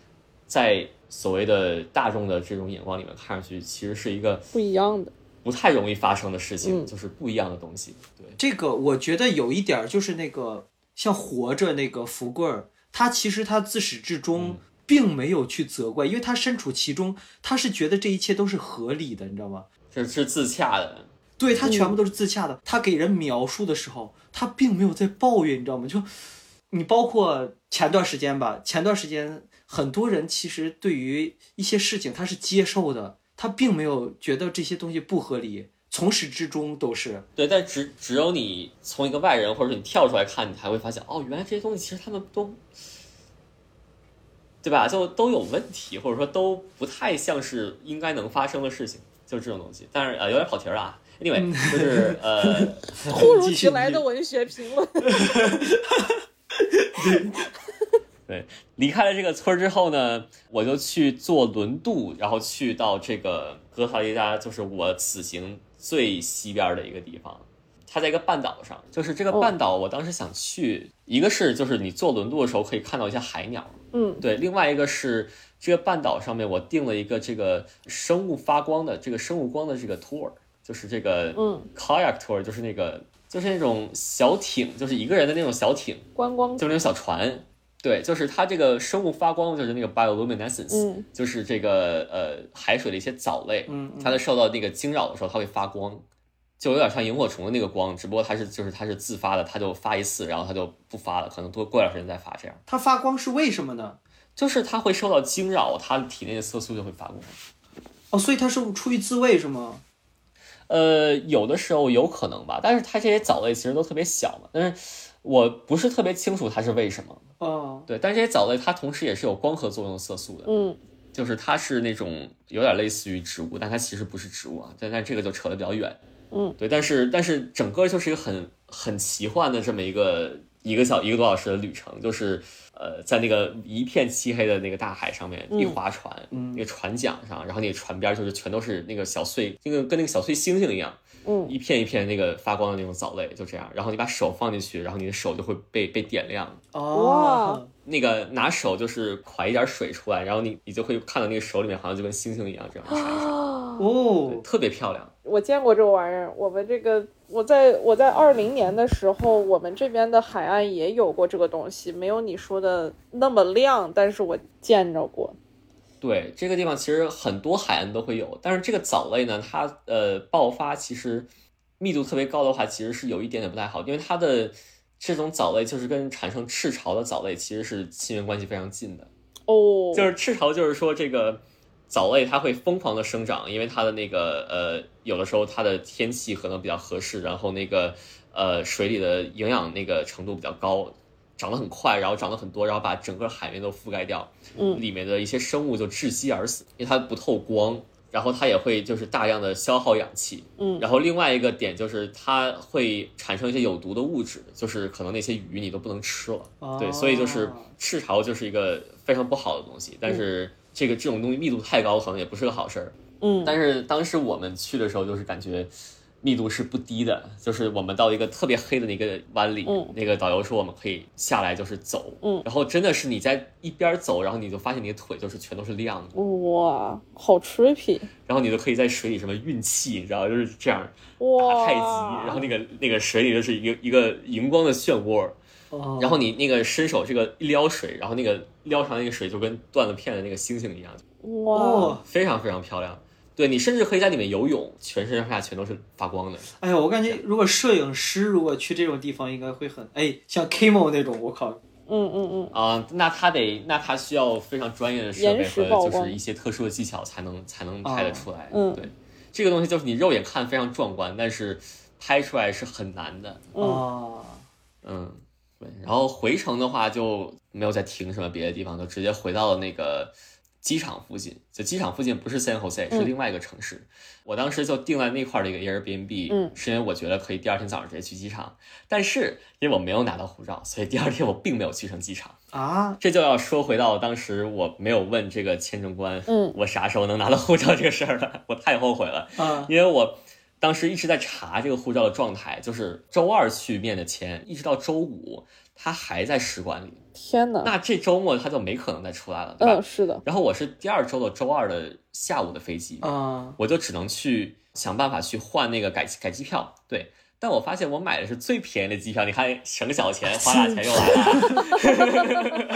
[SPEAKER 3] 在所谓的大众的这种眼光里面看上去，其实是一个
[SPEAKER 2] 不一样的，
[SPEAKER 3] 不太容易发生的事情，
[SPEAKER 2] 嗯
[SPEAKER 3] 就是不一样的东西，对，
[SPEAKER 5] 这个我觉得有一点儿就是那个像活着那个福贵儿，他其实他自始至终。并没有去责怪，因为他身处其中，他是觉得这一切都是合理的，你知道吗？
[SPEAKER 3] 这是自洽的，
[SPEAKER 5] 对他
[SPEAKER 2] 嗯
[SPEAKER 5] 全部都是自洽的。他给人描述的时候，他并没有在抱怨，你知道吗？就你包括前段时间吧，前段时间很多人其实对于一些事情他是接受的，他并没有觉得这些东西不合理，从始至终都是。
[SPEAKER 3] 对，但只只有你从一个外人或者你跳出来看，你才会发现，哦，原来这些东西其实他们都，对吧？就都有问题，或者说都不太像是应该能发生的事情，就是这种东西。但是呃，有点跑题儿了啊。Anyway，就是呃，
[SPEAKER 2] 突如
[SPEAKER 5] 继
[SPEAKER 2] 其
[SPEAKER 5] 续
[SPEAKER 2] 来的文学评论。
[SPEAKER 3] 对，离开了这个村儿之后呢，我就去坐轮渡，然后去到这个哥萨利加，就是我此行最西边儿的一个地方。它在一个半岛上，就是这个
[SPEAKER 2] 哦
[SPEAKER 3] 半岛，我当时想去，一个是就是你坐轮渡的时候可以看到一些海鸟，
[SPEAKER 2] 嗯，
[SPEAKER 3] 对，另外一个是这个半岛上面我订了一个这个生物发光的这个生物光的这个 tour，就是这个
[SPEAKER 2] 嗯
[SPEAKER 3] kayak tour，就是那个就是那种小艇，就是一个人的那种小艇，
[SPEAKER 2] 观光
[SPEAKER 3] 就是那种小船。对，就是它这个生物发光，就是那个 bioluminescence，、
[SPEAKER 2] 嗯
[SPEAKER 3] 就是这个呃海水的一些藻类，
[SPEAKER 5] 嗯嗯
[SPEAKER 3] 它在受到那个惊扰的时候，它会发光，就有点像萤火虫的那个光，只不过它是就是它是自发的，它就发一次，然后它就不发了，可能多过段时间再发这样。
[SPEAKER 5] 它发光是为什么呢？
[SPEAKER 3] 就是它会受到惊扰，它体内的色素就会发光。
[SPEAKER 5] 哦，所以它是出于自卫是吗？
[SPEAKER 3] 呃，有的时候有可能吧，但是它这些藻类其实都特别小嘛，但是我不是特别清楚它是为什么。
[SPEAKER 5] 哦，
[SPEAKER 3] 对，但是这些藻类它同时也是有光合作用色素的，
[SPEAKER 2] 嗯，
[SPEAKER 3] 就是它是那种有点类似于植物，但它其实不是植物啊。但但这个就扯得比较远。
[SPEAKER 2] 嗯，
[SPEAKER 3] 对，但是但是整个就是一个很很奇幻的这么一个一个小一个多小时的旅程，就是呃，在那个一片漆黑的那个大海上面
[SPEAKER 2] 嗯
[SPEAKER 3] 一划船，那个船桨上，然后那个船边就是全都是那个小碎，那个跟那个小碎星星一样，
[SPEAKER 2] 嗯
[SPEAKER 3] 一片一片那个发光的那种藻类，就这样。然后你把手放进去，然后你的手就会被被点亮。
[SPEAKER 2] 哇
[SPEAKER 5] 哦，
[SPEAKER 3] 那个拿手就是㧟一点水出来，然后你你就会看到那个手里面好像就跟星星一样这样闪一闪，对
[SPEAKER 5] 哦，
[SPEAKER 3] 特别漂亮。
[SPEAKER 2] 我见过这个玩意儿。我们这个，我在我在二零年的时候，我们这边的海岸也有过这个东西，没有你说的那么亮，但是我见着过。
[SPEAKER 3] 对，这个地方其实很多海岸都会有，但是这个藻类呢，它呃爆发其实密度特别高的话，其实是有一点点不太好，因为它的这种藻类就是跟产生赤潮的藻类其实是亲缘关系非常近的。
[SPEAKER 2] 哦，
[SPEAKER 3] 就是赤潮，就是说这个藻类它会疯狂的生长，因为它的那个呃，有的时候它的天气可能比较合适，然后那个呃水里的营养那个程度比较高，长得很快，然后长得很多，然后把整个海面都覆盖掉，
[SPEAKER 2] 嗯
[SPEAKER 3] 里面的一些生物就窒息而死，因为它不透光。然后它也会就是大量的消耗氧气，
[SPEAKER 2] 嗯
[SPEAKER 3] 然后另外一个点就是它会产生一些有毒的物质，就是可能那些鱼你都不能吃了。
[SPEAKER 2] 哦
[SPEAKER 3] 对，所以就是赤潮就是一个非常不好的东西，但是这个这种东西密度太高，可能也不是个好事儿。
[SPEAKER 2] 嗯，
[SPEAKER 3] 但是当时我们去的时候，就是感觉密度是不低的，就是我们到一个特别黑的那个湾里，
[SPEAKER 2] 嗯
[SPEAKER 3] 那个导游说我们可以下来就是走，
[SPEAKER 2] 嗯
[SPEAKER 3] 然后真的是你在一边走，然后你就发现你的腿就是全都是亮的，
[SPEAKER 2] 哇，好 trippy，
[SPEAKER 3] 然后你就可以在水里什么运气，你知道就是这样打
[SPEAKER 2] 哇，
[SPEAKER 3] 太极，然后那个那个水里就是一个一个荧光的漩涡，
[SPEAKER 5] 哦，
[SPEAKER 3] 然后你那个伸手这个一撩水，然后那个撩上那个水就跟断了片的那个星星一样，
[SPEAKER 2] 哇，
[SPEAKER 5] 哦，
[SPEAKER 3] 非常非常漂亮。对你甚至可以在里面游泳，全身上下全都是发光的。
[SPEAKER 5] 哎呀，我感觉如果摄影师如果去这种地方，应该会很哎，像 Kimo 那种，我靠，
[SPEAKER 2] 嗯嗯嗯，
[SPEAKER 3] 啊、那他得，那他需要非常专业的设备
[SPEAKER 2] 延时
[SPEAKER 3] 和
[SPEAKER 2] 曝光
[SPEAKER 3] 就是一些特殊的技巧才能才能拍得出来。
[SPEAKER 2] 嗯
[SPEAKER 3] 对，这个东西就是你肉眼看非常壮观，但是拍出来是很难的。
[SPEAKER 5] 啊，
[SPEAKER 3] 嗯，对。然后回程的话就没有再停什么别的地方，就直接回到了那个机场附近。就机场附近不是 San Jose，是
[SPEAKER 2] 嗯
[SPEAKER 3] 另外一个城市。我当时就定在那块儿的一个 Airbnb，、
[SPEAKER 2] 嗯
[SPEAKER 3] 是因为我觉得可以第二天早上直接去机场。但是因为我没有拿到护照，所以第二天我并没有去成机场。
[SPEAKER 5] 啊，
[SPEAKER 3] 这就要说回到当时我没有问这个签证官，
[SPEAKER 2] 嗯
[SPEAKER 3] 我啥时候能拿到护照这个事儿了，我太后悔了。
[SPEAKER 5] 啊，
[SPEAKER 3] 因为我当时一直在查这个护照的状态，就是周二去面的签，一直到周五他还在使馆里，
[SPEAKER 2] 天哪，
[SPEAKER 3] 那这周末他就没可能再出来了，对吧？
[SPEAKER 2] 嗯，是的，
[SPEAKER 3] 然后我是第二周的周二的下午的飞机，
[SPEAKER 5] 啊，
[SPEAKER 3] 我就只能去想办法去换那个改改机票，对。但我发现我买的是最便宜的机票，你看省小钱花大钱又来了，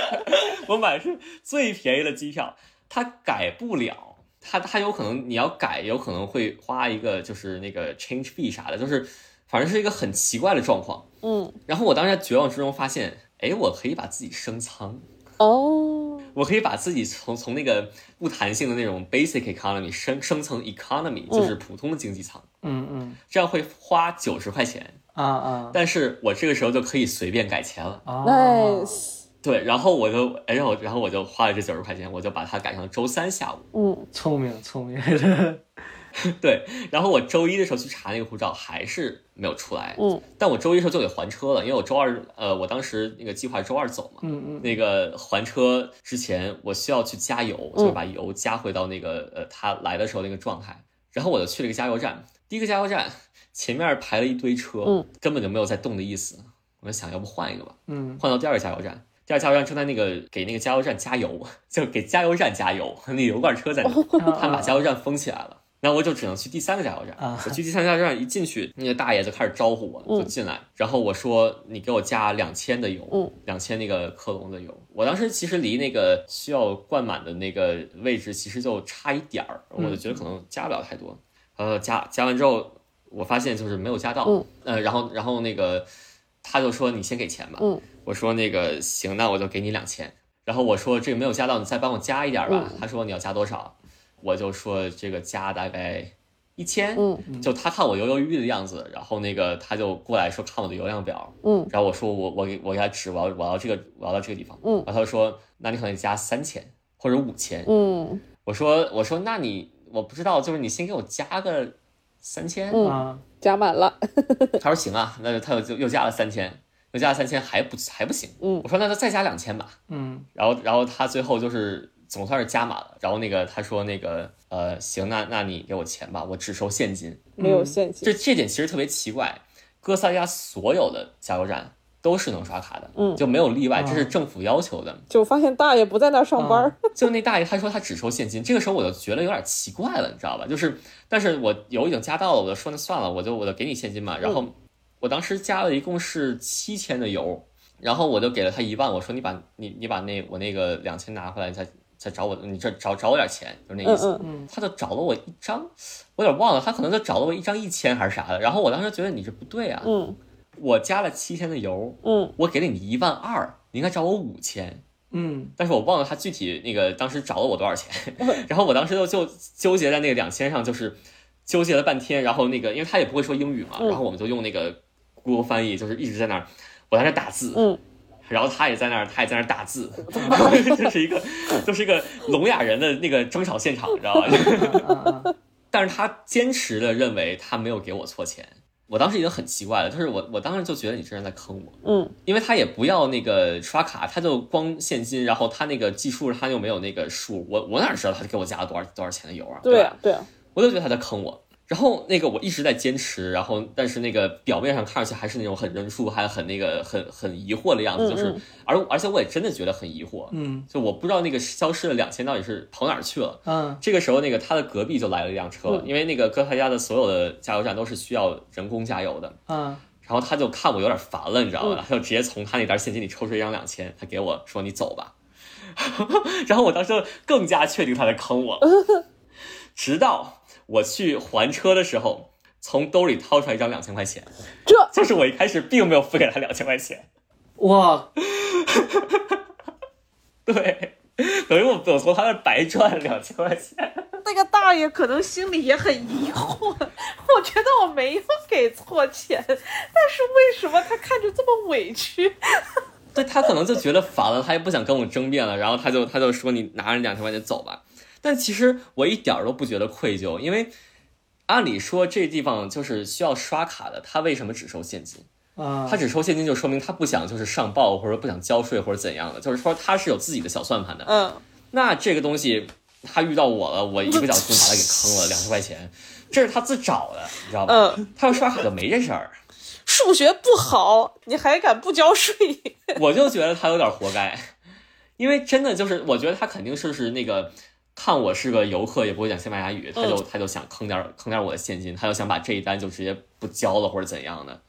[SPEAKER 3] 我买的是最便宜的机票，它改不了，它它有可能你要改，有可能会花一个就是那个 change fee 啥的，就是反正是一个很奇怪的状况。
[SPEAKER 2] 嗯，
[SPEAKER 3] 然后我当时在绝望之中发现，哎，我可以把自己升舱，
[SPEAKER 2] 哦，
[SPEAKER 3] 我可以把自己从从那个不弹性的那种 basic economy 升升层 economy，就是普通的经济舱，
[SPEAKER 5] 嗯嗯，
[SPEAKER 3] 这样会花九十块钱，
[SPEAKER 5] 啊啊，
[SPEAKER 3] 但是我这个时候就可以随便改钱了。
[SPEAKER 5] 啊
[SPEAKER 2] nice，
[SPEAKER 3] 对，然后我就，哎，然后然后我就花了这九十块钱，我就把它改成周三下午。
[SPEAKER 2] 嗯
[SPEAKER 5] 聪明聪明， [LAUGHS]
[SPEAKER 3] 对，然后我周一的时候去查那个护照，还是没有出来。
[SPEAKER 2] 嗯，
[SPEAKER 3] 但我周一的时候就给还车了，因为我周二，呃，我当时那个计划是周二走嘛。
[SPEAKER 5] 嗯嗯，
[SPEAKER 3] 那个还车之前，我需要去加油，就是把油加回到那个呃他来的时候那个状态。然后我就去了一个加油站，第一个加油站前面排了一堆车，
[SPEAKER 2] 嗯
[SPEAKER 3] 根本就没有在动的意思。我就想要不换一个吧，
[SPEAKER 5] 嗯，
[SPEAKER 3] 换到第二个加油站。第二加油站正在那个给那个加油站加油， [LAUGHS] 就给加油站加油，那油罐车在那，
[SPEAKER 5] 哦
[SPEAKER 3] [LAUGHS] 他们把加油站封起来了。那我就只能去第三个加油站。
[SPEAKER 5] 啊
[SPEAKER 3] 我去第三个加油站一进去，那个大爷就开始招呼我，就进来，然后我说你给我加两千的油，
[SPEAKER 2] 嗯
[SPEAKER 3] 两千那个克隆的油。我当时其实离那个需要灌满的那个位置其实就差一点儿，我
[SPEAKER 2] 嗯
[SPEAKER 3] 就觉得可能加不了太多。呃，加加完之后，我发现就是没有加到，
[SPEAKER 2] 嗯
[SPEAKER 3] 呃，然后然后那个他就说你先给钱吧，
[SPEAKER 2] 嗯
[SPEAKER 3] 我说那个行，那我就给你两千。然后我说这个没有加到，你再帮我加一点吧。
[SPEAKER 2] 嗯
[SPEAKER 3] 他说你要加多少，我就说这个加大概一千。
[SPEAKER 2] 嗯
[SPEAKER 3] 就他看我犹犹豫豫的样子，然后那个他就过来说看我的流量表，
[SPEAKER 2] 嗯，
[SPEAKER 3] 然后我说我我给我给他指我要我要这个我要到这个地方，
[SPEAKER 2] 嗯
[SPEAKER 3] 然后他就说那你可能加三千或者五千，
[SPEAKER 2] 嗯
[SPEAKER 3] 我说我说那你我不知道，就是你先给我加个三千，
[SPEAKER 2] 嗯
[SPEAKER 5] 啊，
[SPEAKER 2] 加满了，
[SPEAKER 3] 他说行啊，那他就又加了三千，又加了三千还不还不行，
[SPEAKER 2] 嗯
[SPEAKER 3] 我说那就再加两千吧，
[SPEAKER 5] 嗯
[SPEAKER 3] 然后然后他最后就是总算是加满了。然后那个他说那个呃行，那那你给我钱吧，我只收现金。
[SPEAKER 2] 没有现金。
[SPEAKER 3] 嗯这这点其实特别奇怪，哥斯达黎加所有的加油站都是能刷卡的，
[SPEAKER 2] 嗯
[SPEAKER 3] 就没有例外，这是政府要求的。
[SPEAKER 2] 就发现大爷不在那儿上
[SPEAKER 5] 哦
[SPEAKER 2] 班儿，
[SPEAKER 3] 就那大爷他说他只收现金，这个时候我就觉得有点奇怪了，你知道吧？就是，但是我油已经加到了，我就说那算了，我就我就给你现金嘛。然
[SPEAKER 2] 嗯
[SPEAKER 3] 后我当时加了一共是七千的油，然后我就给了他一万，我说你把你你把那我那个两千拿回来，你再再找我，你这找找我点钱，就是那
[SPEAKER 2] 嗯
[SPEAKER 3] 意思。
[SPEAKER 2] 嗯，
[SPEAKER 3] 他就找了我一张，我有点忘了，他可能就找了我一张一千还是啥的。然后我当时觉得你这不对啊，
[SPEAKER 2] 嗯
[SPEAKER 3] 我加了七千的油，
[SPEAKER 2] 嗯，
[SPEAKER 3] 我给了你一万二，你应该找我五千。
[SPEAKER 5] 嗯，
[SPEAKER 3] 但是我忘了他具体那个当时找了我多少钱，
[SPEAKER 2] 嗯
[SPEAKER 3] [LAUGHS] 然后我当时就就纠结在那个两千上，就是纠结了半天，然后那个因为他也不会说英语嘛，
[SPEAKER 2] 嗯
[SPEAKER 3] 然后我们就用那个 Google 翻译，就是一直在那儿我在那儿打字，
[SPEAKER 2] 嗯
[SPEAKER 3] 然后他也在那儿，他也在那儿打字， [LAUGHS] 这是一个就是一个聋哑人的那个争吵现场，你知道吧？
[SPEAKER 5] 啊
[SPEAKER 3] [LAUGHS] 但是他坚持的认为他没有给我错钱，我当时已经很奇怪了，就是我我当时就觉得你这人在坑我，
[SPEAKER 2] 嗯，
[SPEAKER 3] 因为他也不要那个刷卡，他就光现金，然后他那个计数他又没有那个数，我我哪知道他给我加了多少多少钱的油啊？
[SPEAKER 2] 对啊
[SPEAKER 3] 吧
[SPEAKER 2] 对啊，
[SPEAKER 3] 我就觉得他在坑我。然后那个我一直在坚持，然后但是那个表面上看上去还是那种很认输，还很那个很很疑惑的样子，就是
[SPEAKER 2] 嗯
[SPEAKER 3] 而而且我也真的觉得很疑惑，
[SPEAKER 5] 嗯
[SPEAKER 3] 就我不知道那个消失的两千到底是跑哪儿去了。
[SPEAKER 5] 嗯
[SPEAKER 3] 这个时候，那个他的隔壁就来了一辆车，因为那个哥斯达黎加的所有的加油站都是需要人工加油的，
[SPEAKER 5] 嗯
[SPEAKER 3] 然后他就看我有点烦了，你知道吧？他就直接从他那沓现金里抽出一张两千，他给我说：“你走吧。” [LAUGHS] 然后我当时就更加确定他在坑我，直到我去还车的时候，从兜里掏出来一张两千块钱，
[SPEAKER 2] 这
[SPEAKER 3] 就是我一开始并没有付给他两千块钱，
[SPEAKER 5] 哇，
[SPEAKER 3] 对，等于我我从他那儿白赚了两千块钱。
[SPEAKER 2] 那个大爷可能心里也很疑惑， [LAUGHS] 我觉得我没有给错钱，但是为什么他看着这么委屈？
[SPEAKER 3] 对他可能就觉得烦了，他也不想跟我争辩了，然后他就他就说你拿着两千块钱走吧。但其实我一点儿都不觉得愧疚，因为按理说这地方就是需要刷卡的，他为什么只收现金？
[SPEAKER 5] 啊
[SPEAKER 3] 他只收现金就说明他不想就是上报或者不想交税或者怎样的，就是说他是有自己的小算盘的。
[SPEAKER 2] 嗯，
[SPEAKER 3] 那这个东西他遇到我了，我一不小心把他给坑了两千块钱，这是他自找的，你知道吧？他要刷卡就没这事儿，
[SPEAKER 2] 数学不好，你还敢不交税？
[SPEAKER 3] 我就觉得他有点活该，因为真的就是，我觉得他肯定是是那个看我是个游客，也不会讲西班牙语，他就他就想坑点儿坑点儿我的现金，他就想把这一单就直接不交了或者怎样的。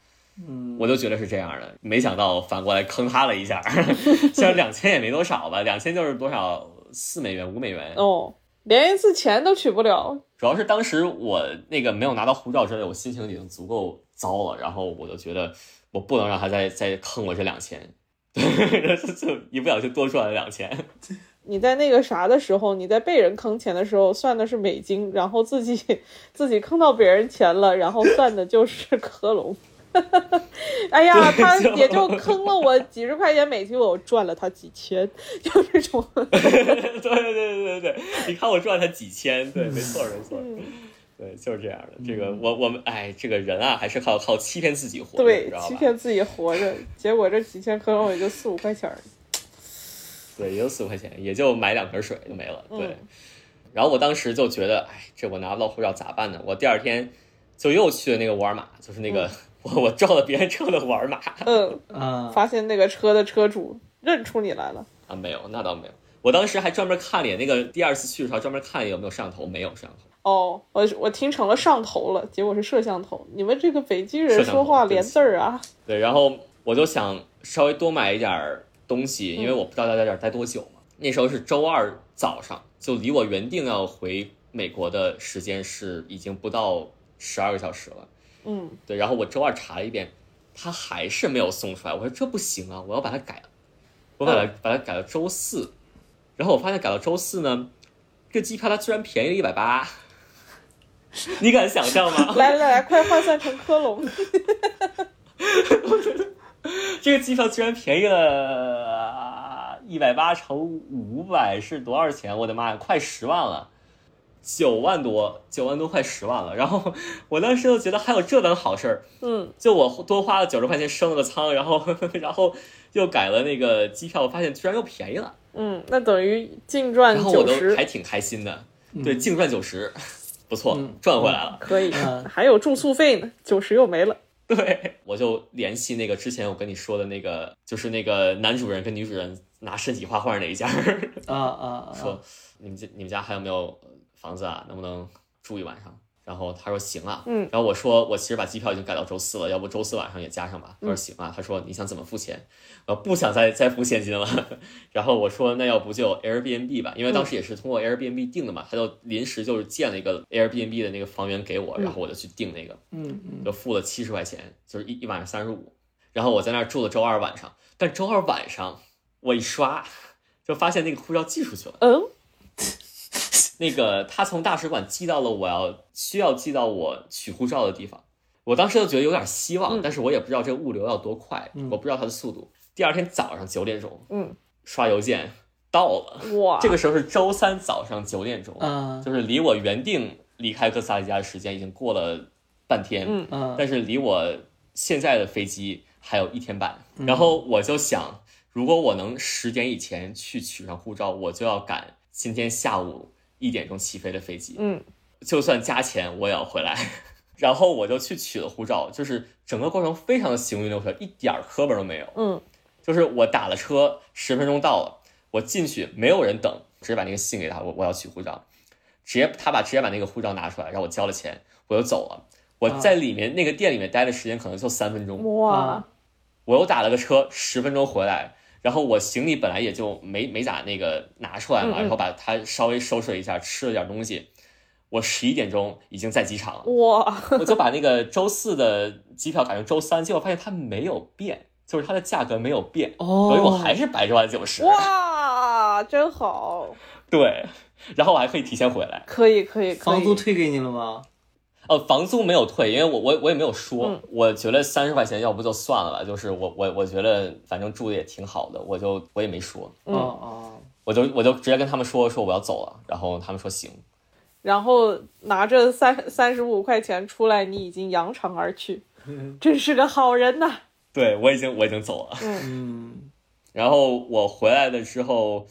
[SPEAKER 3] 嗯，我就觉得是这样的，没想到反过来坑他了一下， [LAUGHS] 虽然两千也没多少吧，两千就是多少四美元五美元，
[SPEAKER 2] 哦，连一次钱都取不了。
[SPEAKER 3] 主要是当时我那个没有拿到护照之类，我心情已经足够糟了，然后我就觉得我不能让他再再坑我这两千，对， [LAUGHS] 就一不小心多出来了两千。 [LAUGHS]
[SPEAKER 2] 你在那个啥的时候，你在被人坑钱的时候算的是美金，然后自己自己坑到别人钱了，然后算的就是科隆。 [LAUGHS] 哎呀，他
[SPEAKER 3] 就
[SPEAKER 2] 也就坑了我几十块钱美金，我赚了他几千，就这种。
[SPEAKER 3] 对对对对对，你看我赚了他几千，对，没错没错，
[SPEAKER 2] 嗯
[SPEAKER 3] 对，就是这样的。这个我我们哎，这个人啊，还是靠靠欺骗自己活着，你
[SPEAKER 2] 对
[SPEAKER 3] 知，道
[SPEAKER 2] 欺
[SPEAKER 3] 吧？
[SPEAKER 2] 骗自己活着，结果这几千克隆也就四五块钱儿。
[SPEAKER 3] 对，也就四块钱，也就买两瓶水就没了。对，
[SPEAKER 2] 嗯
[SPEAKER 3] 然后我当时就觉得，哎，这我拿不到护照咋办呢？我第二天就又去了那个沃尔玛，就是那个、 [LAUGHS] 我我撞了别人车的沃尔玛 [LAUGHS]
[SPEAKER 2] 嗯，
[SPEAKER 5] 啊
[SPEAKER 2] 发现那个车的车主认出你来了，
[SPEAKER 3] 啊，没有，那倒没有。我当时还专门看了眼那个第二次去的时候，专门看了眼有没有摄像头，没有摄像头。
[SPEAKER 2] 哦，我我听成了上头了，结果是摄像头。你们这个北京
[SPEAKER 3] 摄
[SPEAKER 2] 人
[SPEAKER 3] 像头
[SPEAKER 2] 说话
[SPEAKER 3] 对
[SPEAKER 2] 连
[SPEAKER 3] 不起
[SPEAKER 2] 字儿啊，
[SPEAKER 3] 对，然后我就想稍微多买一点儿东西，因为我不知道在这儿待多久嘛。那时候是周二早上，就离我原定要回美国的时间是已经不到十二个小时了。
[SPEAKER 2] 嗯，
[SPEAKER 3] 对，然后我周二查了一遍，他还是没有送出来。我说这不行啊，我要把它改了。我把它、把它改到周四，然后我发现改到周四呢，这机票它居然便宜了一百八， [LAUGHS] 你敢想象吗？ [LAUGHS]
[SPEAKER 2] 来来来，快换算成科隆。
[SPEAKER 3] 这个机票居然便宜了一百八乘五百是多少钱？我的妈呀，快十万了！九万多，九万多快十万了。然后我当时就觉得还有这等好事儿，
[SPEAKER 2] 嗯，
[SPEAKER 3] 就我多花 [LAUGHS] 了九十块钱升了个舱，然后然后又改了那个机票，我发现居然又便宜了。
[SPEAKER 2] 嗯，那等于净赚
[SPEAKER 3] 然后我
[SPEAKER 2] 九
[SPEAKER 3] 都
[SPEAKER 2] 十嗯
[SPEAKER 3] 还，挺开心的，对，净赚九十，不错，赚回来了。 [LAUGHS]
[SPEAKER 2] 可以
[SPEAKER 5] 嗯，
[SPEAKER 2] 还有住宿费呢，九十又没了。
[SPEAKER 3] 对，我就联系那个之前我跟你说的那个，就是那个男主人跟女主人拿身体画画那一家，
[SPEAKER 5] 啊啊
[SPEAKER 3] 说
[SPEAKER 5] 啊！
[SPEAKER 3] 你们家你们家还有没有呃房子啊？能不能住一晚上？然后他说行啊，
[SPEAKER 2] 嗯
[SPEAKER 3] 然后我说我其实把机票已经改到周四了，要不周四晚上也加上吧。他
[SPEAKER 5] 嗯
[SPEAKER 3] 说行啊，他说你想怎么付钱？我不想再再付现金了。 [LAUGHS] 然后我说那要不就 Airbnb 吧，因
[SPEAKER 5] 嗯
[SPEAKER 3] 为当时也是通过 Airbnb 订的嘛，他就临时就是建了一个 Airbnb 的那个房源给我，然后我就去订那个，
[SPEAKER 5] 嗯嗯，
[SPEAKER 3] 就付了七十块钱，就是一一晚上三十五。然后我在那儿住了周二晚上，但周二晚上我一刷，就发现那个护照寄出去了。
[SPEAKER 2] 嗯，
[SPEAKER 3] 那个他从大使馆寄到了我要需要寄到我取护照的地方。我当时就觉得有点希
[SPEAKER 2] 嗯
[SPEAKER 3] 望，但是我也不知道这物流要多快，我不知道它的速度。第二天早上九点钟，
[SPEAKER 2] 嗯，
[SPEAKER 3] 刷邮件到了，
[SPEAKER 2] 哇，
[SPEAKER 3] 这个时候是周三早上九点钟，
[SPEAKER 5] 嗯
[SPEAKER 3] 就是离我原定离开哥斯达黎加的时间已经过了半天，
[SPEAKER 2] 嗯
[SPEAKER 5] 嗯
[SPEAKER 3] 但是离我现在的飞机还有一天半，然后我就想，如果我能十点以前去取上护照，我就要赶今天下午一点钟起飞的飞机，
[SPEAKER 2] 嗯，
[SPEAKER 3] 就算加钱我也要回来。 [LAUGHS] 然后我就去取了护照，就是整个过程非常的行云流水，一点儿磕巴都没有。
[SPEAKER 2] 嗯，
[SPEAKER 3] 就是我打了车，十分钟到了，我进去没有人等，直接把那个信给他，我我要取护照，直接他把直接把那个护照拿出来，让我交了钱，我就走了。我在里面、那个店里面待的时间可能就三分钟，
[SPEAKER 2] 哇
[SPEAKER 5] 啊，
[SPEAKER 3] 我又打了个车，十分钟回来，然后我行李本来也就没没咋那个拿出来嘛，
[SPEAKER 2] 嗯嗯
[SPEAKER 3] 然后把它稍微收拾了一下，吃了点东西，我十一点钟已经在机场了。
[SPEAKER 2] 哇，
[SPEAKER 3] 我就把那个周四的机票改成周三，结果发现它没有变，就是它的价格没有变，
[SPEAKER 5] 哦
[SPEAKER 3] 所以我还是白赚九十。
[SPEAKER 2] 哇，真好，
[SPEAKER 3] 对，然后我还可以提前回来。
[SPEAKER 2] 可以可以可以，
[SPEAKER 5] 房租退给你了吗？
[SPEAKER 3] 呃，房租没有退，因为我我我也没有说，
[SPEAKER 2] 嗯
[SPEAKER 3] 我觉得三十块钱要不就算了吧，就是我我我觉得反正住的也挺好的，我就我也没说，
[SPEAKER 5] 哦哦，
[SPEAKER 3] 我就我就直接跟他们说说我要走了，然后他们说行，
[SPEAKER 2] 然后拿着三三十五块钱出来，你已经扬长而去，真是个好人呐。
[SPEAKER 3] 对我已经我已经走了。
[SPEAKER 5] 嗯
[SPEAKER 3] 然后我回来了之后，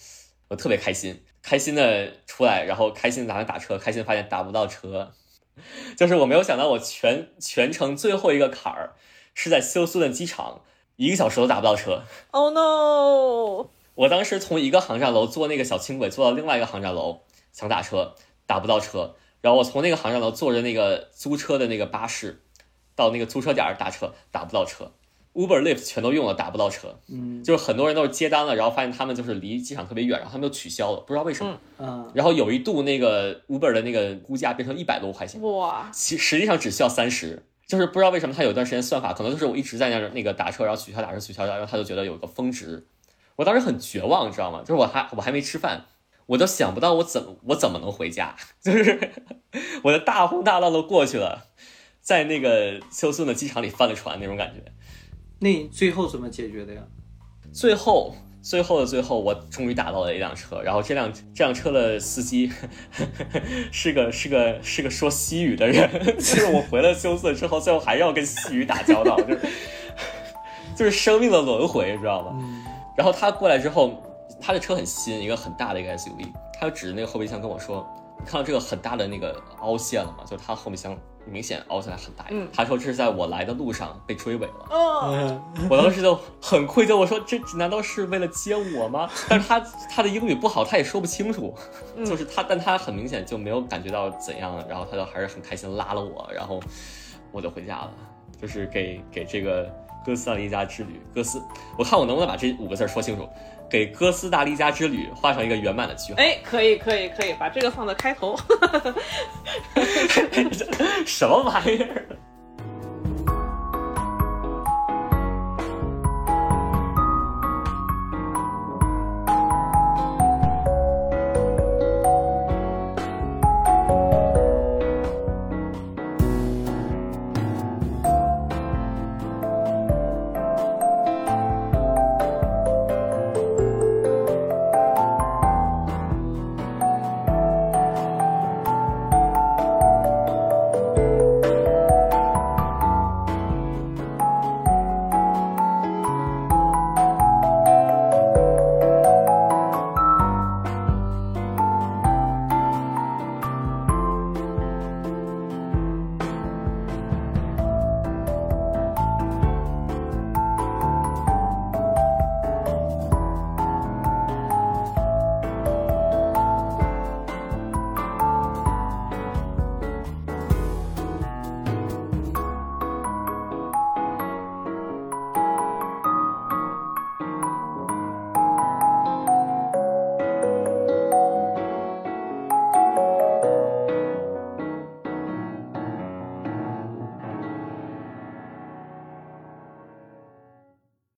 [SPEAKER 3] 我特别开心，开心的出来，然后开心打算打车，开心地发现打不到车， [LAUGHS] 就是我没有想到我全全程最后一个坎儿是在休斯顿机场，一个小时都打不到车。
[SPEAKER 2] Oh no！
[SPEAKER 3] 我当时从一个航站楼坐那个小轻轨坐到另外一个航站楼，想打车打不到车，然后我从那个航站楼坐着那个租车的那个巴士，到那个租车点儿打车打不到车，Uber、Lyft 全都用了打不到车，
[SPEAKER 5] 嗯
[SPEAKER 3] 就是很多人都是接单了，然后发现他们就是离机场特别远，然后他们就取消了，不知道为什么。
[SPEAKER 5] 嗯
[SPEAKER 3] 然后有一度那个 Uber 的那个估价变成一百多块钱，
[SPEAKER 2] 哇，
[SPEAKER 3] 其实际上只需要三十，就是不知道为什么他有一段时间算法，可能就是我一直在那儿那个打车，然后取消打车取消，然后他就觉得有个峰值。我当时很绝望，你知道吗？就是我还我还没吃饭，我都想不到我怎么我怎么能回家， [LAUGHS] 就是我的大风大浪都过去了，在那个休斯顿的机场里翻了船那种感觉。
[SPEAKER 5] 那你最后怎么解决的呀？
[SPEAKER 3] 最后最后的最后，我终于打到了一辆车，然后这辆这辆车的司机 [LAUGHS] 是个是个是个说西语的人，就是我回了休斯顿之后，最后还要跟西语打交道，就是就是生命的轮回，知道吗？然后他过来之后，他的车很新，一个很大的一个 SUV，他就指着那个后备箱跟我说：“你看到这个很大的那个凹陷了吗？就是他后备箱明显凹下来很大一个。
[SPEAKER 2] 嗯
[SPEAKER 3] 他说：“这是在我来的路上被追尾了。”
[SPEAKER 2] 哦，
[SPEAKER 5] 嗯
[SPEAKER 3] [LAUGHS] 我当时就很愧疚，我说这难道是为了接我吗？但是他 [LAUGHS] 他的英语不好，他也说不清楚，就是他，但他很明显就没有感觉到怎样，然后他就还是很开心拉了我，然后我就回家了，就是给给这个哥斯达黎加之旅，哥斯，我看我能不能把这五个字儿说清楚，给哥斯达黎加之旅画上一个圆满的句号。
[SPEAKER 2] 哎，可以可以
[SPEAKER 3] [LAUGHS]
[SPEAKER 2] 可以，把这个放到开头。
[SPEAKER 3] 什么玩意儿？